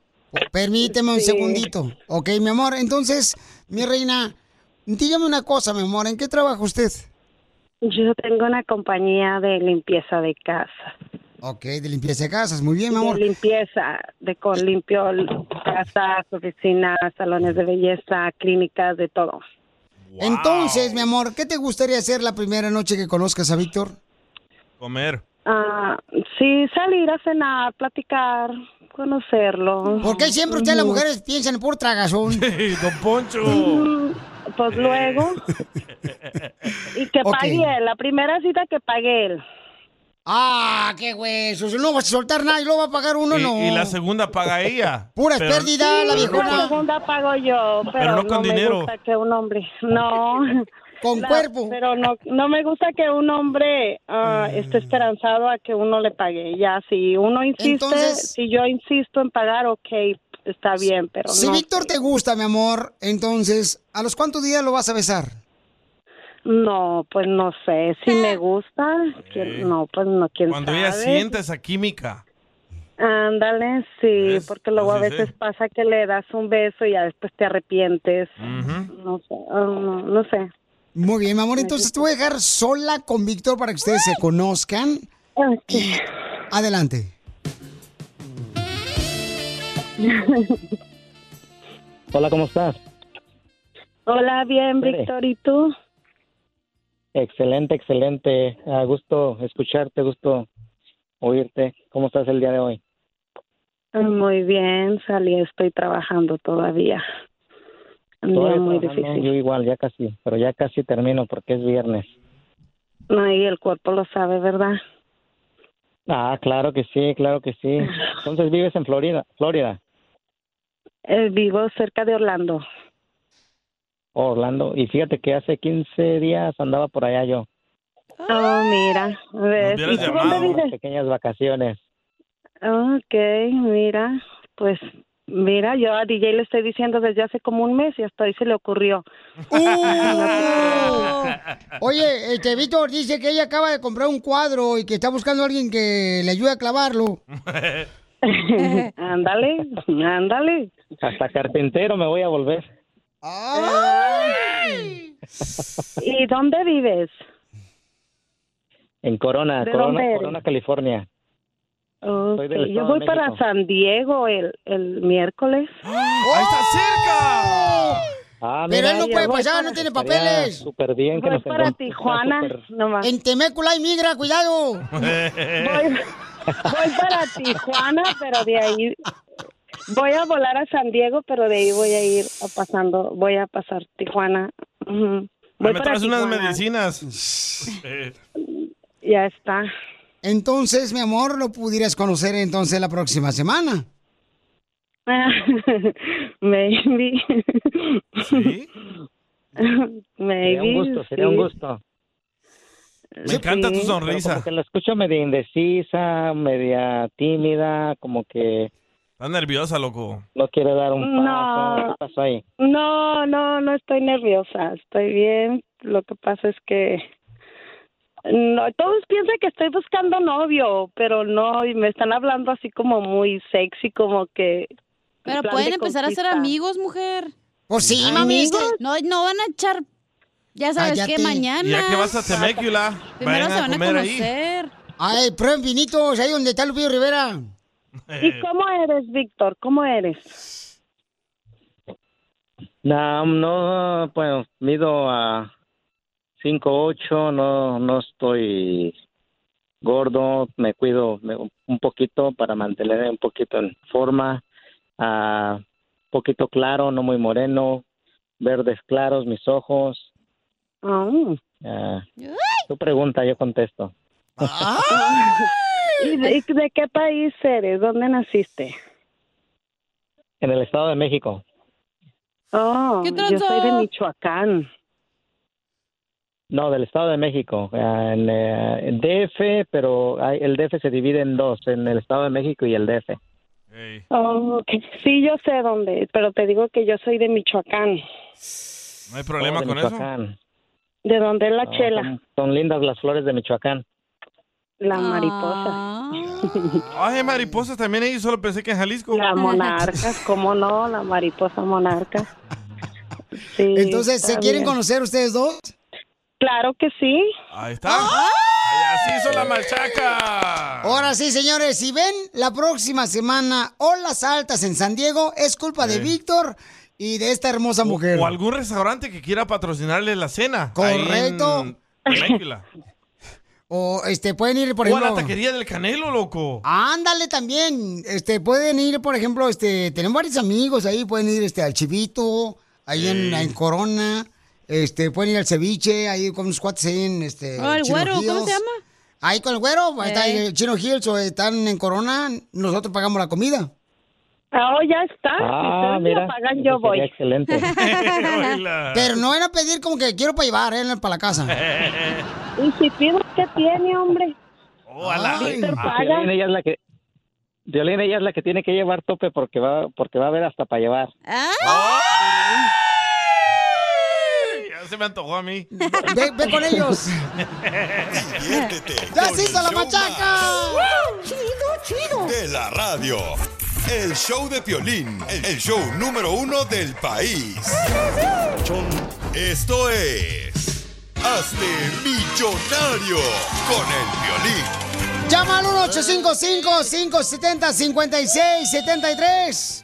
Permíteme un Sí. segundito. Ok, mi amor. Entonces, mi reina, dígame una cosa, mi amor. ¿En qué trabaja usted? Yo tengo una compañía de limpieza de casa. Ok, de limpieza de casas. Muy bien, mi de amor. limpieza, de con limpio casas, oficinas, salones de belleza, clínicas, de todo. Entonces, mi amor, ¿qué te gustaría hacer la primera noche que conozcas a Víctor? Comer. Ah, sí, salir a cenar, platicar, conocerlo. ¿Por qué siempre ustedes las mujeres piensan por tragazón? Don Poncho. Pues luego, y que Ok. pague él, la primera cita que pague él. Ah, qué huesos. No vas a soltar nada y lo va a pagar uno, y, no. y la segunda paga ella. Puras Pero- pérdidas, La la viejona. segunda pago yo, pero, Pero no con me dinero. gusta que un hombre, no. Con cuerpo. Pero no, no me gusta que un hombre ah, Mm. esté esperanzado a que uno le pague. Ya, si uno insiste, Entonces- si yo insisto en pagar, ok, está bien, pero Si no. Víctor te gusta, mi amor, entonces, ¿a los cuántos días lo vas a besar? No, pues no sé, si Ah. me gusta, quién- no, pues no, quién Cuando sabe. ella sienta esa química. Ándale, sí, porque luego a Así veces sí. pasa que le das un beso y ya después te arrepientes. Ujú. No sé, ah, no, no sé. Muy bien, mi amor. Entonces te voy a dejar sola con Víctor para que ustedes se conozcan. Y- Adelante. Hola, ¿cómo estás? Hola, bien, Tere. Víctor, ¿y tú? Excelente, excelente. A gusto escucharte, gusto oírte. ¿Cómo estás el día de hoy? Ah, Muy bien, salí, estoy trabajando todavía. Un día Todavía muy trabajando, difícil. Yo igual, ya casi, pero ya casi termino porque es viernes. No, y el cuerpo lo sabe, ¿verdad? Ah, claro que sí, claro que sí. Entonces vives en Florida, Florida, Eh, vivo cerca de Orlando. oh, Orlando. Y fíjate que hace 15 días andaba por allá yo. Oh, mira. ¿ves? ¿Y tú dónde Unas vives? pequeñas vacaciones. Ok, mira. Pues, mira, yo a DJ le estoy diciendo desde hace como un mes y hasta hoy se le ocurrió. Oye, este Víctor dice que ella acaba de comprar un cuadro y que está buscando a alguien que le ayude a clavarlo. ándale, ándale. Hasta carpintero me voy a volver. ¿Y dónde vives? En Corona, ¿De Corona, dónde eres? Corona, California. Ok, del Yo Estado de voy para México. San Diego el, el miércoles. ¡Ahí está cerca! Ah, Pero mira, él no ya puede voy pasar, para- no tiene estaría papeles. Súper bien que Voy nos para encontremos, Tijuana, súper- nomás. En Temécula y migra, cuidado. Voy, voy para Tijuana, pero de ahí voy a volar a San Diego, pero de ahí voy a ir a pasando, voy a pasar Tijuana. Ujú. Voy me para traes unas Tijuana. medicinas. Eh, Ya está. Entonces, mi amor, lo pudieras conocer entonces la próxima semana. Maybe. Maybe. Sería un gusto, sería un sí. gusto. Me encanta tu sonrisa. Pero Como que la escucho media indecisa, media tímida, como que Está nerviosa, loco. no quiere dar un paso. No. ¿Qué pasó ahí? No, no, no estoy nerviosa, estoy bien. Lo que pasa es que no, todos piensan que estoy buscando novio, pero no, y me están hablando así como muy sexy, como que... Pero en plan pueden de empezar a ser conquista. amigos, mujer. Pues sí, mami, es que- No, no van a echar, ya sabes Cállate. que mañana. Ya que vas a Temécula, Primero vayan se van a comer ahí. conocer. Ay, prueben pinitos, ahí donde está Lupillo Rivera. Eh. ¿Y cómo eres, Víctor? ¿Cómo eres? No, no, pues mido a 5'8, no, no estoy gordo, me cuido me- un poquito para mantenerme un poquito en forma, ah, un poquito claro, no muy moreno, verdes claros mis ojos. Ah, tu pregunta, yo contesto. ¿Y de, y de qué país eres? ¿Dónde naciste? En el Estado de México. Oh, ¿Qué yo soy de tranza? Michoacán. No, del Estado de México, ah, en eh, DF, pero hay- el DF se divide en dos, en el Estado de México y el DF. Oh, ok. Sí, yo sé dónde, pero te digo que yo soy de Michoacán, No hay problema Oh, de con eso. Michoacán. de donde es la Ah. No, chela, son, son lindas las flores de Michoacán. la mariposa. Ay, mariposas también ahí, solo pensé que en Jalisco. La monarca, cómo no, la mariposa monarca. Sí, Entonces, ¿se está quieren bien. conocer ustedes dos? Claro que sí. Ahí está. ¡Ah! Ay, así hizo la machaca. Ahora sí, señores, si ven la próxima semana olas altas en San Diego, es culpa de Sí. Víctor y de esta hermosa mujer. O algún restaurante que quiera patrocinarle la cena. Correcto. Ahí en Temécula. O este pueden ir, por o a la ejemplo. taquería del Canelo, loco. Ándale también. Este, pueden ir, por ejemplo, este, tenemos varios amigos ahí, pueden ir este al Chivito, ahí en, en Corona, este, pueden ir al ceviche, ahí con unos cuates ahí en este. Oh, el Chino güero, ¿cómo se Hills. llama? Eh. Ahí con el güero, Sí. está ahí el Chino Hills o están en Corona, nosotros pagamos la comida. Ah, oh, ya está. Ah, si ustedes mira, lo pagan, eso yo voy. sería excelente. Pero no van a pedir como que quiero para llevar, eh, para la casa. ¿Y si pido qué tiene, hombre? Víctor paga. Violín, ella es la que Violín, ella es la que tiene que llevar tope porque va porque va a haber hasta para llevar. Ya se me antojó a mí. Ve, ve con ellos. ¡Ya se hizo la machaca! ¡Chido, chido! De la radio. El show de Piolín, el el show número uno del país. Esto es... Hazte millonario con el Piolín. Llama al 1-855-570-5673.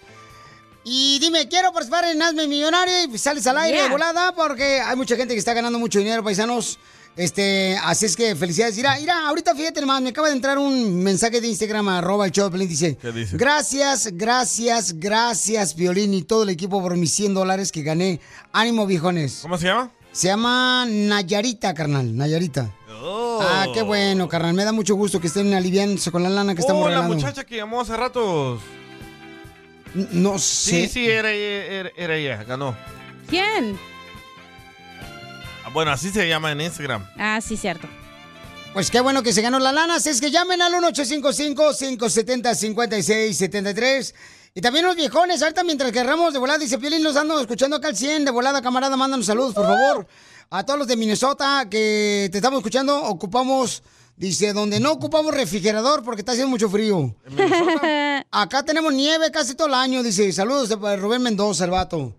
Y dime, quiero participar en Hazme Millonario y sales al aire Yeah. de volada porque hay mucha gente que está ganando mucho dinero, paisanos. Este, así es que felicidades. Mira, mira, ahorita fíjate nomás, me acaba de entrar un mensaje de Instagram, arroba el show de Piolín, dice, dice? gracias, gracias, gracias, Violín y todo el equipo por mis 100 dólares que gané. Ánimo, viejones. ¿Cómo se llama? Se llama Nayarita, carnal, Nayarita. Oh. Ah, qué bueno, carnal. Me da mucho gusto que estén aliviándose con la lana que estamos Oh, la regalando. muchacha que llamó hace ratos. N- No Sí, sé. sí, era, era, era ella, ganó. ¿Quién? Ah, Bueno, así se llama en Instagram. Ah, sí, cierto. Pues qué bueno que se ganó la lana. Así es que llamen al 1-855-570-5673. Y también los viejones, ahorita mientras que agarramos de volada, dice Piolín, los ando escuchando acá al 100. De volada, camarada, mándanos saludos, por favor. A todos los de Minnesota que te estamos escuchando, ocupamos, dice, donde no ocupamos refrigerador porque está haciendo mucho frío. Acá tenemos nieve casi todo el año, dice. Saludos de para Rubén Mendoza, el vato.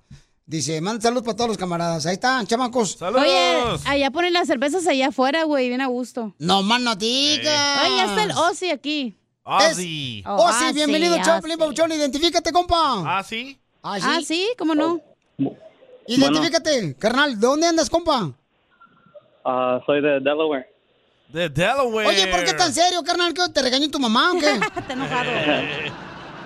Dice, manda saludos para todos los camaradas. Ahí están, chamacos. Oye, allá ponen las cervezas allá afuera, güey, bien a gusto. No más no digas. Oye, ya está el Ozzy aquí. Ozzy. Oh, Ozzy, Ozzy, bienvenido, Ozzy. Choplin Pauchón. Identifícate, compa. ¿Ah, sí? Ah, sí, cómo no. Identifícate, carnal. ¿De dónde andas, compa? Ah, soy de Delaware. De Delaware. Oye, ¿por qué tan serio, carnal? ¿Qué, ¿Te regañó tu mamá o qué?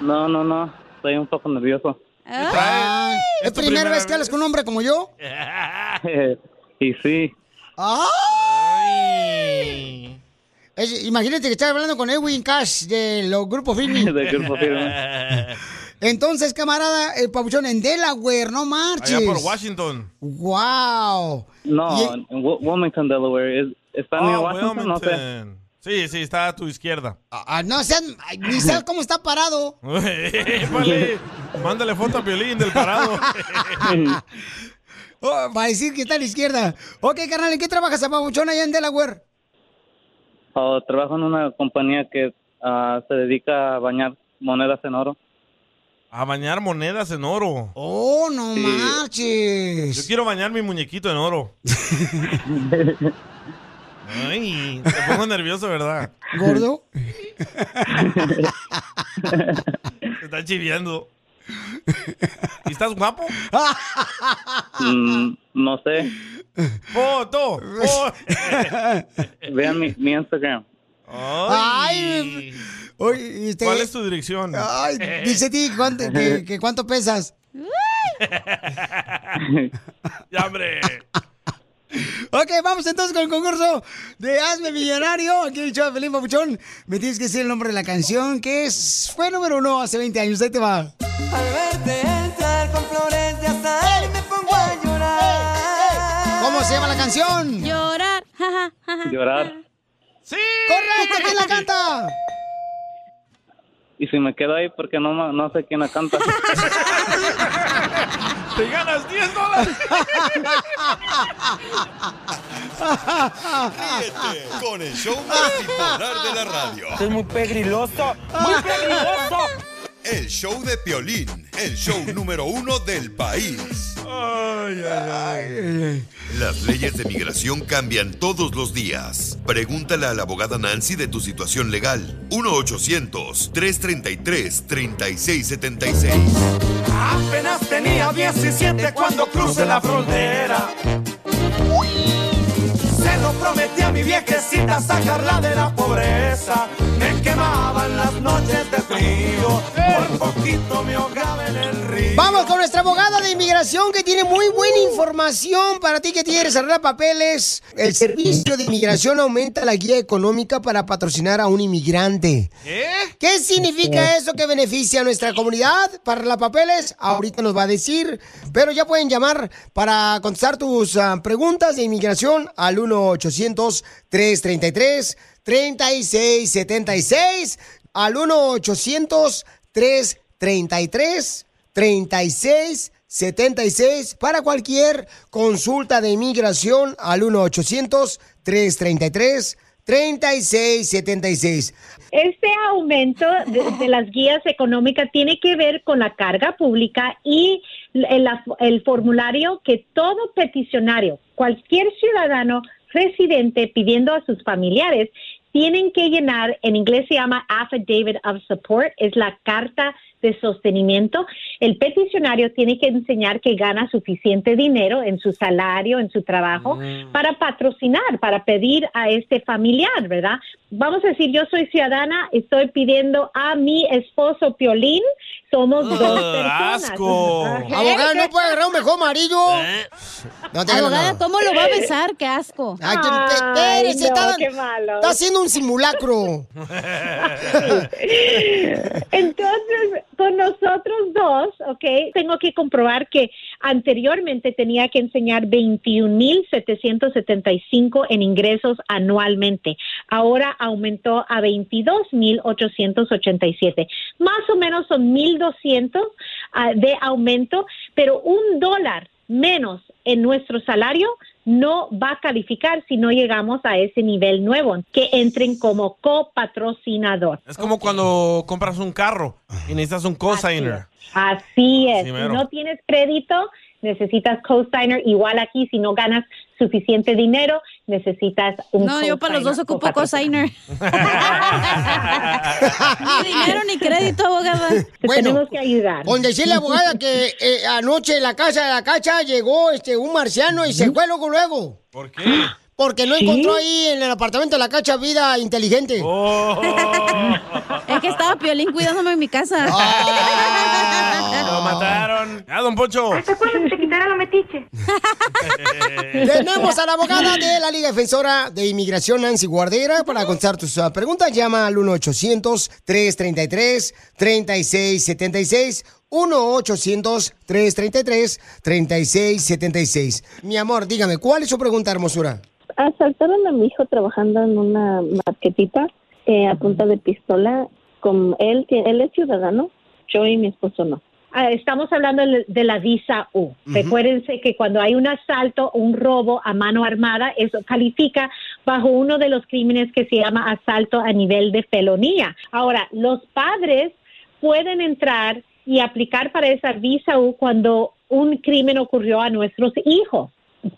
No, no, no. Estoy un poco nervioso. Ay, ¿Es tu primera primera vez que hablas con un hombre como yo? y sí. ¡Ay! Es- imagínate que estás hablando con Edwin Cash de los grupos Firme. Del grupo firme. Entonces, camarada, el papuchón en Delaware, no marches. Allá por Washington. Wow. No, en Wil- Wilmington, Delaware. Es- ¿Está en Ah, Washington? No sé. Wilmington. Sí, sí, está a tu izquierda. Ah, no sean, ay, ni sabes cómo está parado. Épale, Mándale foto a Piolín del parado. Oh, para decir que está a la izquierda. Ok, carnal, ¿en qué trabajas, papuchón, allá en Delaware? Oh, trabajo en una compañía que ah, se dedica a bañar monedas en oro. A bañar monedas en oro. Oh, no Sí. marches. Yo quiero bañar mi muñequito en oro. Ay, te pongo nervioso, ¿verdad? ¿Gordo? Te está chiviando. ¿Y estás guapo? Mm, no sé. ¡Foto! ¡Foto! Vean mi, mi Instagram. Ay. Oye, y este- ¿Cuál es tu dirección? Ay, dice a ti cuánto, que- que cuánto pesas. ¡Ya, hombre! Ok, vamos entonces con el concurso de Hazme Millonario. Aquí el show de Felipe Papuchón. Me tienes que decir el nombre de la canción que es, fue número uno hace 20 años. Ahí te va. Al verte entrar con flores de azahar me pongo a llorar. ¿Cómo se llama la canción? Llorar. jaja, jaja. Llorar. ¡Sí! ¡Correcto! ¿Quién la canta? Y si me quedo ahí, porque no, ma- no sé quién la canta. ¡Te ganas 10 dólares! Ríete con el show más bipolar de la radio. Ah. Esto es muy pegriloso, muy pegriloso. El show de Piolín, el show número uno del país. Eh, Las leyes de migración cambian todos los días. Pregúntale a la abogada Nancy de tu situación legal. 1-800-333-3676. Apenas tenía 17 cuando crucé la frontera. Se lo prometí a mi viejecita sacarla de la pobreza. Me quemaban las noches de frío. Por poquito me ahogaba en el río. Vamos con nuestra abogada de inmigración que tiene muy buena información para ti que quieres arreglar papeles. El servicio de inmigración aumenta la guía económica para patrocinar a un inmigrante. ¿Qué significa eso que beneficia a nuestra comunidad para arreglar papeles? Ahorita nos va a decir, pero ya pueden llamar para contestar tus ah, preguntas de inmigración al 1-800-333. 3676 al 1-800-333 36 76 para cualquier consulta de inmigración al 1-800-333-3676. Este aumento de, de las guías económicas tiene que ver con la carga pública y el, el formulario que todo peticionario, cualquier ciudadano residente pidiendo a sus familiares, tienen que llenar, en inglés se llama Affidavit of Support, es la carta de sostenimiento. El peticionario tiene que enseñar que gana suficiente dinero en su salario, en su trabajo, para patrocinar, para pedir a este familiar, ¿verdad? Vamos a decir, yo soy ciudadana, estoy pidiendo a mi esposo Piolín, somos dos Ah. personas. asco. Abogada, no puede agarrar un mejor amarillo. No te hagas Abogada, nada. ¿cómo lo va a besar? Qué asco. Ay, que- espérese, está, está haciendo un simulacro. Entonces, con nosotros dos, ¿ok? Tengo que comprobar que anteriormente tenía que enseñar 21.775 en ingresos anualmente. Ahora aumentó a 22.887. Más o menos son 1.200 ah, de aumento, pero un dólar menos en nuestro salario no va a calificar si no llegamos a ese nivel nuevo, que entren como copatrocinador. Es como cuando compras un carro y necesitas un Ah, cosigner. Así es. Sí, si mero. no tienes crédito, necesitas cosigner. Igual aquí, si no ganas suficiente dinero, necesitas un No, yo para los dos ocupo cosigner. ni dinero ni crédito, abogada. tenemos que ayudar. Con decirle, abogada, que eh, anoche en la casa de la cacha llegó este un marciano y se fue luego luego. ¿Por qué? Porque no ¿Sí? Este. encontró ahí en el apartamento de la cacha vida inteligente. Oh. Es que estaba Piolín cuidándome en mi casa. Ah. Lo mataron. ¡Ah, don Poncho! acuerdas que quitaron los metiche? Tenemos a la abogada de la Liga Defensora de Inmigración, Nancy Guardera, para contestar tus uh, preguntas. Llama al 1-800-333-3676. 1-800-333-3676. Mi amor, dígame, ¿cuál es su pregunta, hermosura? Asaltaron a mi hijo trabajando en una marquetita eh, a punta de pistola. Con él, que- él es ciudadano, yo y mi esposo no. Ah, Estamos hablando de de la visa U. Recuérdense que cuando hay un asalto o un robo a mano armada, eso califica bajo uno de los crímenes que se llama asalto a nivel de felonía. Ahora, los padres pueden entrar y aplicar para esa visa U cuando un crimen ocurrió a nuestros hijos.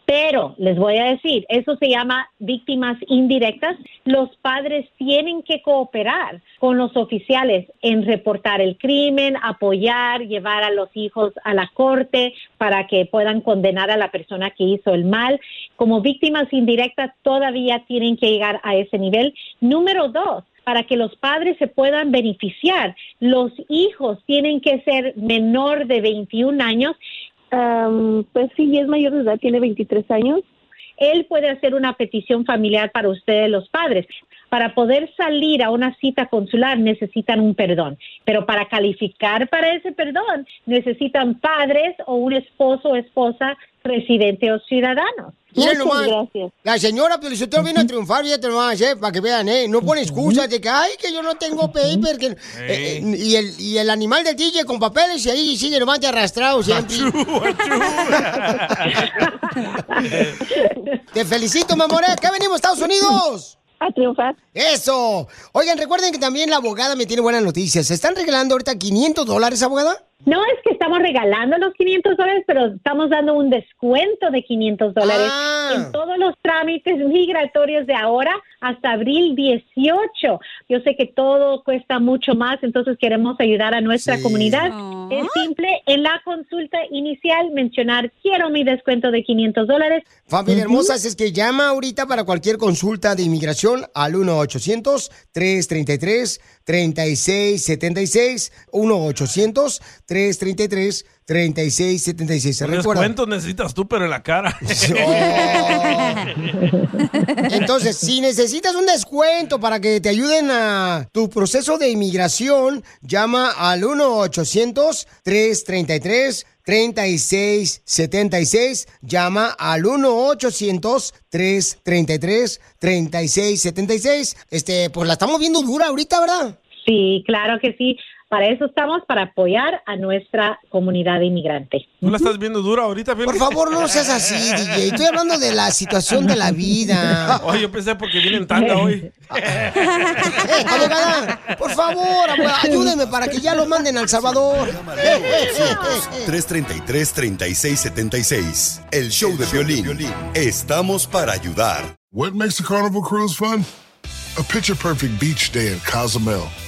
Pero les voy a decir, eso se llama víctimas indirectas. Los padres tienen que cooperar con los oficiales en reportar el crimen, apoyar, llevar a los hijos a la corte para que puedan condenar a la persona que hizo el mal. Como víctimas indirectas todavía tienen que llegar a ese nivel. Número dos, para que los padres se puedan beneficiar, los hijos tienen que ser menor de 21 años Am, pues sí, es mayor de edad, tiene 23 años. él puede hacer una petición familiar para ustedes los padres. Para poder salir a una cita consular necesitan un perdón, pero para calificar para ese perdón necesitan padres o un esposo o esposa residente o ciudadano. Mira nomás, La señora pues, Piolichotero vino a triunfar, ya te lo van a hacer para que vean, ¿eh? No pone excusas de que, ay, que yo no tengo paper. que- eh, eh, y, el, y el animal del DJ con papeles y ahí sigue nomás de arrastrado siempre. Te felicito, mamoré. Acá venimos, Estados Unidos. A triunfar. Eso. Oigan, recuerden que también la abogada me tiene buenas noticias. ¿Se están regalando ahorita 500 dólares, abogada? No es que estamos regalando los 500 dólares, pero estamos dando un descuento de 500 dólares Ah. en todos los trámites migratorios de ahora hasta abril 18. Yo sé que todo cuesta mucho más, entonces queremos ayudar a nuestra Sí. comunidad. Es simple, en la consulta inicial mencionar quiero mi descuento de 500 dólares. Familia hermosa, así es que llama ahorita para cualquier consulta de inmigración al 1-800-333-3676. 1-800-333-3676. Pues ¿Se recuerdan? ¿Cuántos necesitas tú, pero en la cara? Oh. Entonces, si necesitas un descuento para que te ayuden a tu proceso de inmigración, llama al 1-800-333. 3676 llama al 1-800-333-3676. Este, pues la estamos viendo dura ahorita, ¿verdad? Sí, claro que sí. Para eso estamos, para apoyar a nuestra comunidad inmigrante. ¿Tú la estás viendo dura ahorita, Piolín? Por favor, no seas así, DJ. Estoy hablando de la situación de la vida. Ay, yo pensé porque viene en tanga hoy. Eh, abogada, por favor, abogada, ayúdenme para que ya lo manden al Salvador. Eh, eh, eh, eh. 333-3676. El show de violín. Estamos para ayudar. What makes a carnival cruise fun? A picture perfect beach day at Cozumel